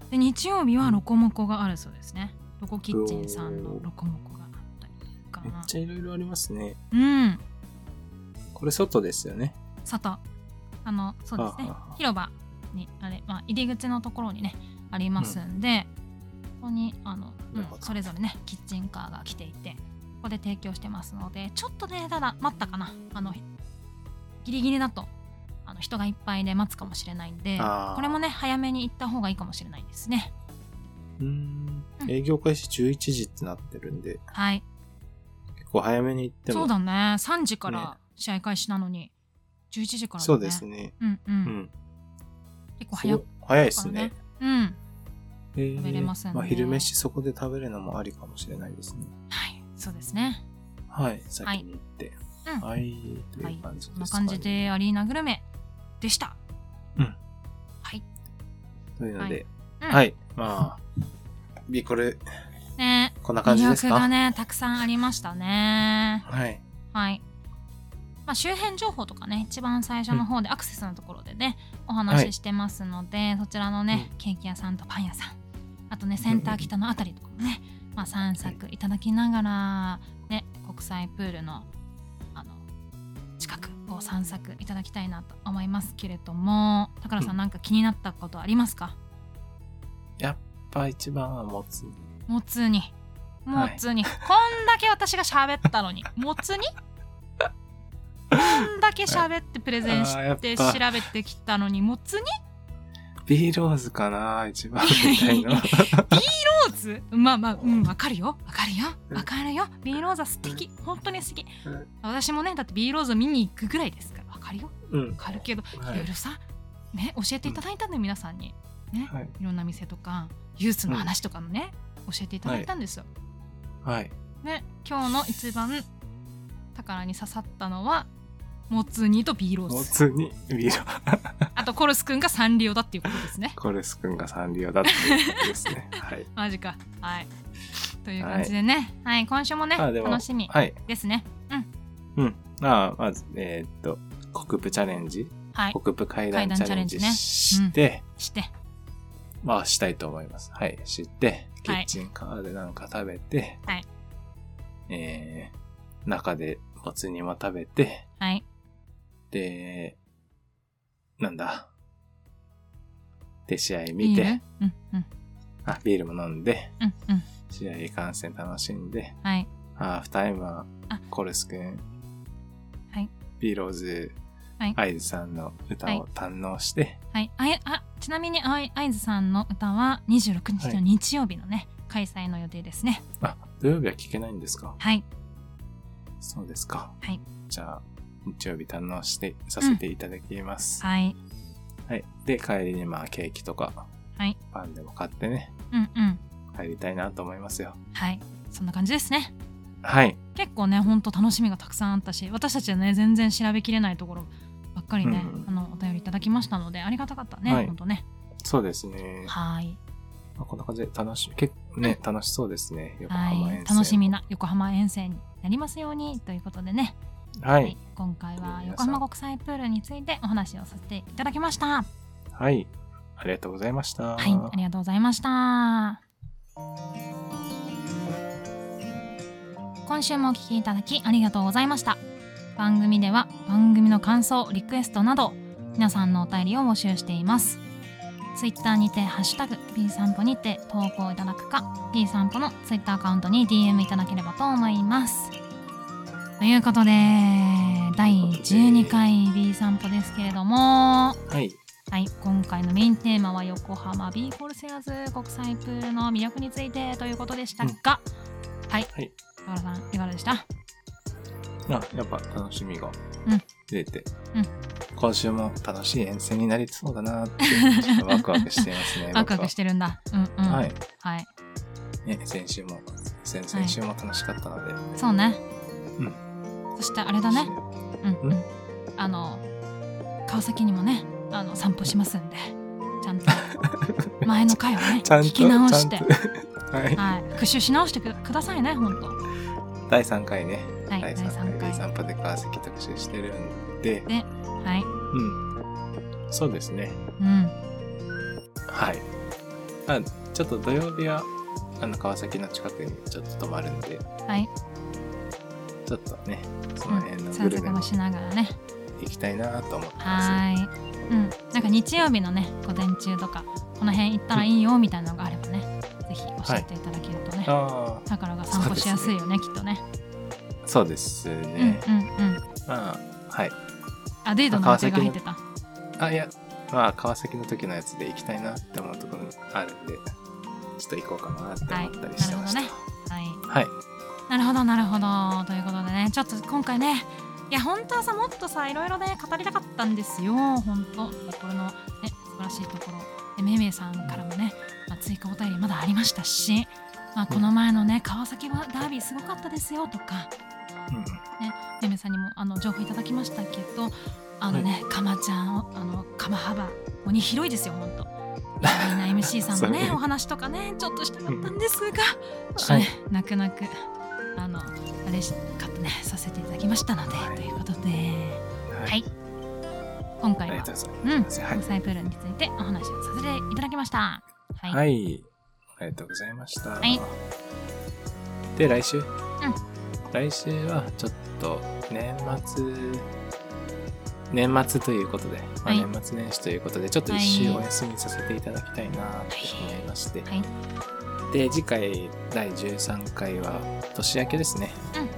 B: うで日曜日はロコモコがあるそうですねロコキッチンさんのロコモコがあったりか
C: めっ
B: な
C: ちゃいろいろありますね。
B: うん
C: これ外ですよね。
B: 外あのそうですね
C: はあはあ
B: 広場にあれ、まあ、入り口のところにねありますんで、ここにあの、うん
C: なるほど
B: それぞれねキッチンカーが来ていてここで提供してますのでちょっとねただ待ったかなあのギリギリだとあの人がいっぱいで待つかもしれないんで
C: あー
B: これもね早めに行った方がいいかもしれないですね
C: うーん
B: う。ん
C: 営業開始11時ってなってるんで、
B: はい
C: 結構早めに行っても。
B: そうだね3時か
C: ね
B: ら試合開始なのに、11時からだね
C: そうですね。
B: うんうん、
C: うん。
B: 結構
C: すご
B: 早
C: い
B: く
C: 早いですね。
B: うん
C: えー
B: 食べれますよね
C: あ、昼飯そこで食べるのもありかもしれないですね。
B: はいそうですね
C: はい。先に行って。
B: うん
C: はい。という感じですかね
B: こんな感じでアリーナグルメでした。
C: うん。
B: はい。
C: というので、
B: うん
C: はい。まあ、ビーコル、
B: ね
C: こんな感じ
B: 魅
C: です
B: 力が
C: か、
B: ね、たくさんありましたね。
C: はい。
B: はい。まあ、周辺情報とかね、一番最初の方でアクセスのところでね、お話ししてますので、そちらのね、ケーキ屋さんとパン屋さん、あとね、センター北のあたりとかもね、まあ、散策いただきながら、ね、国際プールの、あの、近くを散策いただきたいなと思いますけれども、高野さ
C: うんん
B: なんか気になったことありますか、
C: やっぱ一番はもつ煮。
B: もつに。もつに。こんだけ私が喋った
C: *laughs*
B: のに。もつにこんだけ喋ってプレゼン
C: あーやっ
B: して調
C: ぱ
B: べてきたのに、もつに
C: ビーローズかな一番みた
B: *laughs*
C: い
B: い
C: な
B: や。ローズまあまあ、うん、わかるよ。わかるよ。わかるよ。ビーローズは素敵。本当に素敵
C: うん。
B: 私もね、だってビーローズ見に行くぐらいですから、わかるよ。
C: うん
B: わ。かるけど、
C: はい
B: いろいろさ、ね、教えていただいたんで、皆さんに、ね
C: はい。
B: いろんな店とかユースの話とかもね、教えていただいたんですよ。
C: はい。
B: ね、今日の一番宝に刺さったのはもつ煮とビーロー
C: 普
B: ス
C: 通にビール。
B: あとコルスくんがサンリオだっていうことです
C: *laughs*
B: ね
C: コレス君がサンリオだっていうことです
B: *laughs*
C: ね。はい。
B: マジかはいという感じでね、はい今週もね
C: あでも
B: 楽しみ
C: はい。
B: ですね
C: うん。まあ、まず、えーっと、国府チャレンジ、
B: はい
C: 国府階段チャレンジ
B: 階段チャレンジね
C: して、
B: して
C: まあ、したいと思います。はい。知って、キッチンカーでなんか食べて、
B: はい
C: えー、中でもつ煮も食べて、
B: はい
C: で、なんだ。で、試合
B: ビ
C: 見
B: ー
C: て、
B: ルうんうん
C: あ、ビールも飲んで、
B: うんうん
C: 試合観戦楽しんで、
B: はい
C: ハーフタイムは
B: あ
C: コルス君、
B: はい
C: ビーローズ、
B: はい
C: アイズさんの歌を堪能して、
B: はいあえあちなみにあいあいずさんの歌は26日の日曜日のね、開催の予定ですね
C: あ、土曜日は聴けないんですか
B: はい
C: そうですか。
B: はい
C: じゃあ、日曜日堪能してさせていただきます。
B: はい
C: はい。で、帰りにまあケーキとか、
B: はい
C: パンでも買ってね、
B: うんうん
C: 帰りたいなと思いますよ。
B: はいそんな感じですね
C: はい。
B: 結構ねほんと楽しみがたくさんあったし私たちはね全然調べきれないところばっかりね、
C: うん
B: あのお便りいただきましたのでありがたかったね、
C: はい
B: ほんとね
C: そうですね。
B: はい
C: まあ、こんな感じで楽し、結構ね、楽しそうですね。横浜
B: は
C: 遠
B: い
C: 征。
B: 楽しみ。な横浜遠征になりますようにということでね、
C: は
B: はい
C: い。
B: 今回は
C: 皆
B: 横
C: さん
B: 浜国際プールについてお話をさせていただきました
C: はい。ありがとうございまし
B: は
C: た。
B: いありがとうございました今週もお聞きいただきありがとうございました番組では番組の感想リクエストなど皆さんのお便りを募集していますツイッターにて「ハッシュタグ #P 散歩」にて投稿いただくか P 散歩のツイッターアカウントに DM いただければと思いますということで第12回 B 散歩ですけれども
C: はい。
B: はい、今回のメインテーマは横浜ビーコルセアーズ国際プールの魅力についてということでしたが、はい、
C: はい
B: 高田さんいかがでした？
C: あ、やっぱ楽しみが
B: うん
C: 出て、
B: うん
C: 今週も楽しい遠征になりそうだな
B: *laughs*
C: って、ワクワクしていますね。。
B: ワクワクしててるんだ。うんうん。
C: は。い。
B: はい。
C: ね、先週も、先々週も楽しかったので、
B: そうね。
C: う
B: そしてあれだね。うんうん。
C: う
B: あの川崎にもね、あの散歩しますんで、ち
C: *laughs*
B: ゃんと前の回をね
C: ちゃんと、
B: 聞き直して、
C: ちゃんと *laughs* はい。
B: はい、復習し直してくくださいね、本当。は
C: 第3回ね。
B: い、第三回。
C: 第3波で川崎特集してるんで、
B: はい。
C: うん。そうですね。
B: うん。
C: はい。まあ、ちょっと土曜日は、あの、川崎の近くにちょっと泊まるんで、
B: はい。
C: ちょっとね、そ
B: うん
C: の辺のグ
B: 散
C: ルメ
B: 策
C: も
B: もしながらね。
C: 行きたいなと思ってます。
B: はーい。うん。なんか日曜日のね、午前中とか、この辺行ったらいいよみたいなのがあればね、ぜひ教えていただけるとね、
C: ああ、
B: だからが散歩しやすいよね、きっとね。
C: そうですね。
B: うんうんうん。
C: まあ、はい。
B: あ、デートの予定が入ってた。
C: あ、いや、まあ、川崎の時のやつで行きたいなって思うところあるんで、ちょっと行こうかなって
B: はい。
C: 思
B: な
C: った
B: る
C: りして
B: ほ
C: ま
B: ど
C: した。
B: ね。はい。
C: はい。
B: なるほど、なるほど。ということでね、ちょっと今回ね、いや、本当はさ、もっとさ、いろいろね、語りたかったんですよ、本当。これの、ね、素晴らしいところ。で、めいめいさんからもね、まあ、追加お便りまだありましたし、まあ、この前のね、川崎はダービーすごかったですよとか、
C: うん
B: めめさんにもあの情報いただきましたけどあのね、かまちゃんをあのかま幅鬼広いですよ
C: *laughs*
B: 本当。いやみんな MC さんの
C: そう
B: ね
C: ね
B: お話とかねちょっとしたかったんですが、ちょっと
C: はい
B: ね泣く泣くあのあれしかったねさせていただきましたので、
C: はい
B: ということで
C: うん。
B: はい今
C: あ
B: 回
C: りが
B: は
C: とうござい
B: うん
C: ます。はい
B: 国。際プールについてお話をさせていただきました。はい、
C: はい。ありがとうございました。
B: い
C: で、来週。来週は、ちょっと、年末、年末ということで、まあ、
B: はい
C: 年末年始ということで、ちょっと一
B: は
C: 週
B: い
C: お休みさせていただきたいなと思いまして、
B: はい
C: で、次回、第13回は、年明けですね。
B: うん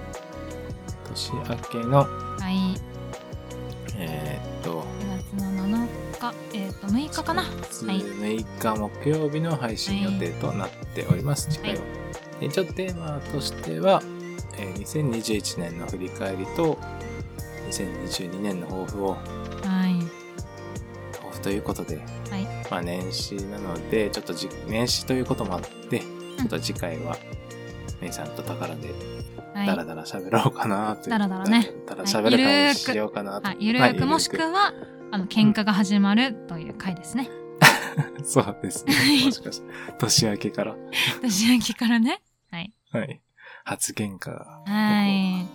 C: 年明けの、
B: はい、
C: えーっと、
B: 2月の7日えっ、と6日かな。はい
C: 6日木曜日の配信予定となっております、次回は。で一応テーマとしては、えー2021年の振り返りと2022年の抱負を
B: はい
C: 抱負ということで、
B: はい
C: まあ年始なので、ちょっとじ年始ということもあって、ちょっと次回は、メイさんと宝で
B: はい
C: ダラダラ喋ろうかなという。
B: ダラダラね。
C: ダラ
B: はい
C: 喋る
B: ゆ
C: 会
B: る
C: を
B: ーく
C: しようかなと。
B: はい、ゆる
C: は
B: ー
C: いゆる
B: く
C: ーく
B: もしくは、あの、喧嘩が始まるという回ですね。
C: そうです
B: *laughs*
C: ね。もしかして、年明けから。
B: 私は聞からね。はい。
C: はい。初喧嘩が
B: はい。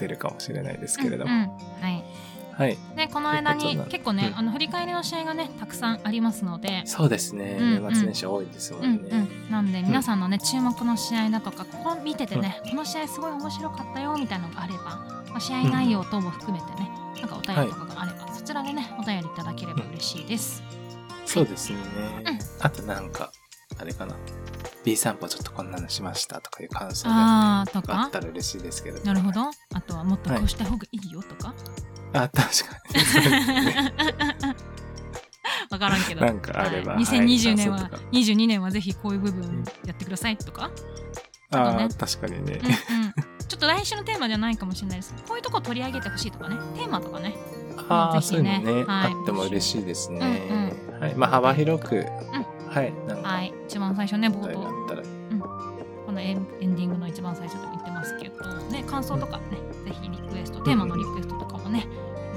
C: 出るかもしれないですけれども。
B: うんうんはい。
C: はい。
B: で、この間
C: と
B: に
C: いうことな
B: 結構ね、
C: うん
B: あの、振り返りの試合がね、たくさんありますので、
C: そうですね。
B: うんうん
C: 年末年始多いですも
B: うん
C: んね。
B: うん、なんで皆さんのね、注目の試合だとかここ見ててね、この試合すごい面白かったよみたいなのがあれば、まあ試合内容等も含めてね、なんかお便りとかがあれば、そちらでねお便りいただければ嬉しいです。
C: そうですね。
B: うん
C: あとなんか、あれかな。B 散歩ちょっとこんなのしましたとかいう感想が
B: あーと
C: あっ
B: か
C: たら嬉しいですけど。
B: なるほど。あとはもっとこうした方がいいよとか。
C: あ、確かにそうですね。
B: *laughs* わからんけど。
C: なんかあれば。
B: はい2020年
C: 感想
B: は
C: とか、
B: 22年はぜひこういう部分やってくださいとか、あと
C: あ
B: ね
C: あ、確かにね
B: うん。うん、ちょっと来週のテーマじゃないかもしれないですこういうとこ取り上げてほしいとかねテーマとかね
C: ああ、
B: ぜ
C: そ
B: ひ
C: う
B: ね
C: いうのね、
B: はい
C: あっても嬉しいですね。
B: う
C: はい、まあ幅広く、はい、なんか、
B: はい一番最初ね冒
C: 答えが
B: 頭
C: あったら、
B: このエンエンディングの一番最初でも言ってますけど、ね、感想とかね、ぜひリクエスト、テーマのリクエストとかもね、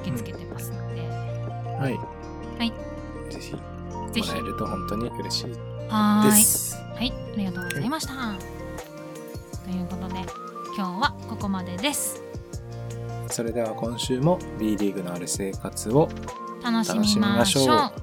B: 受け付けてますので、
C: はい、
B: い
C: ぜひも
B: ぜひ、
C: らえ
B: は
C: ると本当に嬉しいで
B: ーい
C: す。
B: はい、ありがとうございました。ということで、今日はここまでです。
C: それでは今週も B リーグのある生活を
B: 楽し
C: 楽し
B: み
C: み
B: ま
C: ま
B: し
C: し
B: ょ
C: ょ
B: う
C: う。